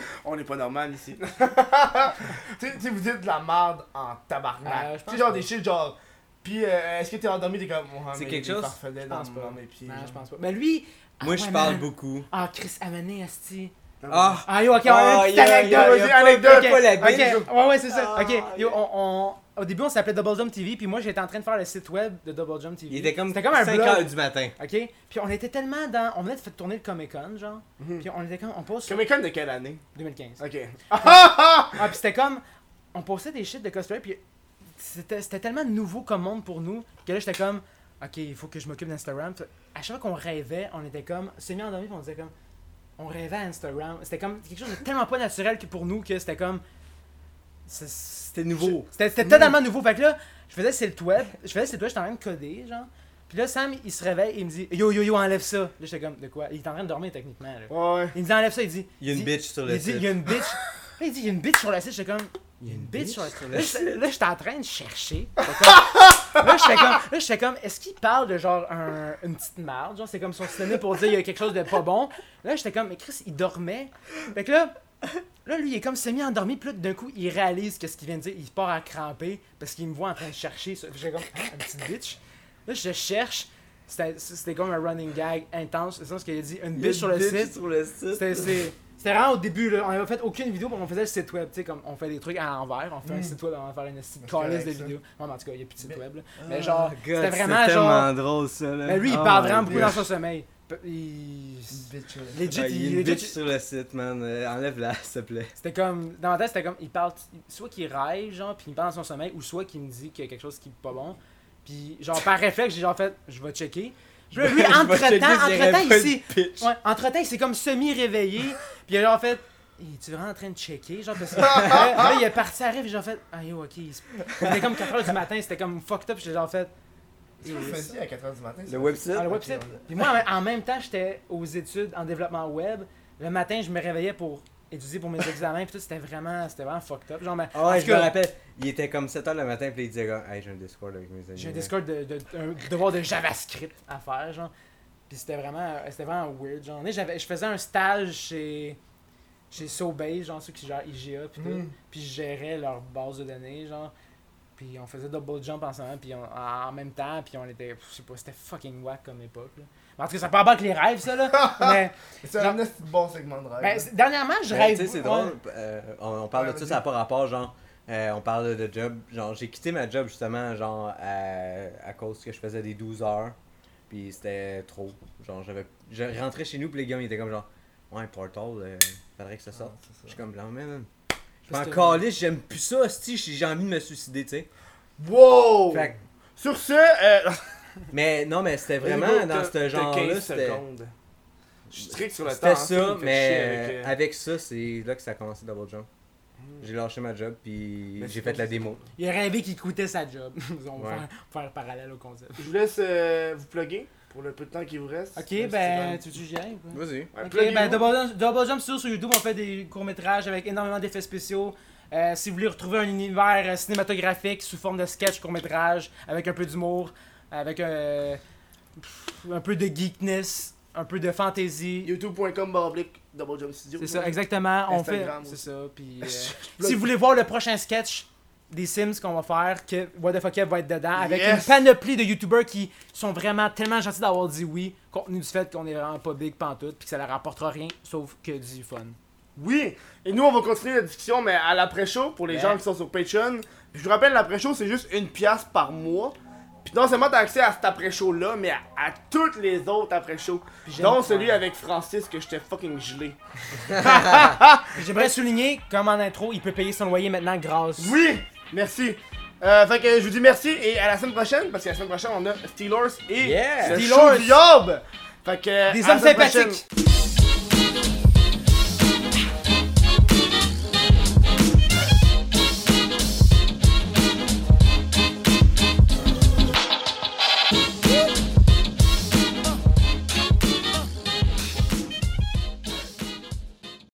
A: On n'est pas normal ici. tu sais, tu sais, vous dites de la merde en
C: Euh,
A: tabarnak.
C: je
A: tu
C: pense
A: sais, genre
C: pas.
A: des shit genre. Puis euh, est-ce que t'es endormi, t'es comme. Oh,
G: C'est
A: mais
G: quelque
A: des
G: chose?
A: farfadets
C: Je
A: dans,
C: pense pas.
A: dans mes pieds.
C: Non,
A: genre.
C: je pense pas. Mais lui... ah,
G: Moi, je
C: ouais,
G: parle
C: man.
G: beaucoup.
C: Ah, Chris, amené, Asti.
G: Ah!
C: Ah yo, ok, on a une petite
G: Ah, y a-
C: anecdote.
G: y a- y a
A: vas-y,
G: pas-
A: anecdote.
G: y a pas la
C: Ok,
G: bille.
C: ouais, ouais, c'est ça.
G: Ah,
C: ok, yo, on, on- au début, on s'appelait Double Jump TV, puis moi, j'étais en train de faire le site web de Double Jump TV.
G: Il était comme,
C: C'était comme un
G: 5
C: blog.
G: heures du matin.
C: Ok, puis on était tellement dans. On venait de faire tourner le Comic Con, genre.
G: Mhm.
C: Puis on était comme. On pose sur
A: Comic Con de quelle année
C: 2015.
A: Ok.
C: Ah, puis c'était comme. On postait des shit de cosplay, puis c'était c'était tellement nouveau comme monde pour nous que là, j'étais comme. Ok, il faut que je m'occupe d'Instagram. Fait- À chaque fois qu'on rêvait, on était comme. C'est mis endormi, puis on disait comme. On rêvait à Instagram. C'était comme quelque chose de tellement pas naturel que pour nous que c'était comme. c'est- C'était nouveau. C'était c'était
G: Hmm.
C: totalement nouveau. Fait que là, je faisais c'est le web. Je faisais c'est le web, j'étais en train de coder, genre. Puis là, Sam, il se réveille et il me dit Yo, yo, yo, enlève ça. Là, j'étais comme De quoi Il est en train de dormir techniquement, là.
A: Ouais.
C: Il me dit Enlève ça, il dit
G: Il y a une
C: dit-
G: bitch sur le
C: il dit,
G: site.
C: il y a une bitch. Là, il dit, il y a une bitch sur la site. J'étais comme, il y a une
G: bitch
C: bitch sur la
G: sur
C: site.
G: le
C: Là, j'étais- là, j'étais en train de chercher. J'étais comme- Là, j'étais comme, là, j'étais comme, est-ce qu'il parle de genre un- une petite marde? Genre, c'est comme son synonyme pour dire il y a quelque chose de pas bon. Là, j'étais comme, mais Chris, il dormait. Fait que là, là, lui, il est comme semi-endormi. Puis là, d'un coup, il réalise que ce qu'il vient de dire, il part à cramper parce qu'il me voit en train de chercher. ça. J'étais comme, Ah, une petite bitch. Là, je cherche. C'était c'était comme un running gag intense. C'est ça ce qu'il a dit, une bitch sur le site.
G: sur le site.
C: C'était- c'est- C'était vraiment au début, là. on n'avait fait aucune vidéo, on faisait le site web, tu sais, comme on fait des trucs à l'envers, on fait
G: Hmm.
C: un site web avant de faire une petite
A: C'est correct,
C: calice de
A: ça.
C: vidéos. Ouais, mais en tout cas, il n'y a plus de site
A: Mais-
C: web, là. Mais genre,
G: Ah, God,
C: c'était vraiment
G: tellement
C: genre.
G: drôle ça là.
C: Mais lui, il
G: Oh
C: parle
G: my
C: vraiment beaucoup
G: God.
C: dans son sommeil. Pe- il-
A: Bitch.
C: Legit,
G: Ah,
C: il-
G: il y a une
C: legit,
G: bitch sur le site, man. Euh, Enlève-la, s'il te plaît.
C: c'était comme. Dans ma tête, c'était comme, il parle. Soit qu'il rêve, genre, puis il me parle dans son sommeil, ou soit qu'il me dit qu'il y a quelque chose qui est pas bon. Puis, genre, par réflexe, j'ai genre fait, je vais checker. Puis là, lui,
G: Ben Je vais checker
C: entre-temps,
G: s'il y aurait
C: entre-temps,
G: pas
C: il
G: de
C: s'est-
G: bitch.
C: Ouais, entre temps, il s'est comme semi-réveillé. Puis il a genre fait. Es-tu vraiment en train de checker? Genre, parce que. là, là, il est parti à rêve, j'ai genre fait. Ah yo, ok. il se- C'était comme 4h du matin, c'était comme fucked up, j'ai genre fait.
A: Tu me fais à 4h du matin? ça?
G: website.
C: Ah, le website. Puis moi, en- en même temps, j'étais aux études en développement web. le matin, je me réveillais pour étudier pour mes examens, puis tout, c'était vraiment, c'était vraiment fucked up. Genre, ben, mais,
B: Ah ouais,
C: parce
B: je
C: que
B: me rappelle, il était comme 7h le matin, puis il disait, comme, hey, j'ai un Discord avec mes amis.
G: hein.
C: J'ai un Discord de, de, un devoir de JavaScript à faire, genre. Puis c'était vraiment, c'était vraiment weird, genre. Et j'avais- Je faisais un stage chez, chez SoBase, genre ceux qui gèrent IGA, puis tout. Puis je gérais leur base de données, genre. Puis on faisait double jump ensemble, puis on- en en même temps, puis on était, je sais pas, c'était fucking whack comme époque, là. Mais en tout cas, ça part pas que les rêves, ça, là. mais,
A: C'est un esti de bon segment de rêve.
C: ben, c'est- dernièrement, je
B: Mais,
C: rêve.
B: Tu sais, c'est
C: ouais.
B: drôle, euh, on, on parle
A: Ouais,
B: de ça,
A: vas-y.
B: ça n'a pas rapport, genre, euh, on parle de job, genre, j'ai quitté ma job, justement, genre, à, à cause que je faisais des 12 heures, puis c'était trop, genre, j'avais, je rentrais chez nous, puis les gars, ils étaient comme, genre, ouais, Portal, euh, faudrait que ça sorte,
A: Ah,
B: je suis comme, non, man, je m'en
C: Parce que-
B: calisse, j'aime plus ça, hostie, j'ai j'ai envie de me suicider, tu sais,
A: Wow!
B: Fait que-
A: Sur ce, euh,
B: mais, non, mais c'était
L: Hugo,
B: vraiment dans
L: t'as- t'as
B: ce genre-là,
L: 15
B: c'était...
L: secondes. Je suis strict sur le temps.
B: C'était
L: hein, il me fait
B: ça,
L: chier
B: mais
L: avec,
B: euh,
L: euh, Hmm.
B: avec ça, c'est là que ça a commencé Double Jump. J'ai lâché ma job, puis
L: Mais
B: j'ai
L: c'est
B: fait
L: pas-
B: la démo.
C: Il a rêvé qu'il coûtait sa job. on va
B: Ouais.
C: faire, faire le parallèle au concept.
L: Je vous laisse euh, vous plugger pour le peu de temps qui vous reste.
C: Ok, ben, tu veux que j'y aille, ou quoi?
B: Vas-y.
L: Ouais,
C: Ok,
L: pluguez-vous.
C: ben Double Jump, Double Jump Studio sur YouTube, on fait des courts-métrages avec énormément d'effets spéciaux. Euh, si vous voulez retrouver un univers euh, cinématographique sous forme de sketch court-métrage, avec un peu d'humour, avec euh, pff, un peu de geekness, un peu de fantaisie.
L: youtube.com baroblique double jump studio
C: C'est ça, exactement. On fait.
L: Instagram
C: C'est
L: aussi.
C: ça. Puis, euh, si vous voulez voir le prochain sketch des Sims qu'on va faire, que What the Fuck Up va être dedans, avec
A: Yes.
C: une panoplie de YouTubers qui sont vraiment tellement gentils d'avoir dit oui, compte tenu du fait qu'on est vraiment pas big pantoute, puis que ça leur rapportera rien sauf que du fun.
A: oui! Et nous, on va continuer la discussion, mais à l'après-show, pour les
C: Yeah.
A: gens qui sont sur Patreon. Puis je vous rappelle, l'après-show, c'est juste une pièce par mois. Puis non seulement t'as accès à cet après-show-là, mais à, à toutes les autres après-shows.
C: j'aime- hein.
A: Dont celui
C: ouais.
A: avec Francis que j'étais fucking gelé.
C: J'aimerais souligner, comme en intro, il peut payer son loyer maintenant grâce.
A: Oui! Merci! Euh, fait que je vous dis merci et à la semaine prochaine, parce que la semaine prochaine, on a Steelers et
B: Yeah!
A: le
C: Steelers.
A: show du Yob! Fait que.
C: Des
A: à la
C: hommes
A: semaine prochaine.
C: sympathiques!